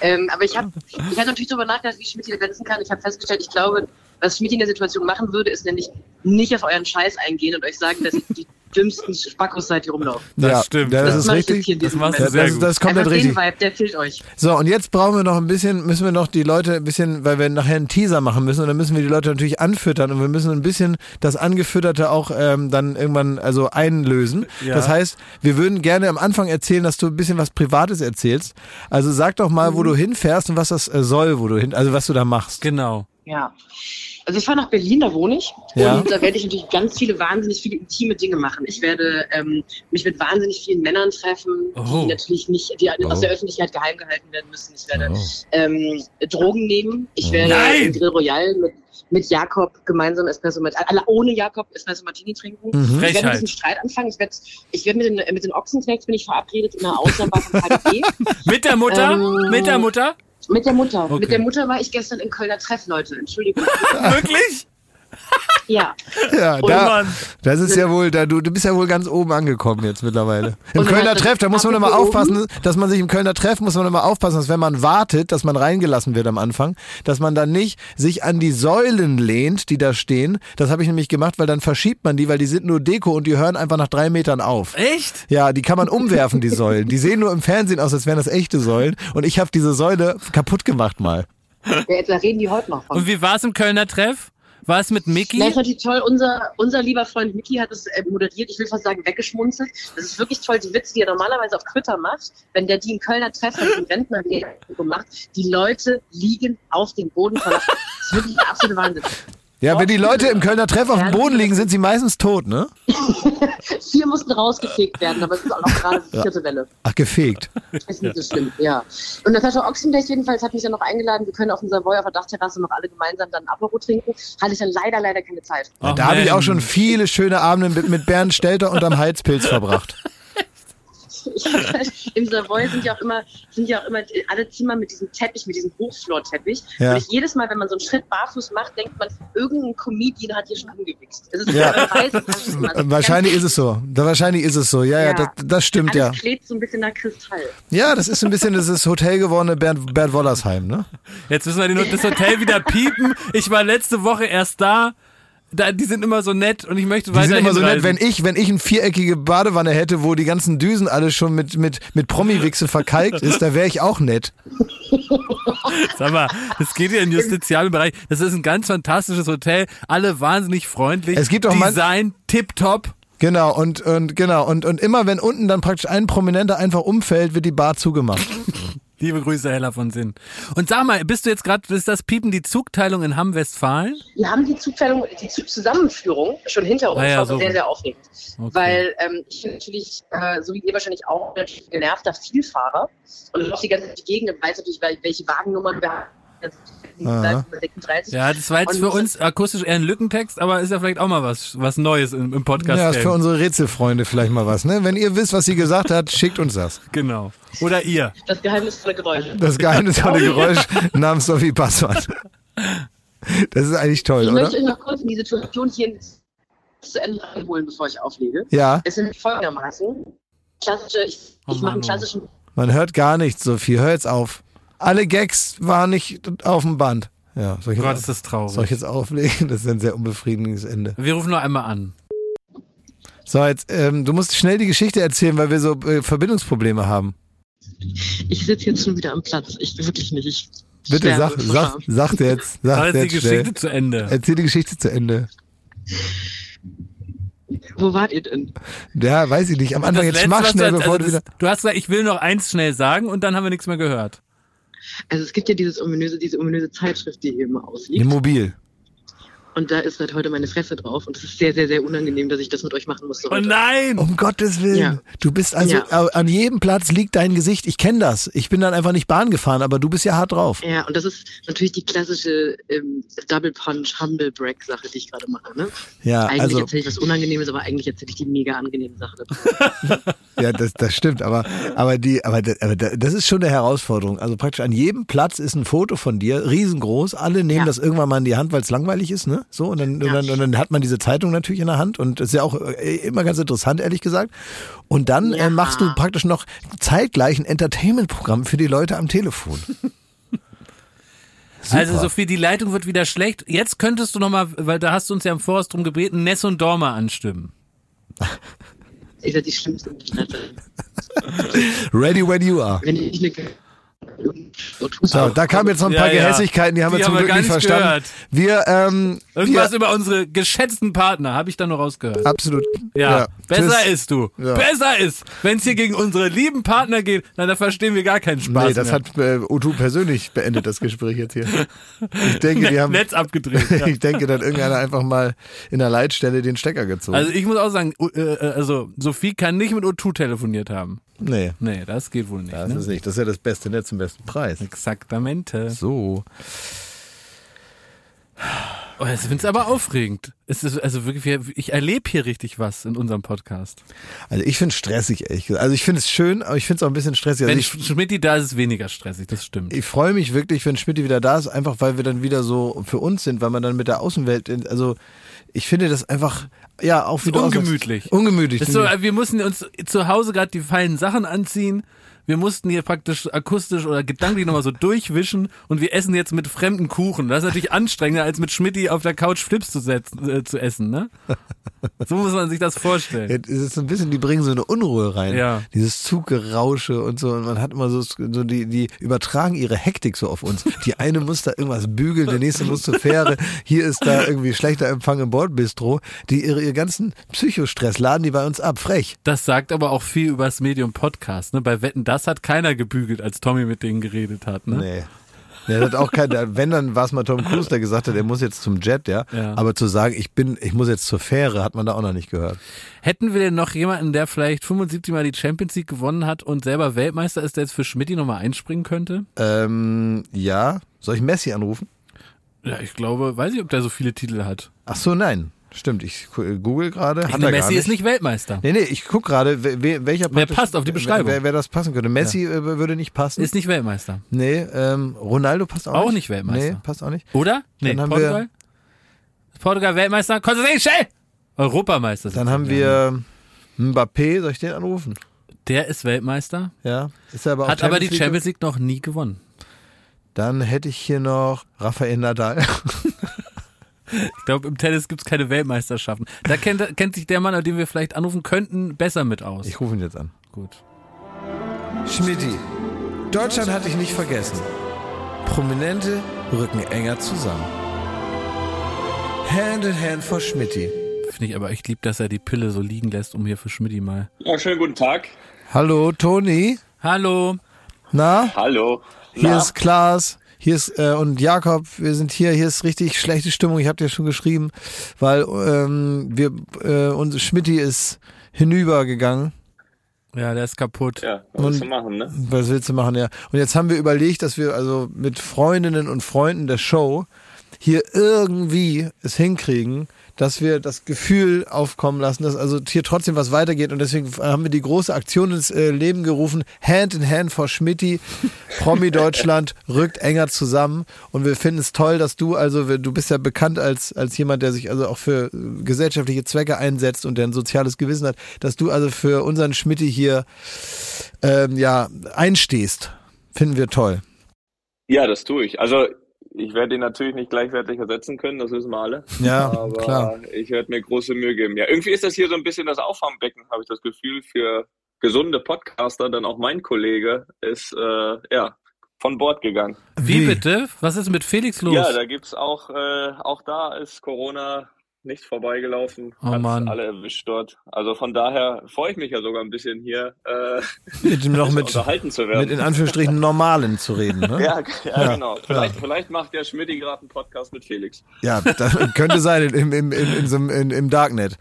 Speaker 8: ähm, aber ich habe ich hab natürlich darüber nachgedacht, wie ich Schmidt hier grenzen kann. Ich habe festgestellt, ich glaube, was Schmidt in der Situation machen würde, ist nämlich nicht auf euren Scheiß eingehen und euch sagen, dass ihr die dümmsten Spackos seid, die rumlaufen.
Speaker 4: Das
Speaker 3: ja,
Speaker 4: stimmt.
Speaker 3: Das,
Speaker 8: Das
Speaker 3: ist
Speaker 8: mache ich jetzt hier
Speaker 3: richtig.
Speaker 8: in diesem
Speaker 4: Das machst du
Speaker 8: Moment.
Speaker 3: Das,
Speaker 4: sehr
Speaker 3: das,
Speaker 4: gut.
Speaker 3: das kommt
Speaker 8: Einfach
Speaker 3: halt
Speaker 8: den
Speaker 3: richtig.
Speaker 8: Vibe, der fehlt euch.
Speaker 3: So, und jetzt brauchen wir noch ein bisschen, müssen wir noch die Leute ein bisschen, weil wir nachher einen Teaser machen müssen und dann müssen wir die Leute natürlich anfüttern und wir müssen ein bisschen das Angefütterte auch ähm, dann irgendwann also einlösen. Das heißt, wir würden gerne am Anfang erzählen, dass du ein bisschen was Privates erzählst. Also sag doch mal, wo du hinfährst und was das äh, soll, wo du hin, also was du da machst.
Speaker 4: Genau.
Speaker 8: Ja. Also ich fahre nach Berlin, da wohne ich.
Speaker 3: Ja.
Speaker 8: Und da werde ich natürlich ganz viele, wahnsinnig viele intime Dinge machen. Ich werde ähm, mich mit wahnsinnig vielen Männern treffen,
Speaker 4: Oh.
Speaker 8: die natürlich nicht, die aus der Öffentlichkeit geheim gehalten werden müssen. Ich werde ähm, Drogen nehmen.
Speaker 4: Oh.
Speaker 8: Ich werde im Grill Royal mit, mit Jakob gemeinsam Espresso Martini, alle ohne Jakob Espresso Martini trinken. Ich werde ein
Speaker 4: Mhm. Frechheit.
Speaker 8: bisschen Streit anfangen. Ich werde, ich werde mit den, mit den Ochsenknechts bin ich verabredet in einer Außenbar von KDP.
Speaker 4: (laughs) Mit der Mutter?
Speaker 8: Ähm.
Speaker 4: Mit der Mutter?
Speaker 8: mit der Mutter.
Speaker 4: Okay.
Speaker 8: Mit der Mutter war ich gestern im Kölner Treff, Leute. Entschuldigung.
Speaker 4: (laughs) Wirklich?
Speaker 8: ja.
Speaker 3: Ja,
Speaker 8: Oh
Speaker 3: da,
Speaker 4: Mann.
Speaker 3: das ist ja wohl, da, du, du bist ja wohl ganz oben angekommen jetzt mittlerweile. Im
Speaker 8: Und
Speaker 3: Kölner
Speaker 8: dann-
Speaker 3: Treff, da muss man immer
Speaker 8: apropos oben.
Speaker 3: aufpassen, dass man sich im Kölner Treff muss man immer aufpassen, dass wenn man wartet, dass man reingelassen wird am Anfang, dass man dann nicht sich an die Säulen lehnt, die da stehen. Das habe ich nämlich gemacht, weil dann verschiebt man die, weil die sind nur Deko und die hören einfach nach drei Metern auf.
Speaker 4: Echt?
Speaker 3: Ja, die kann man umwerfen, die Säulen. Die sehen nur im Fernsehen aus, als wären das echte Säulen. Und ich habe diese Säule kaputt gemacht mal.
Speaker 8: Ja, jetzt, da reden die heute noch von.
Speaker 4: Und wie war es im Kölner Treff? War es mit Mickey?
Speaker 8: Na, ist natürlich toll. Unser, unser lieber Freund Mickey hat es äh, moderiert, ich will fast sagen, weggeschmunzelt. Das ist wirklich toll, die Witze, die er normalerweise auf Twitter macht, wenn der die in Kölner Treff mit den Rentner (laughs) gemacht, die Leute liegen auf dem Boden von Das ist wirklich der absolute Wahnsinn. (laughs)
Speaker 3: Ja, wenn die Leute im Kölner Treff auf dem Boden liegen, sind sie meistens tot, ne?
Speaker 8: Vier mussten rausgefegt werden, aber es ist auch noch gerade die vierte Welle.
Speaker 3: Ach, gefegt.
Speaker 8: Ist nicht so schlimm, ja. Und Natascha Ochsenknecht jedenfalls hat mich dann noch eingeladen, wir können auf dem Savoy auf der Dachterrasse noch alle gemeinsam dann ein Apero trinken. Hatte ich dann leider, leider keine Zeit. (laughs)
Speaker 3: Na,
Speaker 4: Ach,
Speaker 3: da habe ich
Speaker 8: (laughs)
Speaker 4: Mensch.
Speaker 3: auch schon viele schöne Abende mit, mit Bernd Stelter unterm Heizpilz verbracht.
Speaker 8: Im Savoy sind ja auch immer, sind ja auch immer alle Zimmer mit diesem Teppich, mit diesem Hochflorteppich.
Speaker 3: Ja.
Speaker 8: Und ich jedes Mal, wenn man so einen Schritt barfuß macht, denkt man, irgendein Comedian hat hier schon umgewichst. Es ist
Speaker 3: Ja.
Speaker 8: man weiß, es ist immer so.
Speaker 3: Wahrscheinlich ist es so. Da, wahrscheinlich ist es so. Ja, ja,
Speaker 8: Ja.
Speaker 3: das, das stimmt,
Speaker 8: Alles
Speaker 3: ja.
Speaker 8: klebt so ein bisschen nach Kristall.
Speaker 3: Ja, das ist so ein bisschen dieses Hotel gewordene Bernd, Bert Wollersheim, ne?
Speaker 4: Jetzt müssen wir den, das Hotel wieder piepen. Ich war letzte Woche erst da. da die sind immer so nett und ich möchte
Speaker 3: Die
Speaker 4: weiter
Speaker 3: sind immer so nett,
Speaker 4: hinreisen.
Speaker 3: wenn ich, wenn ich eine viereckige Badewanne hätte, wo die ganzen Düsen alle schon mit, mit, mit Promi-Wichse verkalkt ist, da wäre ich auch nett.
Speaker 4: Sag mal, das geht ja in den justizialen Bereich. Das ist ein ganz fantastisches Hotel. Alle wahnsinnig freundlich.
Speaker 3: Es gibt doch man-
Speaker 4: Design, tipptopp. (laughs)
Speaker 3: Genau, und, und genau, und, und immer wenn unten dann praktisch ein Prominenter einfach umfällt, wird die Bar zugemacht.
Speaker 4: Liebe Grüße, Hella von Sinn. Und sag mal, bist du jetzt gerade, ist das Piepen die Zugteilung in Hamm-Westfalen?
Speaker 8: Wir haben die Zugteilung, die Zu- Zusammenführung schon hinter uns.
Speaker 4: Ah ja,
Speaker 8: das war
Speaker 4: so.
Speaker 8: sehr, sehr aufregend.
Speaker 4: Okay.
Speaker 8: Weil ähm, ich bin natürlich, äh, so wie ihr wahrscheinlich auch, ein genervter Vielfahrer. Und ich laufe die ganze Zeit durch die Gegend und weiß natürlich, wel- welche Wagennummern wir haben. Das ist
Speaker 3: Aha.
Speaker 8: 36.
Speaker 4: Ja, das war jetzt
Speaker 8: Und
Speaker 4: für
Speaker 8: diese-
Speaker 4: uns akustisch eher ein Lückentext, aber ist ja vielleicht auch mal was, was Neues im, im Podcast.
Speaker 3: Ja, ist für
Speaker 4: uns.
Speaker 3: unsere Rätselfreunde vielleicht mal was, ne? Wenn ihr wisst, was sie gesagt hat, schickt uns das.
Speaker 4: Genau. Oder ihr.
Speaker 8: Das geheimnisvolle Geräusche.
Speaker 3: Das geheimnisvolle Geräusch
Speaker 4: (laughs)
Speaker 3: namens Sophie Passwort. Das ist eigentlich
Speaker 8: (laughs)
Speaker 3: toll,
Speaker 8: Ich
Speaker 3: oder?
Speaker 8: möchte euch noch kurz in die Situation hier zu Ende einholen, bevor ich auflege.
Speaker 3: Ja,
Speaker 8: Es sind folgendermaßen klassische, ich,
Speaker 4: Oh
Speaker 8: ich mache
Speaker 4: Mann,
Speaker 8: einen
Speaker 4: oh.
Speaker 8: klassischen
Speaker 3: man hört gar nichts, Sophie. Hör jetzt auf. Alle Gags waren nicht auf dem Band. Ja, soll ich,
Speaker 4: Oh Gott, ist
Speaker 3: jetzt,
Speaker 4: das
Speaker 3: soll ich
Speaker 4: traurig.
Speaker 3: jetzt auflegen? Das ist ein sehr unbefriedigendes Ende.
Speaker 4: Wir rufen noch einmal an.
Speaker 3: So, jetzt, ähm, du musst schnell die Geschichte erzählen, weil wir so äh, Verbindungsprobleme haben.
Speaker 8: Ich sitze jetzt schon wieder am Platz. Ich wirklich nicht. Ich
Speaker 3: Bitte
Speaker 8: sterbe
Speaker 3: sag,
Speaker 8: vor
Speaker 3: sag,
Speaker 8: Scham.
Speaker 3: sag jetzt,
Speaker 4: War
Speaker 3: sag
Speaker 4: jetzt die
Speaker 3: jetzt
Speaker 4: Geschichte
Speaker 3: schnell. Äh,
Speaker 4: zu Ende.
Speaker 3: Erzähl die Geschichte zu Ende.
Speaker 8: Wo wart ihr denn?
Speaker 3: Ja, weiß ich nicht. Am Anfang
Speaker 4: Das
Speaker 3: jetzt
Speaker 4: Letzte,
Speaker 3: mach
Speaker 4: was
Speaker 3: schnell,
Speaker 4: du, hast-
Speaker 3: bevor
Speaker 4: also
Speaker 3: du wieder.
Speaker 4: das, du hast gesagt, ich will noch eins schnell sagen und dann haben wir nichts mehr gehört.
Speaker 8: Also es gibt ja dieses ominöse, diese ominöse Zeitschrift, die hier immer ausliegt.
Speaker 3: Mobil.
Speaker 8: Und da ist halt heute meine Fresse drauf. Und es ist sehr, sehr, sehr unangenehm, dass ich das mit euch machen musste.
Speaker 4: Oh
Speaker 8: heute.
Speaker 4: nein!
Speaker 3: Um Gottes Willen.
Speaker 8: Ja.
Speaker 3: Du bist also
Speaker 8: Ja.
Speaker 3: äh, an jedem Platz liegt dein Gesicht. Ich kenne das. Ich bin dann einfach nicht Bahn gefahren, aber du bist ja hart drauf.
Speaker 8: Ja, und das ist natürlich die klassische ähm, Double Punch, Humble Break Sache, die ich gerade mache. Ne?
Speaker 3: Ja,
Speaker 8: eigentlich
Speaker 3: also
Speaker 8: erzähle ich was Unangenehmes, aber eigentlich erzähle ich die mega angenehme Sache. dazu.
Speaker 3: ja, das, das stimmt. Aber aber die, aber, da- aber da- das ist schon eine Herausforderung. Also praktisch an jedem Platz ist ein Foto von dir, riesengroß. Alle nehmen
Speaker 8: Ja.
Speaker 3: das irgendwann mal in die Hand, weil es langweilig ist, ne? So und dann, und
Speaker 8: Ja.
Speaker 3: dann und dann hat man diese Zeitung natürlich in der Hand und das ist ja auch äh, immer ganz interessant, ehrlich gesagt. Und dann äh,
Speaker 8: Ja.
Speaker 3: machst du praktisch noch zeitgleich ein Entertainment-Programm für die Leute am Telefon.
Speaker 4: Also
Speaker 3: Super.
Speaker 4: Sophie, die Leitung wird wieder schlecht. Jetzt könntest du nochmal, weil da hast du uns ja im Voraus drum gebeten, Ness und Dormer anstimmen.
Speaker 8: Ihr seid die schlimmsten Schnitte.
Speaker 3: Ready when you are.
Speaker 8: Wenn ich eine so tust,
Speaker 3: So, da kamen jetzt noch ein paar
Speaker 4: Ja, ja.
Speaker 3: Gehässigkeiten, die haben wir
Speaker 4: Die
Speaker 3: zum
Speaker 4: haben wir
Speaker 3: Glück
Speaker 4: gar
Speaker 3: nicht
Speaker 4: nicht
Speaker 3: verstanden. Wir, ähm,
Speaker 4: Irgendwas
Speaker 3: wir,
Speaker 4: über unsere geschätzten Partner, habe ich da noch rausgehört.
Speaker 3: absolut.
Speaker 4: Ja, besser
Speaker 3: Tschüss.
Speaker 4: ist du.
Speaker 3: Ja.
Speaker 4: Besser ist. Wenn es hier gegen unsere lieben Partner geht, dann da verstehen wir gar keinen Spaß. ne?
Speaker 3: Nee, das
Speaker 4: mehr.
Speaker 3: hat äh, Utu persönlich beendet, das Gespräch jetzt hier. Ich denke, die haben,
Speaker 4: Ne, Netz abgedreht. Ja.
Speaker 3: (laughs) ich denke, da hat irgendeiner einfach mal in der Leitstelle den Stecker gezogen.
Speaker 4: Also ich muss auch sagen, U- äh, äh, also Sophie kann nicht mit O2 telefoniert haben.
Speaker 3: nee,
Speaker 4: Nee, das geht wohl nicht.
Speaker 3: das
Speaker 4: ne? Äh.
Speaker 3: ist nicht. Das ist ja das beste Netz zum besten Preis.
Speaker 4: Exaktamente.
Speaker 3: So.
Speaker 4: Oh, das finde ich aber aufregend. Es ist also wirklich, wir- ich erlebe hier richtig was in unserem Podcast.
Speaker 3: Also ich finde es stressig, ehrlich gesagt. Also ich finde es schön, aber ich finde es auch ein bisschen stressig. Also
Speaker 4: Wenn
Speaker 3: ich,
Speaker 4: Schmidt da ist, ist es weniger stressig, das stimmt.
Speaker 3: ich freue mich wirklich, wenn Schmidt wieder da ist, einfach weil wir dann wieder so für uns sind, weil man dann mit der Außenwelt, in, also ich finde das einfach, ja, auch wieder aus-
Speaker 4: ungemütlich.
Speaker 3: Ungemütlich.
Speaker 4: Ist so, äh, wir mussten uns zu Hause gerade die feinen Sachen anziehen. Wir mussten hier praktisch akustisch oder gedanklich nochmal so durchwischen und wir essen jetzt mit fremden Kuchen. Das ist natürlich anstrengender, als mit Schmidti auf der Couch Flips zu, setzen, äh, zu essen, ne? So muss man sich das vorstellen.
Speaker 3: Ja, Es ist so ein bisschen, die bringen so eine Unruhe rein.
Speaker 4: Ja.
Speaker 3: Dieses Zuggerausche und so. Und man hat immer so, so die, die übertragen ihre Hektik so auf uns. Die eine muss da irgendwas bügeln, der nächste muss zur Fähre. Hier ist da irgendwie schlechter Empfang im Bordbistro. Die ihre, ihr ganzen Psychostress laden die bei uns ab. Frech.
Speaker 4: Das sagt aber auch viel über das Medium Podcast, ne? Bei Wetten, das hat keiner gebügelt, als Tommy mit denen geredet hat, ne?
Speaker 3: Nee. Der hat auch kein, wenn dann war es mal Tom Cruise, der gesagt hat, er muss jetzt zum Jet, ja.
Speaker 4: Ja.
Speaker 3: Aber zu sagen, ich bin, ich muss jetzt zur Fähre, hat man da auch noch nicht gehört.
Speaker 4: Hätten wir denn noch jemanden, der vielleicht 75 Mal die Champions League gewonnen hat und selber Weltmeister ist, der jetzt für Schmidti nochmal einspringen könnte?
Speaker 3: Ähm, ja. Soll ich Messi anrufen?
Speaker 4: Ja, ich glaube, weiß ich, ob der so viele Titel hat.
Speaker 3: Ach so, nein. Stimmt, ich äh, google gerade. Hat
Speaker 4: Lionel
Speaker 3: er gar
Speaker 4: Messi
Speaker 3: nicht.
Speaker 4: ist nicht Weltmeister.
Speaker 3: Nee, nee, ich guck gerade, we- we- welcher
Speaker 4: Wer
Speaker 3: praktisch-
Speaker 4: passt auf die Beschreibung?
Speaker 3: Wer, wer das passen könnte. Messi äh, würde nicht passen.
Speaker 4: Ist nicht Weltmeister.
Speaker 3: nee, ähm, Ronaldo passt auch,
Speaker 4: Auch
Speaker 3: nicht.
Speaker 4: nicht Weltmeister.
Speaker 3: Nee, passt auch nicht.
Speaker 4: Oder? Nee,
Speaker 3: Dann haben
Speaker 4: Portugal? Portugal Weltmeister? Konstantin, schnell! Europameister. sind
Speaker 3: Dann
Speaker 4: sie.
Speaker 3: haben wir Ähm, Mbappé, soll ich den anrufen?
Speaker 4: Der ist Weltmeister,
Speaker 3: Ja. Ist er aber auch
Speaker 4: hat aber die
Speaker 3: Champions League?
Speaker 4: Champions League noch nie gewonnen.
Speaker 3: Dann hätte ich hier noch Rafael Nadal. (laughs)
Speaker 4: Ich glaube, im Tennis gibt's keine Weltmeisterschaften. Da kennt, kennt sich der Mann, an den wir vielleicht anrufen könnten, besser mit aus.
Speaker 3: Ich rufe ihn jetzt an.
Speaker 4: Gut.
Speaker 3: Schmidti, Deutschland hatte ich nicht vergessen. Prominente rücken enger zusammen. Hand in Hand vor Schmidti.
Speaker 4: Finde ich aber echt lieb, dass er die Pille so liegen lässt, um hier für Schmidti mal.
Speaker 9: Ja, schönen guten Tag.
Speaker 3: Hallo, Toni.
Speaker 4: Hallo!
Speaker 3: Na,
Speaker 9: Hallo.
Speaker 3: hier
Speaker 9: Na,
Speaker 3: ist Klaas. Hier ist äh, und Jakob, wir sind hier, hier ist richtig schlechte Stimmung, ich habe dir schon geschrieben, weil ähm, wir äh, unser Schmidti ist hinübergegangen.
Speaker 4: Ja, der ist kaputt.
Speaker 9: ja, was zu machen, ne?
Speaker 3: Was willst du machen, ja. Und jetzt haben wir überlegt, dass wir also mit Freundinnen und Freunden der Show hier irgendwie es hinkriegen, dass wir das Gefühl aufkommen lassen, dass also hier trotzdem was weitergeht. Und deswegen haben wir die große Aktion ins äh, Leben gerufen, Hand in Hand for Schmidti, Promi Deutschland rückt enger zusammen. Und wir finden es toll, dass du, also wir- du bist ja bekannt als, als jemand, der sich also auch für äh, gesellschaftliche Zwecke einsetzt und der ein soziales Gewissen hat, dass du also für unseren Schmidti hier ähm, ja, einstehst. Finden wir toll.
Speaker 9: Ja, das tue ich. Also, ich werde ihn natürlich nicht gleichwertig ersetzen können, das wissen wir alle.
Speaker 3: Ja,
Speaker 9: Aber
Speaker 3: klar.
Speaker 9: ich werde mir große Mühe geben. Ja, irgendwie ist das hier so ein bisschen das Auffangbecken, habe ich das Gefühl, für gesunde Podcaster. Dann auch mein Kollege ist, äh, ja, von Bord gegangen.
Speaker 4: Wie,
Speaker 3: Wie?
Speaker 4: bitte? Was ist mit Felix los?
Speaker 9: Ja, da gibt's auch, äh, auch da ist Corona nicht vorbeigelaufen,
Speaker 4: Oh
Speaker 9: Hat's
Speaker 4: Mann.
Speaker 9: alle erwischt dort. Also von daher freue ich mich ja sogar ein bisschen hier, äh,
Speaker 3: (laughs) Mit dem
Speaker 9: (laughs)
Speaker 3: noch mit,
Speaker 9: unterhalten zu werden.
Speaker 3: mit in Anführungsstrichen Normalen zu reden. Ne?
Speaker 9: (laughs) Ja, ja, genau. Vielleicht, vielleicht macht der Schmidti gerade einen Podcast mit Felix.
Speaker 3: Ja, das könnte sein im, im, im, in so, einem- in, im Darknet.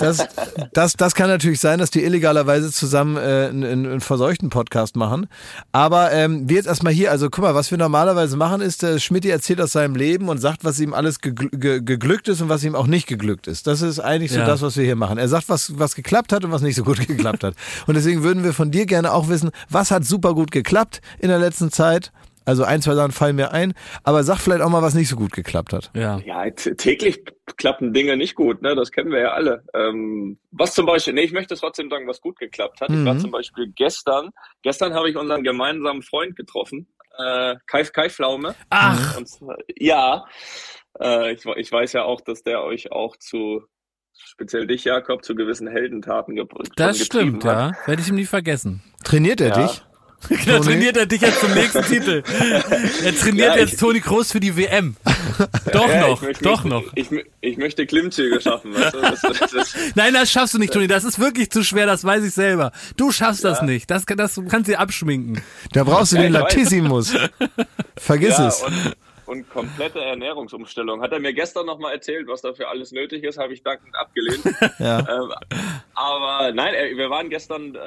Speaker 3: Das, das, das kann natürlich sein, dass die illegalerweise zusammen äh, einen, einen einen verseuchten Podcast machen. Aber ähm, wir jetzt erstmal hier, also guck mal, was wir normalerweise machen, ist, äh, Schmidti erzählt aus seinem Leben und sagt, was ihm alles gegl ge geglückt ist und was ihm auch nicht geglückt ist. Das ist eigentlich so
Speaker 4: Ja.
Speaker 3: das, was wir hier machen. Er sagt, was, was geklappt hat und was nicht so gut (laughs) geklappt hat. Und deswegen würden wir von dir gerne auch wissen, was hat super gut geklappt in der letzten Zeit. Also ein, zwei Sachen fallen mir ein, aber sag vielleicht auch mal, was nicht so gut geklappt hat.
Speaker 4: ja.
Speaker 9: Ja, t- täglich klappen Dinge nicht gut, ne? Das kennen wir ja alle. Ähm, was zum Beispiel, nee, ich möchte trotzdem sagen, was gut geklappt hat. Ich war
Speaker 3: Mhm.
Speaker 9: zum Beispiel gestern, gestern habe ich unseren gemeinsamen Freund getroffen, äh, Kai, Kai Pflaume. Mhm.
Speaker 4: Ach,
Speaker 9: Und zwar, ja, äh, ich, ich weiß ja auch, dass der euch auch zu, speziell dich, Jakob, zu gewissen Heldentaten ge
Speaker 4: das
Speaker 9: getrieben
Speaker 4: stimmt,
Speaker 9: hat.
Speaker 4: ja. Werde ich ihm nie vergessen.
Speaker 3: Trainiert er
Speaker 9: Ja.
Speaker 4: (laughs)
Speaker 3: dich?
Speaker 4: Da
Speaker 3: Toni?
Speaker 4: trainiert er dich jetzt zum nächsten Titel. Er
Speaker 9: Ja,
Speaker 4: trainiert
Speaker 9: ich-
Speaker 4: jetzt Toni Kroos für
Speaker 9: (laughs)
Speaker 4: die WM. Doch
Speaker 9: Ja,
Speaker 4: noch,
Speaker 9: ich möchte-
Speaker 4: doch
Speaker 9: ich,
Speaker 4: noch.
Speaker 9: Ich, ich, möchte Klimmzüge schaffen. Weißt du? das, äh, das, das,
Speaker 4: (laughs) Nein, das schaffst du nicht, Toni. Das ist wirklich zu schwer, das weiß ich selber. Du schaffst das nicht. Das, kann- das du kannst dir abschminken.
Speaker 3: Da brauchst du
Speaker 9: Ja,
Speaker 3: den
Speaker 9: ich weiß.
Speaker 3: Latissimus. Vergiss
Speaker 9: ja,
Speaker 3: es.
Speaker 9: und, und komplette Ernährungsumstellung. Hat er mir gestern nochmal erzählt, was dafür alles nötig ist, habe ich dankend abgelehnt.
Speaker 3: (laughs) Ja.
Speaker 9: ähm, aber nein, er, wir waren gestern, äh,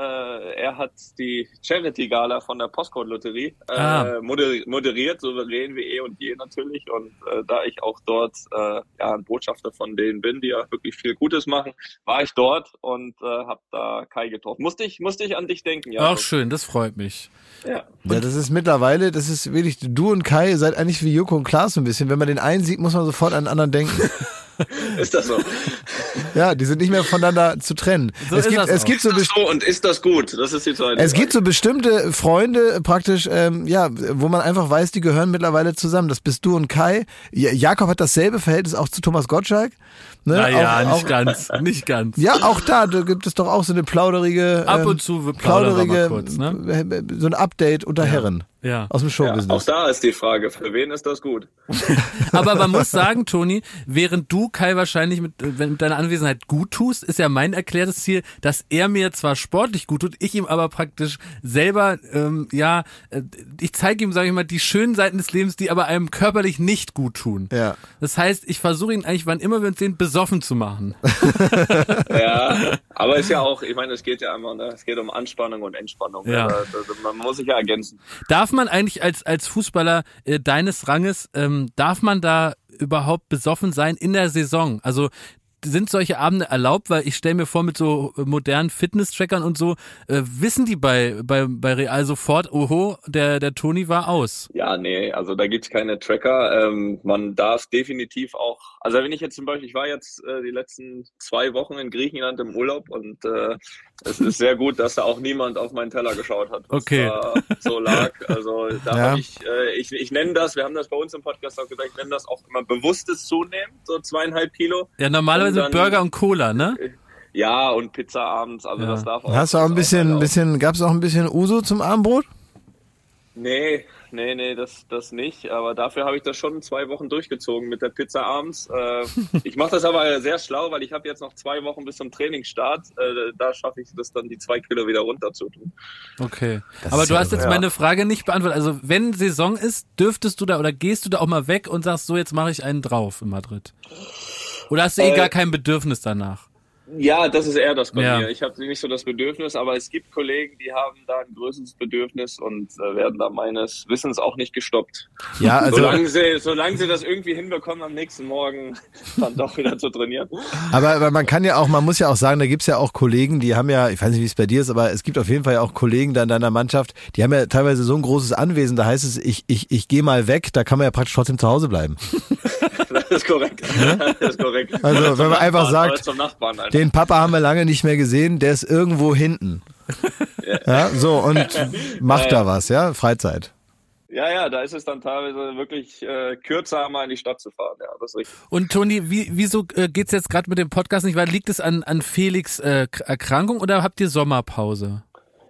Speaker 9: er hat die Charity-Gala von der Postcode-Lotterie äh,
Speaker 4: Ah.
Speaker 9: moder moderiert, souverän wie eh und je natürlich. Und äh, da ich auch dort äh, ja, ein Botschafter von denen bin, die ja wirklich viel Gutes machen, war ich dort und äh, habe da Kai getroffen. Musste ich, musste ich an dich denken, ja.
Speaker 4: Auch schön, das freut mich.
Speaker 9: ja.
Speaker 3: ja, das ist mittlerweile, das ist wirklich, du und Kai seid eigentlich wie Joko und Klaas so ein bisschen. Wenn man den einen sieht, muss man sofort an den
Speaker 4: (laughs)
Speaker 3: anderen denken.
Speaker 9: Ist
Speaker 3: (laughs)
Speaker 9: das so?
Speaker 3: Ja, die sind nicht mehr voneinander zu trennen.
Speaker 4: So
Speaker 3: es
Speaker 4: ist
Speaker 3: gibt,
Speaker 4: das
Speaker 3: es
Speaker 4: auch.
Speaker 3: gibt so, best-
Speaker 9: so und ist das gut? Das ist die zweite
Speaker 3: es gibt so bestimmte Freunde äh, praktisch, ähm, ja, wo man einfach weiß, die gehören mittlerweile zusammen. Das bist du und Kai. Ja, Jakob hat dasselbe Verhältnis auch zu Thomas Gottschalk. Ne?
Speaker 4: Naja,
Speaker 3: auch,
Speaker 4: nicht ganz, nicht ganz.
Speaker 3: Ja, auch da, da gibt es doch auch so eine plauderige.
Speaker 4: Ab
Speaker 3: ähm,
Speaker 4: und zu wir plaudern wir mal kurz, ne?
Speaker 3: äh, So ein Update unter Herren
Speaker 4: Ja.
Speaker 3: aus dem
Speaker 9: Ja, auch
Speaker 3: Showbusiness.
Speaker 9: da ist die Frage, für wen ist das gut?
Speaker 4: (laughs) Aber man muss sagen, Toni, während du Kai wahrscheinlich mit, äh, wenn- mit deiner Anwesenheit gut tust, ist ja mein erklärtes Ziel, dass er mir zwar sportlich gut tut, ich ihm aber praktisch selber, ähm, ja, äh, ich zeige ihm, sage ich mal, die schönen Seiten des Lebens, die aber einem körperlich nicht gut tun.
Speaker 3: Ja.
Speaker 4: Das heißt, ich versuche ihn eigentlich, wann immer wir uns sehen, besoffen zu machen.
Speaker 9: Ja, aber ist ja auch, ich meine, es geht ja einmal, ne? es geht um Anspannung und Entspannung.
Speaker 4: Ja.
Speaker 9: Da- da- man muss sich ja ergänzen.
Speaker 4: Darf man eigentlich als, als Fußballer äh, deines Ranges, ähm, darf man da überhaupt besoffen sein in der Saison? Also sind solche Abende erlaubt? Weil ich stelle mir vor, mit so äh, modernen Fitness-Trackern und so, äh, wissen die bei, bei, bei Real sofort, oho, der, der Toni war aus.
Speaker 9: Ja, nee, also da gibt's keine Tracker. Ähm, man darf definitiv auch, also wenn ich jetzt zum Beispiel, ich war jetzt äh, die letzten zwei Wochen in Griechenland im Urlaub und äh, es ist sehr gut, dass da auch niemand auf meinen Teller geschaut hat, was
Speaker 4: Okay.
Speaker 9: da so lag. Also da
Speaker 3: Ja.
Speaker 9: hab ich, äh, ich, ich nenne das, wir haben das bei uns im Podcast auch gesagt, ich nenne das auch immer bewusstes Zunehmen, so zweieinhalb Kilo.
Speaker 4: Ja, normalerweise
Speaker 9: Und dann-
Speaker 4: Burger und Cola, ne?
Speaker 9: Ja, und Pizza abends, also
Speaker 4: Ja.
Speaker 9: das darf auch.
Speaker 3: Hast du auch ein bisschen, ein bisschen, gab's auch ein bisschen Uso zum Abendbrot?
Speaker 9: Nee, nee, nee, das, das nicht. Aber dafür habe ich das schon zwei Wochen durchgezogen mit der Pizza abends. Äh, ich mache das aber sehr schlau, weil ich habe jetzt noch zwei Wochen bis zum Trainingsstart. Äh, da schaffe ich das dann, die zwei Kilo wieder runterzutun.
Speaker 4: Okay.
Speaker 3: Das
Speaker 4: Aber
Speaker 3: ist
Speaker 4: du
Speaker 3: ja-
Speaker 4: hast jetzt
Speaker 9: ja.
Speaker 4: meine Frage nicht beantwortet. Also, wenn Saison ist, dürftest du da oder gehst du da auch mal weg und sagst, so, jetzt mache ich einen drauf in Madrid? Oder hast du eh
Speaker 9: Äh,
Speaker 4: gar kein Bedürfnis danach?
Speaker 9: Ja, das ist eher das bei
Speaker 4: Ja.
Speaker 9: mir. Ich habe nicht so das Bedürfnis, aber es gibt Kollegen, die haben da ein größeres Bedürfnis und äh, werden da meines Wissens auch nicht gestoppt.
Speaker 3: Ja, also,
Speaker 9: solange, sie, solange sie das irgendwie hinbekommen, am nächsten Morgen dann doch wieder zu trainieren.
Speaker 3: aber, aber man kann ja auch, man muss ja auch sagen, da gibt's ja auch Kollegen, die haben ja, ich weiß nicht, wie es bei dir ist, aber es gibt auf jeden Fall ja auch Kollegen da in deiner Mannschaft, die haben ja teilweise so ein großes Anwesen, da heißt es, ich, ich, ich gehe mal weg, da kann man ja praktisch trotzdem zu Hause (laughs) bleiben.
Speaker 9: Das ist korrekt. Das ist korrekt.
Speaker 3: Also,
Speaker 9: Oder zum
Speaker 3: wenn man einfach
Speaker 9: Nachbarn,
Speaker 3: sagt,
Speaker 9: oder zum Nachbarn einfach.
Speaker 3: Den Papa haben wir lange nicht mehr gesehen, der ist irgendwo hinten. Ja, so, und macht da was, ja, Freizeit.
Speaker 9: Ja, ja, da ist es dann teilweise wirklich äh, kürzer, mal in die Stadt zu fahren. Ja, das ist richtig.
Speaker 4: Und Toni, wie, wieso äh, geht's jetzt gerade mit dem Podcast nicht weiter? Liegt es an, an Felix äh, K- Erkrankung oder habt ihr Sommerpause?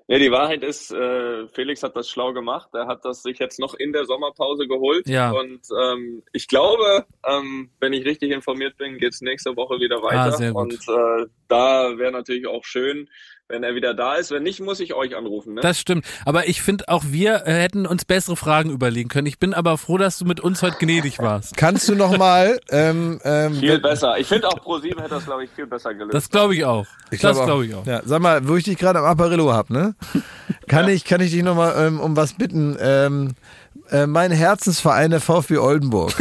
Speaker 9: Ja, die Wahrheit ist, äh, Felix hat das schlau gemacht. Er hat das sich jetzt noch in der Sommerpause geholt.
Speaker 4: Ja.
Speaker 9: Und ähm, ich glaube, ähm, wenn ich richtig informiert bin, geht's nächste Woche wieder weiter.
Speaker 4: Ah, sehr gut.
Speaker 9: Und äh, da wäre natürlich auch schön, wenn er wieder da ist. Wenn nicht, muss ich euch anrufen. Ne?
Speaker 4: Das stimmt. Aber ich finde, auch wir äh, hätten uns bessere Fragen überlegen können. Ich bin aber froh, dass du mit uns heute gnädig warst.
Speaker 3: Kannst du nochmal, ähm, ähm,
Speaker 9: viel besser. Ich finde auch ProSieben hätte das, glaube ich, viel besser gelöst.
Speaker 4: Das glaube ich auch.
Speaker 3: glaub
Speaker 4: das glaube ich auch.
Speaker 3: Ja, sag mal, wo ich dich gerade am Apparillo
Speaker 4: (laughs)
Speaker 3: hab, ne? Kann ich, kann ich dich nochmal ähm, um was bitten? Ähm, äh, mein Herzensverein, der
Speaker 4: (laughs)
Speaker 3: VfB Oldenburg,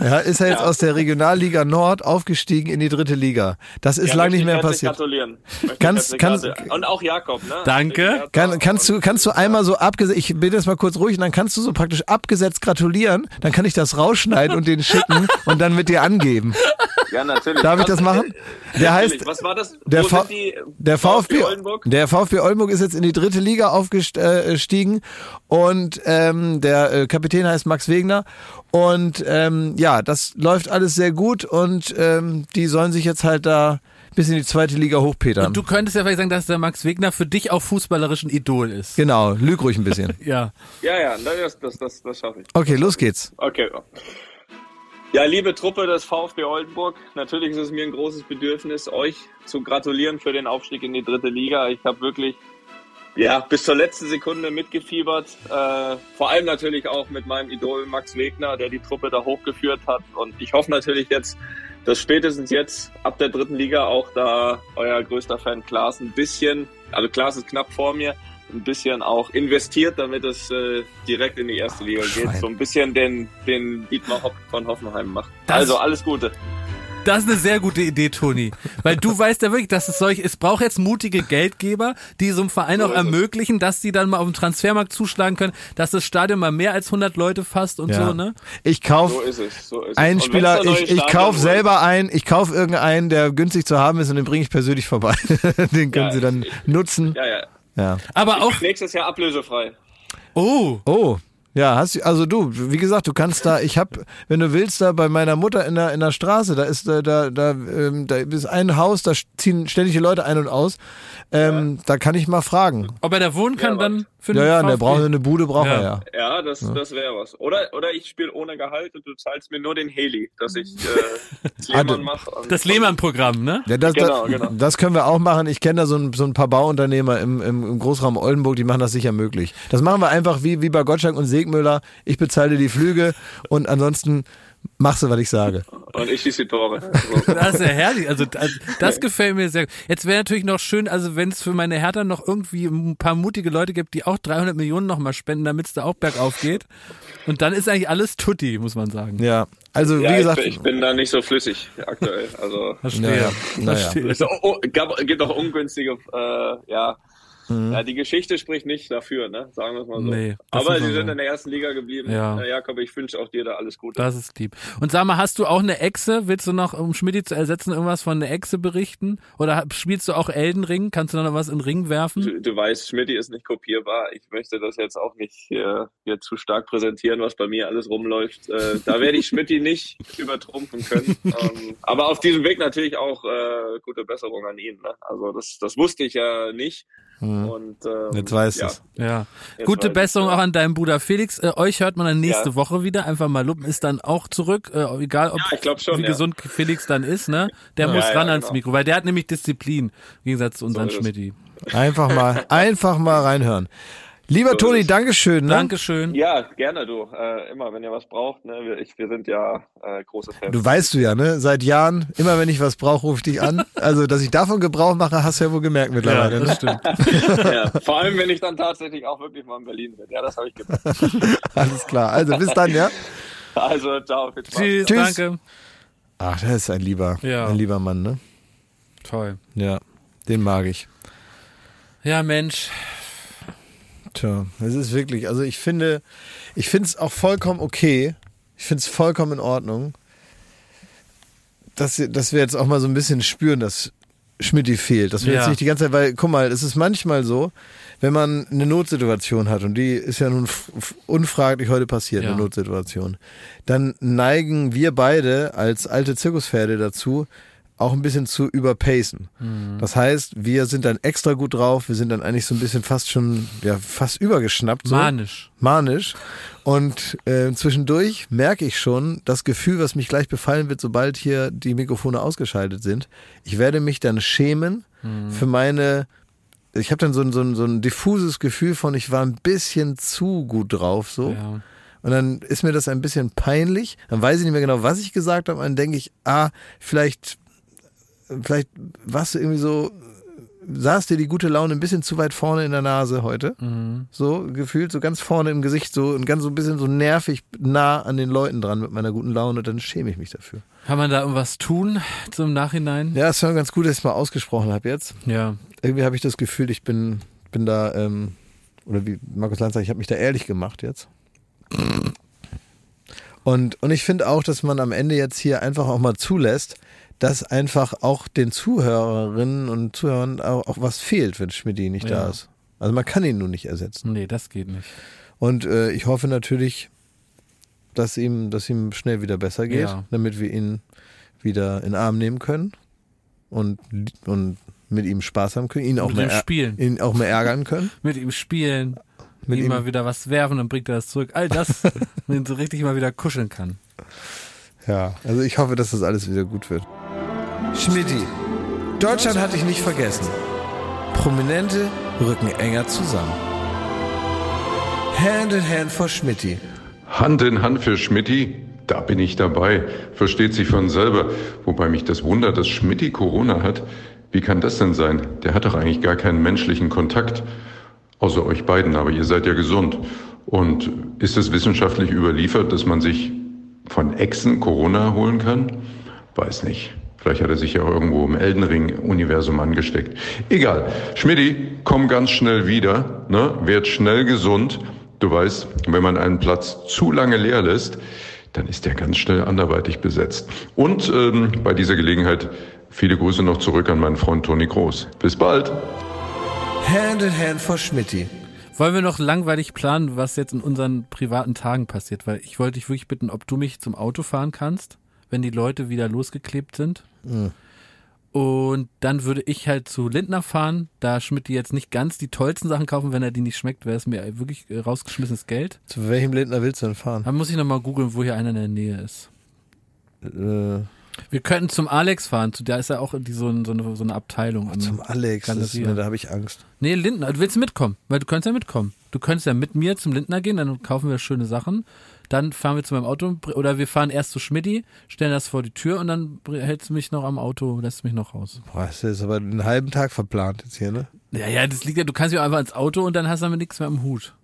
Speaker 3: ja, ist ja jetzt aus der Regionalliga Nord aufgestiegen in die dritte Liga. Das ist
Speaker 9: Ja,
Speaker 3: lang
Speaker 9: möchte
Speaker 3: nicht
Speaker 9: ich
Speaker 3: mehr
Speaker 9: herzlich
Speaker 3: passiert.
Speaker 9: Gratulieren. Möchte ich
Speaker 3: Kannst-
Speaker 9: herzlich
Speaker 3: kannst-
Speaker 9: gratulieren. und auch Jakob, ne?
Speaker 4: Danke.
Speaker 9: Jakob
Speaker 3: Kann, kannst du,
Speaker 9: und-
Speaker 3: kannst du einmal so abgesetzt, ich bin jetzt mal kurz ruhig, und dann kannst du so praktisch abgesetzt gratulieren, dann kann ich das rausschneiden und
Speaker 4: (laughs)
Speaker 3: den schicken und dann mit dir angeben.
Speaker 9: Ja, natürlich.
Speaker 3: Darf ich
Speaker 9: Was-
Speaker 3: das machen? Der heißt,
Speaker 9: Was war das?
Speaker 3: der
Speaker 9: Wo
Speaker 3: V-
Speaker 9: sind die,
Speaker 3: der VfB,
Speaker 9: Oldenburg?
Speaker 3: der VfB Oldenburg ist jetzt in die dritte Liga aufgestiegen und ähm, der äh, Kapitän heißt Max Wegner und ähm, ja, das läuft alles sehr gut und ähm, die sollen sich jetzt halt da bis in die zweite Liga hochpetern.
Speaker 4: Und du könntest ja vielleicht sagen, dass der Max Wegner für dich auch fußballerisch ein Idol ist.
Speaker 3: genau, lüg ruhig ein bisschen.
Speaker 4: Ja.
Speaker 9: Ja, ja, das, das, das, das schaffe ich.
Speaker 3: Okay, los geht's.
Speaker 9: Okay. Ja, liebe Truppe des VfB Oldenburg, natürlich ist es mir ein großes Bedürfnis, euch zu gratulieren für den Aufstieg in die dritte Liga. Ich habe wirklich ja, bis zur letzten Sekunde mitgefiebert. Äh, vor allem natürlich auch mit meinem Idol Max Wegner, der die Truppe da hochgeführt hat. Und ich hoffe natürlich jetzt, dass spätestens jetzt ab der dritten Liga auch da euer größter Fan Klaas ein bisschen, also Klaas ist knapp vor mir, ein bisschen auch investiert, damit es äh, direkt in die erste Liga geht.
Speaker 3: Schwein.
Speaker 9: So ein bisschen den, den Dietmar Hopp von Hoffenheim macht.
Speaker 4: Das-
Speaker 9: also alles Gute.
Speaker 4: Das ist eine sehr gute Idee, Toni. Weil du weißt ja wirklich, dass es solch, es braucht jetzt mutige Geldgeber, die so einem Verein auch
Speaker 9: ist es.
Speaker 4: ermöglichen, dass die dann mal auf dem Transfermarkt zuschlagen können, dass das Stadion mal mehr als 100 Leute fasst und
Speaker 3: Ja.
Speaker 4: so, ne?
Speaker 3: Ich kauf
Speaker 9: So ist es. So ist es.
Speaker 3: Ein
Speaker 9: Und
Speaker 3: Spieler,
Speaker 9: wenn's da neue
Speaker 3: ich, ich
Speaker 9: Stadion
Speaker 3: kauf
Speaker 9: holt-
Speaker 3: selber ein, ich kauf irgendeinen, der günstig zu haben ist und den bringe ich persönlich vorbei. (laughs) den können
Speaker 9: Ja,
Speaker 3: sie dann
Speaker 9: ich-
Speaker 3: nutzen.
Speaker 9: Ja, ja.
Speaker 3: Ja.
Speaker 4: Aber auch,
Speaker 9: Nächstes Jahr ablösefrei.
Speaker 4: oh,
Speaker 3: Oh, ja, hast du, also du, wie gesagt, du kannst da, ich hab, wenn du willst, da bei meiner Mutter in der, in der Straße, da ist, da, da, da, ähm, da ist ein Haus, da ziehen ständig die Leute ein und aus. Ähm, Da kann ich mal fragen.
Speaker 4: ob er da wohnen kann,
Speaker 9: Ja,
Speaker 4: dann für
Speaker 3: Ja,
Speaker 4: den
Speaker 3: ja, der
Speaker 4: VfB.
Speaker 3: braucht eine Bude, braucht
Speaker 4: Ja.
Speaker 3: er ja.
Speaker 9: Ja, das, das wäre was. Oder, oder ich spiele ohne Gehalt und du zahlst mir nur den Heli, dass ich
Speaker 3: (laughs)
Speaker 9: äh, das
Speaker 3: Ah,
Speaker 9: Lehmann
Speaker 3: du-
Speaker 9: mache. und-
Speaker 4: Das Lehmann-Programm, ne?
Speaker 3: Ja, das,
Speaker 9: Genau,
Speaker 3: das,
Speaker 9: genau.
Speaker 3: das können wir auch machen. Ich kenne da so ein, so ein paar Bauunternehmer im, im, im Großraum Oldenburg, die machen das sicher möglich. Das machen wir einfach wie, wie bei Gottschalk und Segmüller. Ich bezahle die Flüge und ansonsten Machst du, was ich sage.
Speaker 9: Und ich schieße die Tore.
Speaker 4: Das ist ja herrlich. Also das, das gefällt mir sehr. Jetzt wäre natürlich noch schön, also wenn es für meine Hertha noch irgendwie ein paar mutige Leute gibt, die auch 300 Millionen nochmal spenden, damit es da auch bergauf geht. Und dann ist eigentlich alles tutti, muss man sagen.
Speaker 3: Ja, also
Speaker 9: ja,
Speaker 3: wie
Speaker 9: ich,
Speaker 3: gesagt,
Speaker 9: bin, ich bin da nicht so flüssig aktuell. Also
Speaker 4: Verstehe.
Speaker 3: Naja, naja.
Speaker 4: Verstehe.
Speaker 9: es oh, gab, gibt auch ungünstige, äh, ja.
Speaker 3: Mhm.
Speaker 9: ja. Die Geschichte spricht nicht dafür, ne? Sagen wir es mal so.
Speaker 4: Nee, das
Speaker 9: Aber
Speaker 4: muss man
Speaker 9: sie sind
Speaker 4: sagen.
Speaker 9: in der ersten Liga geblieben.
Speaker 4: Ja.
Speaker 9: Äh, Jakob, ich wünsche auch dir da alles Gute.
Speaker 4: Das ist lieb. Und sag mal, hast du auch eine Echse? Willst du noch, um Schmidti zu ersetzen, irgendwas von der Echse berichten? Oder hab- spielst du auch Elden Ring? Kannst du noch was in den Ring werfen?
Speaker 9: Du, du weißt, Schmidti ist nicht kopierbar. Ich möchte das jetzt auch nicht äh, hier zu stark präsentieren, was bei mir alles rumläuft. Äh, da werde ich Schmidti nicht übertrumpfen können. ähm, aber auf diesem Weg natürlich auch äh, gute Besserung an ihn. Ne? Also das, das wusste ich ja nicht. Und, ähm,
Speaker 3: Mhm. Jetzt weißt
Speaker 9: ja,
Speaker 3: du's.
Speaker 4: Ja.
Speaker 9: jetzt
Speaker 4: Gute
Speaker 9: weiß
Speaker 4: Besserung
Speaker 9: ich's,
Speaker 4: auch
Speaker 9: ja.
Speaker 4: an deinem Bruder Felix. Äh, euch hört man dann nächste
Speaker 9: Ja.
Speaker 4: Woche wieder. Einfach mal Luppen ist dann auch zurück. Äh, egal, ob
Speaker 9: ich glaub schon,
Speaker 4: wie
Speaker 9: ja.
Speaker 4: gesund Felix dann ist, ne? Der
Speaker 9: Ja,
Speaker 4: muss
Speaker 9: ja,
Speaker 4: ran
Speaker 9: ja,
Speaker 4: ans
Speaker 9: genau.
Speaker 4: Mikro, weil der hat nämlich Disziplin. Im Gegensatz zu unseren
Speaker 9: ist es.
Speaker 4: Schmidti.
Speaker 3: einfach mal,
Speaker 4: (laughs)
Speaker 3: einfach mal reinhören. Lieber
Speaker 9: So
Speaker 3: Toni,
Speaker 9: ist es.
Speaker 3: Dankeschön. Ne?
Speaker 4: Dankeschön.
Speaker 9: ja, gerne du. Äh, immer, wenn ihr was braucht. Ne? Wir, ich, wir sind ja äh, große Fans.
Speaker 3: Du weißt du ja, ne? Seit Jahren, immer wenn ich was brauche, rufe ich dich an. Also, dass ich davon Gebrauch mache, hast du ja wohl gemerkt
Speaker 4: Ja,
Speaker 3: mittlerweile.
Speaker 4: das
Speaker 3: ne?
Speaker 9: (laughs)
Speaker 4: stimmt. (laughs)
Speaker 3: (laughs)
Speaker 9: ja. Vor allem, wenn ich dann tatsächlich auch wirklich mal in Berlin bin. Ja, das habe ich gemerkt.
Speaker 3: Alles klar. Also, bis dann, ja?
Speaker 9: Also, ciao. Viel Spaß.
Speaker 4: Tschüss,
Speaker 3: Tschüss.
Speaker 4: danke.
Speaker 3: Ach, das ist ein lieber,
Speaker 4: Ja.
Speaker 3: ein lieber Mann, ne?
Speaker 4: Toll.
Speaker 3: Ja, den mag ich.
Speaker 4: Ja, Mensch.
Speaker 3: Tja, es ist wirklich, also ich finde, ich finde es auch vollkommen okay. Ich finde es vollkommen in Ordnung, dass, wir- dass wir jetzt auch mal so ein bisschen spüren, dass Schmidti fehlt. Dass wir
Speaker 4: Ja.
Speaker 3: jetzt nicht die ganze Zeit, weil, guck mal, es ist manchmal so, wenn man eine Notsituation hat, und die ist ja nun f- f- unfraglich heute passiert,
Speaker 4: Ja.
Speaker 3: eine Notsituation, dann neigen wir beide als alte Zirkuspferde dazu, auch ein bisschen zu überpacen.
Speaker 4: Mhm.
Speaker 3: Das heißt, wir sind dann extra gut drauf, wir sind dann eigentlich so ein bisschen fast schon, ja, fast übergeschnappt. So
Speaker 4: Manisch.
Speaker 3: manisch. Und äh, zwischendurch merke ich schon das Gefühl, was mich gleich befallen wird, sobald hier die Mikrofone ausgeschaltet sind. Ich werde mich dann schämen für meine. Ich habe dann so ein, so, ein, so ein diffuses Gefühl von, ich war ein bisschen zu gut drauf, so.
Speaker 4: Ja.
Speaker 3: Und dann ist mir das ein bisschen peinlich. Dann weiß ich nicht mehr genau, was ich gesagt habe. Und dann denke ich, ah, vielleicht, vielleicht warst du irgendwie so, saß dir die gute Laune ein bisschen zu weit vorne in der Nase heute. So gefühlt, so ganz vorne im Gesicht, so und ganz so ein bisschen so nervig nah an den Leuten dran mit meiner guten Laune. Und dann schäme ich mich dafür.
Speaker 4: Kann man da irgendwas tun zum Nachhinein?
Speaker 3: Ja, es war ganz gut, dass ich es mal ausgesprochen habe jetzt.
Speaker 4: Ja.
Speaker 3: Irgendwie habe ich das Gefühl, ich bin, bin da, ähm, oder wie Markus Lanz sagt, ich habe mich da ehrlich gemacht jetzt. Und, und ich finde auch, dass man am Ende jetzt hier einfach auch mal zulässt, dass einfach auch den Zuhörerinnen und Zuhörern auch, auch was fehlt, wenn Schmidti nicht
Speaker 4: Ja.
Speaker 3: da ist. Also man kann ihn nun nicht ersetzen.
Speaker 4: Nee, das geht nicht.
Speaker 3: Und äh, ich hoffe natürlich, dass ihm, dass ihm schnell wieder besser geht,
Speaker 4: Ja.
Speaker 3: damit wir ihn wieder in den Arm nehmen können und, und mit ihm Spaß haben können, ihn auch,
Speaker 4: Mit
Speaker 3: mehr,
Speaker 4: ihm
Speaker 3: är-
Speaker 4: spielen.
Speaker 3: ihn auch mehr ärgern können.
Speaker 4: (laughs) Mit ihm spielen,
Speaker 3: Mit
Speaker 4: ihm,
Speaker 3: ihm-
Speaker 4: mal wieder was werfen, dann bringt er das zurück. All
Speaker 3: (laughs)
Speaker 4: das, wenn so richtig mal wieder kuscheln kann.
Speaker 3: (laughs) Ja, also ich hoffe, dass das alles wieder gut wird. Schmidti, Deutschland hatte ich nicht vergessen. Prominente rücken enger zusammen. Hand in Hand for Schmidti.
Speaker 10: Hand in Hand für Schmidti, da bin ich dabei. Versteht sich von selber. Wobei mich das wundert, dass Schmidti Corona hat. Wie kann das denn sein? Der hat doch eigentlich gar keinen menschlichen Kontakt. Außer euch beiden, aber ihr seid ja gesund. Und ist es wissenschaftlich überliefert, dass man sich von Echsen Corona holen kann? Weiß nicht. Vielleicht hat er sich ja auch irgendwo im Elden Ring-Universum angesteckt. Egal. Schmidti, komm ganz schnell wieder. Ne? Werd schnell gesund. Du weißt, wenn man einen Platz zu lange leer lässt, dann ist der ganz schnell anderweitig besetzt. Und ähm, bei dieser Gelegenheit viele Grüße noch zurück an meinen Freund Toni Groß. Bis bald.
Speaker 3: Hand in Hand for Schmidti.
Speaker 4: Wollen wir noch langweilig planen, was jetzt in unseren privaten Tagen passiert? Weil ich wollte dich wirklich bitten, ob du mich zum Auto fahren kannst, wenn die Leute wieder losgeklebt sind.
Speaker 3: Hm.
Speaker 4: Und dann würde ich halt zu Lindner fahren, da Schmidt die jetzt nicht ganz die tollsten Sachen kaufen, wenn er die nicht schmeckt, wäre es mir wirklich äh, rausgeschmissenes Geld.
Speaker 3: Zu welchem Lindner willst du denn fahren?
Speaker 4: Dann muss ich nochmal googeln, wo hier einer in der Nähe ist.
Speaker 3: Äh,
Speaker 4: Wir könnten zum Alex fahren, zu der ist ja auch die, so, ein- so, eine, so eine Abteilung. am-
Speaker 3: Zum Alex,
Speaker 4: Kann
Speaker 3: das,
Speaker 4: das hier.
Speaker 3: ne, da habe ich Angst.
Speaker 4: Nee, Lindner, du willst mitkommen, weil du könntest ja mitkommen. Du könntest ja mit mir zum Lindner gehen, dann kaufen wir schöne Sachen, dann fahren wir zu meinem Auto br- oder wir fahren erst zu Schmidti, stellen das vor die Tür und dann br- hältst du mich noch am Auto, lässt mich noch raus.
Speaker 3: Boah, das ist aber einen halben Tag verplant jetzt hier, ne?
Speaker 4: Ja, ja, das liegt ja, du kannst ja einfach ins Auto und dann hast du damit nichts mehr am Hut.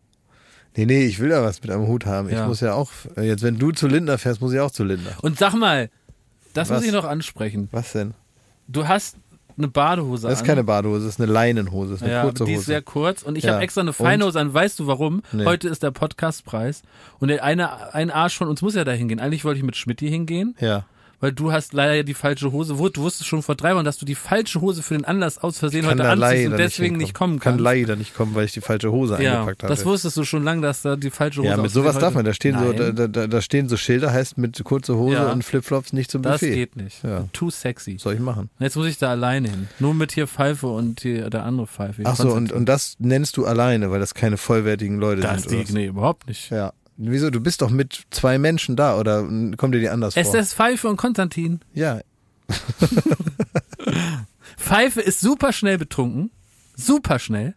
Speaker 3: Nee, nee, ich will ja was mit einem Hut haben. Ich
Speaker 4: Ja.
Speaker 3: muss ja auch, äh, jetzt wenn du zu Lindner fährst, muss ich auch zu Lindner.
Speaker 4: Und sag mal, das
Speaker 3: Was?
Speaker 4: muss ich noch ansprechen.
Speaker 3: Was denn?
Speaker 4: Du hast eine Badehose
Speaker 3: Das ist
Speaker 4: an.
Speaker 3: keine Badehose, das ist eine Leinenhose, das ist eine
Speaker 4: ja,
Speaker 3: kurze
Speaker 4: die
Speaker 3: Hose.
Speaker 4: ist sehr kurz und ich
Speaker 3: Ja.
Speaker 4: habe extra eine
Speaker 3: Und?
Speaker 4: Feinhose an. Weißt du warum?
Speaker 3: Nee.
Speaker 4: Heute ist der Podcastpreis und der eine, ein Arsch von uns muss ja da hingehen. Eigentlich wollte ich mit Schmidti hingehen,
Speaker 3: ja.
Speaker 4: weil du hast leider die falsche Hose. Wo- Du wusstest schon vor drei Wochen, dass du die falsche Hose für den Anlass aus Versehen
Speaker 3: Kann
Speaker 4: heute
Speaker 3: da
Speaker 4: anziehst
Speaker 3: leider
Speaker 4: und deswegen nicht
Speaker 3: hinkommen.
Speaker 4: kommen
Speaker 3: Kann
Speaker 4: kannst.
Speaker 3: leider nicht kommen, weil ich die falsche Hose
Speaker 4: ja,
Speaker 3: eingepackt habe.
Speaker 4: das wusstest du schon lange, dass da die falsche Hose
Speaker 3: ja, mit
Speaker 4: aus Versehen
Speaker 3: sowas darf
Speaker 4: heute-
Speaker 3: man. Da stehen, so, da,
Speaker 4: Nein,
Speaker 3: da- da, da stehen so Schilder, heißt mit kurzer Hose
Speaker 4: Ja.
Speaker 3: und Flipflops nicht zum
Speaker 4: das
Speaker 3: Buffet.
Speaker 4: geht nicht.
Speaker 3: Ja.
Speaker 4: Too sexy.
Speaker 3: Soll ich machen.
Speaker 4: Und Jetzt muss ich da alleine hin. Nur mit hier Pfeife und hier der andere Pfeife. hier
Speaker 3: Ach so, und,
Speaker 4: Konstantin.
Speaker 3: und das nennst du alleine, weil das keine vollwertigen Leute
Speaker 4: das
Speaker 3: sind. oder
Speaker 4: geht
Speaker 3: was?
Speaker 4: nee, überhaupt nicht.
Speaker 3: Ja. Wieso? Du bist doch mit zwei Menschen da oder mm, kommt dir die anders
Speaker 4: Es
Speaker 3: vor?
Speaker 4: ist Pfeife und Konstantin.
Speaker 3: ja.
Speaker 4: (laughs) Pfeife ist super schnell betrunken. Super schnell.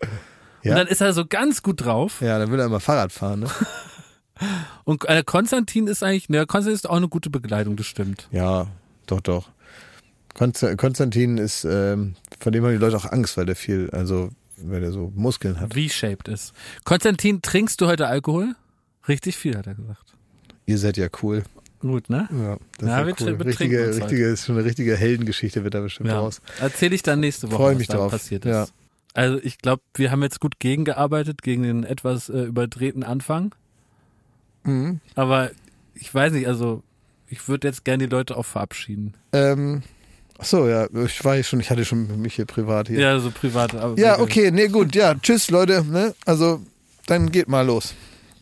Speaker 3: Ja.
Speaker 4: Und dann ist er so ganz gut drauf.
Speaker 3: ja, dann will er immer Fahrrad fahren, ne?
Speaker 4: (laughs) Und äh, Konstantin ist eigentlich, ne, Konstantin ist auch eine gute Begleitung, das stimmt.
Speaker 3: Ja, doch, doch. Konst Konstantin ist, ähm, von dem haben die Leute auch Angst, weil der viel, also weil der so Muskeln hat.
Speaker 4: V-shaped ist. Konstantin, trinkst du heute Alkohol? Richtig viel, hat er gesagt.
Speaker 3: Ihr seid ja cool.
Speaker 4: Gut, ne?
Speaker 3: Ja, das
Speaker 4: Na, wir
Speaker 3: ist ja cool.
Speaker 4: trinken
Speaker 3: richtige,
Speaker 4: uns heute.
Speaker 3: richtige, ist schon eine richtige Heldengeschichte, wird da bestimmt
Speaker 4: Ja.
Speaker 3: raus.
Speaker 4: Erzähl ich dann nächste Woche,
Speaker 3: Freu
Speaker 4: was
Speaker 3: mich
Speaker 4: da
Speaker 3: drauf.
Speaker 4: passiert ist.
Speaker 3: Ja.
Speaker 4: Also ich glaube, wir haben jetzt gut gegengearbeitet, gegen den etwas äh, überdrehten Anfang. Mhm. Aber ich weiß nicht, also ich würde jetzt gerne die Leute auch verabschieden.
Speaker 3: Ähm, ach so, ja, ich war hier schon, ich hatte schon mich hier privat hier.
Speaker 4: Ja, so privat. aber-
Speaker 3: Ja, okay, nee, gut, ja, tschüss, Leute, ne? Also, dann geht mal los.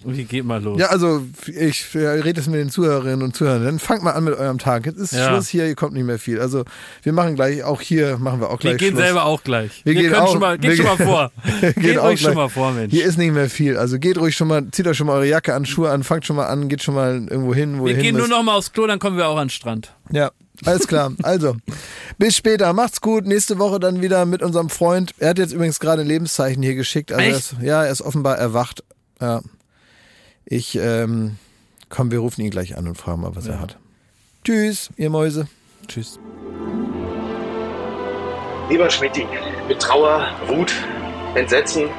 Speaker 4: Wie geht mal los?
Speaker 3: Ja, also, ich ja, rede es mit den Zuhörerinnen und Zuhörern. Dann fangt mal an mit eurem Tag. Jetzt ist
Speaker 4: Ja.
Speaker 3: Schluss hier, hier kommt nicht mehr viel. Also, wir machen gleich, auch hier machen wir auch gleich
Speaker 4: Wir gehen
Speaker 3: Schluss.
Speaker 4: selber auch gleich.
Speaker 3: Wir
Speaker 4: Wir,
Speaker 3: gehen
Speaker 4: können
Speaker 3: auch-
Speaker 4: schon mal, geht
Speaker 3: (laughs) wir
Speaker 4: schon mal
Speaker 3: gehen-
Speaker 4: vor. geht
Speaker 3: Geht auch
Speaker 4: euch schon
Speaker 3: gleich.
Speaker 4: mal vor, Mensch.
Speaker 3: Hier ist nicht mehr viel. Also geht ruhig schon mal, zieht euch schon mal eure Jacke an, Schuhe an, fangt schon mal an, geht schon mal irgendwo hin, wo
Speaker 4: wir
Speaker 3: ihr hin
Speaker 4: gehen nur
Speaker 3: müsst.
Speaker 4: noch mal aufs Klo, dann kommen wir auch an den Strand.
Speaker 3: Ja, alles klar. Also, bis später. Macht's gut. Nächste Woche dann wieder mit unserem Freund. Er hat jetzt übrigens gerade ein Lebenszeichen hier geschickt. Also Er
Speaker 4: Echt?
Speaker 3: ist, ja, er ist offenbar erwacht. Ja. Ich, ähm, komm, wir rufen ihn gleich an und fragen mal, was er hat. Tschüss, ihr Mäuse.
Speaker 4: Tschüss.
Speaker 11: Lieber Schmidti, mit Trauer, Wut, Entsetzen,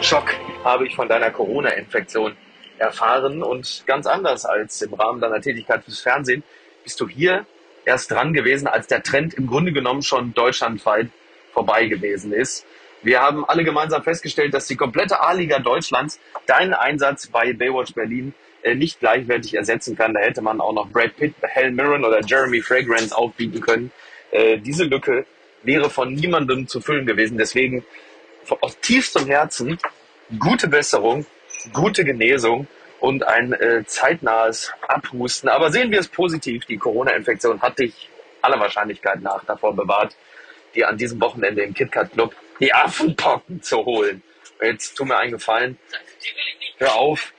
Speaker 11: Schock habe ich von deiner Corona-Infektion erfahren und ganz anders als im Rahmen deiner Tätigkeit fürs Fernsehen bist du hier erst dran gewesen, als der Trend im Grunde genommen schon deutschlandweit vorbei gewesen ist. Wir haben alle gemeinsam festgestellt, dass die komplette A-Liga Deutschlands deinen Einsatz bei Baywatch Berlin äh, nicht gleichwertig ersetzen kann. Da hätte man auch noch Brad Pitt, Helen Mirren oder Jeremy Fragrance aufbieten können. Äh, diese Lücke wäre von niemandem zu füllen gewesen. Deswegen von- aus tiefstem Herzen gute Besserung, gute Genesung und ein äh, zeitnahes Abhusten. Aber sehen wir es positiv, die Corona-Infektion hat dich aller Wahrscheinlichkeit nach davor bewahrt, dir an diesem Wochenende im KitKat Club die Affenpocken zu holen. Jetzt tu mir einen Gefallen. Hör auf.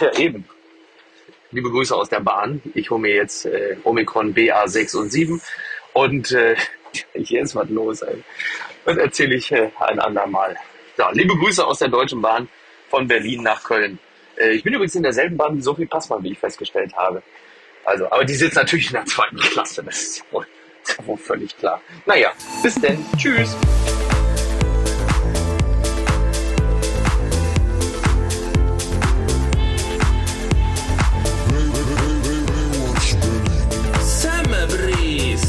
Speaker 11: Ja, eben. Liebe Grüße aus der Bahn. Ich hole mir jetzt äh, Omikron BA6 und 7 und äh, (laughs) hier ist was los. Ey. Und erzähle ich äh, ein andermal. So, liebe Grüße aus der Deutschen Bahn von Berlin nach Köln. Äh, ich bin übrigens in derselben Bahn wie Sophie Passmann, wie ich festgestellt habe. Also, aber die sitzt natürlich in der zweiten Klasse. Das ist ja wohl, ist ja wohl völlig klar. Naja, bis denn. Tschüss.
Speaker 12: Summer Breeze.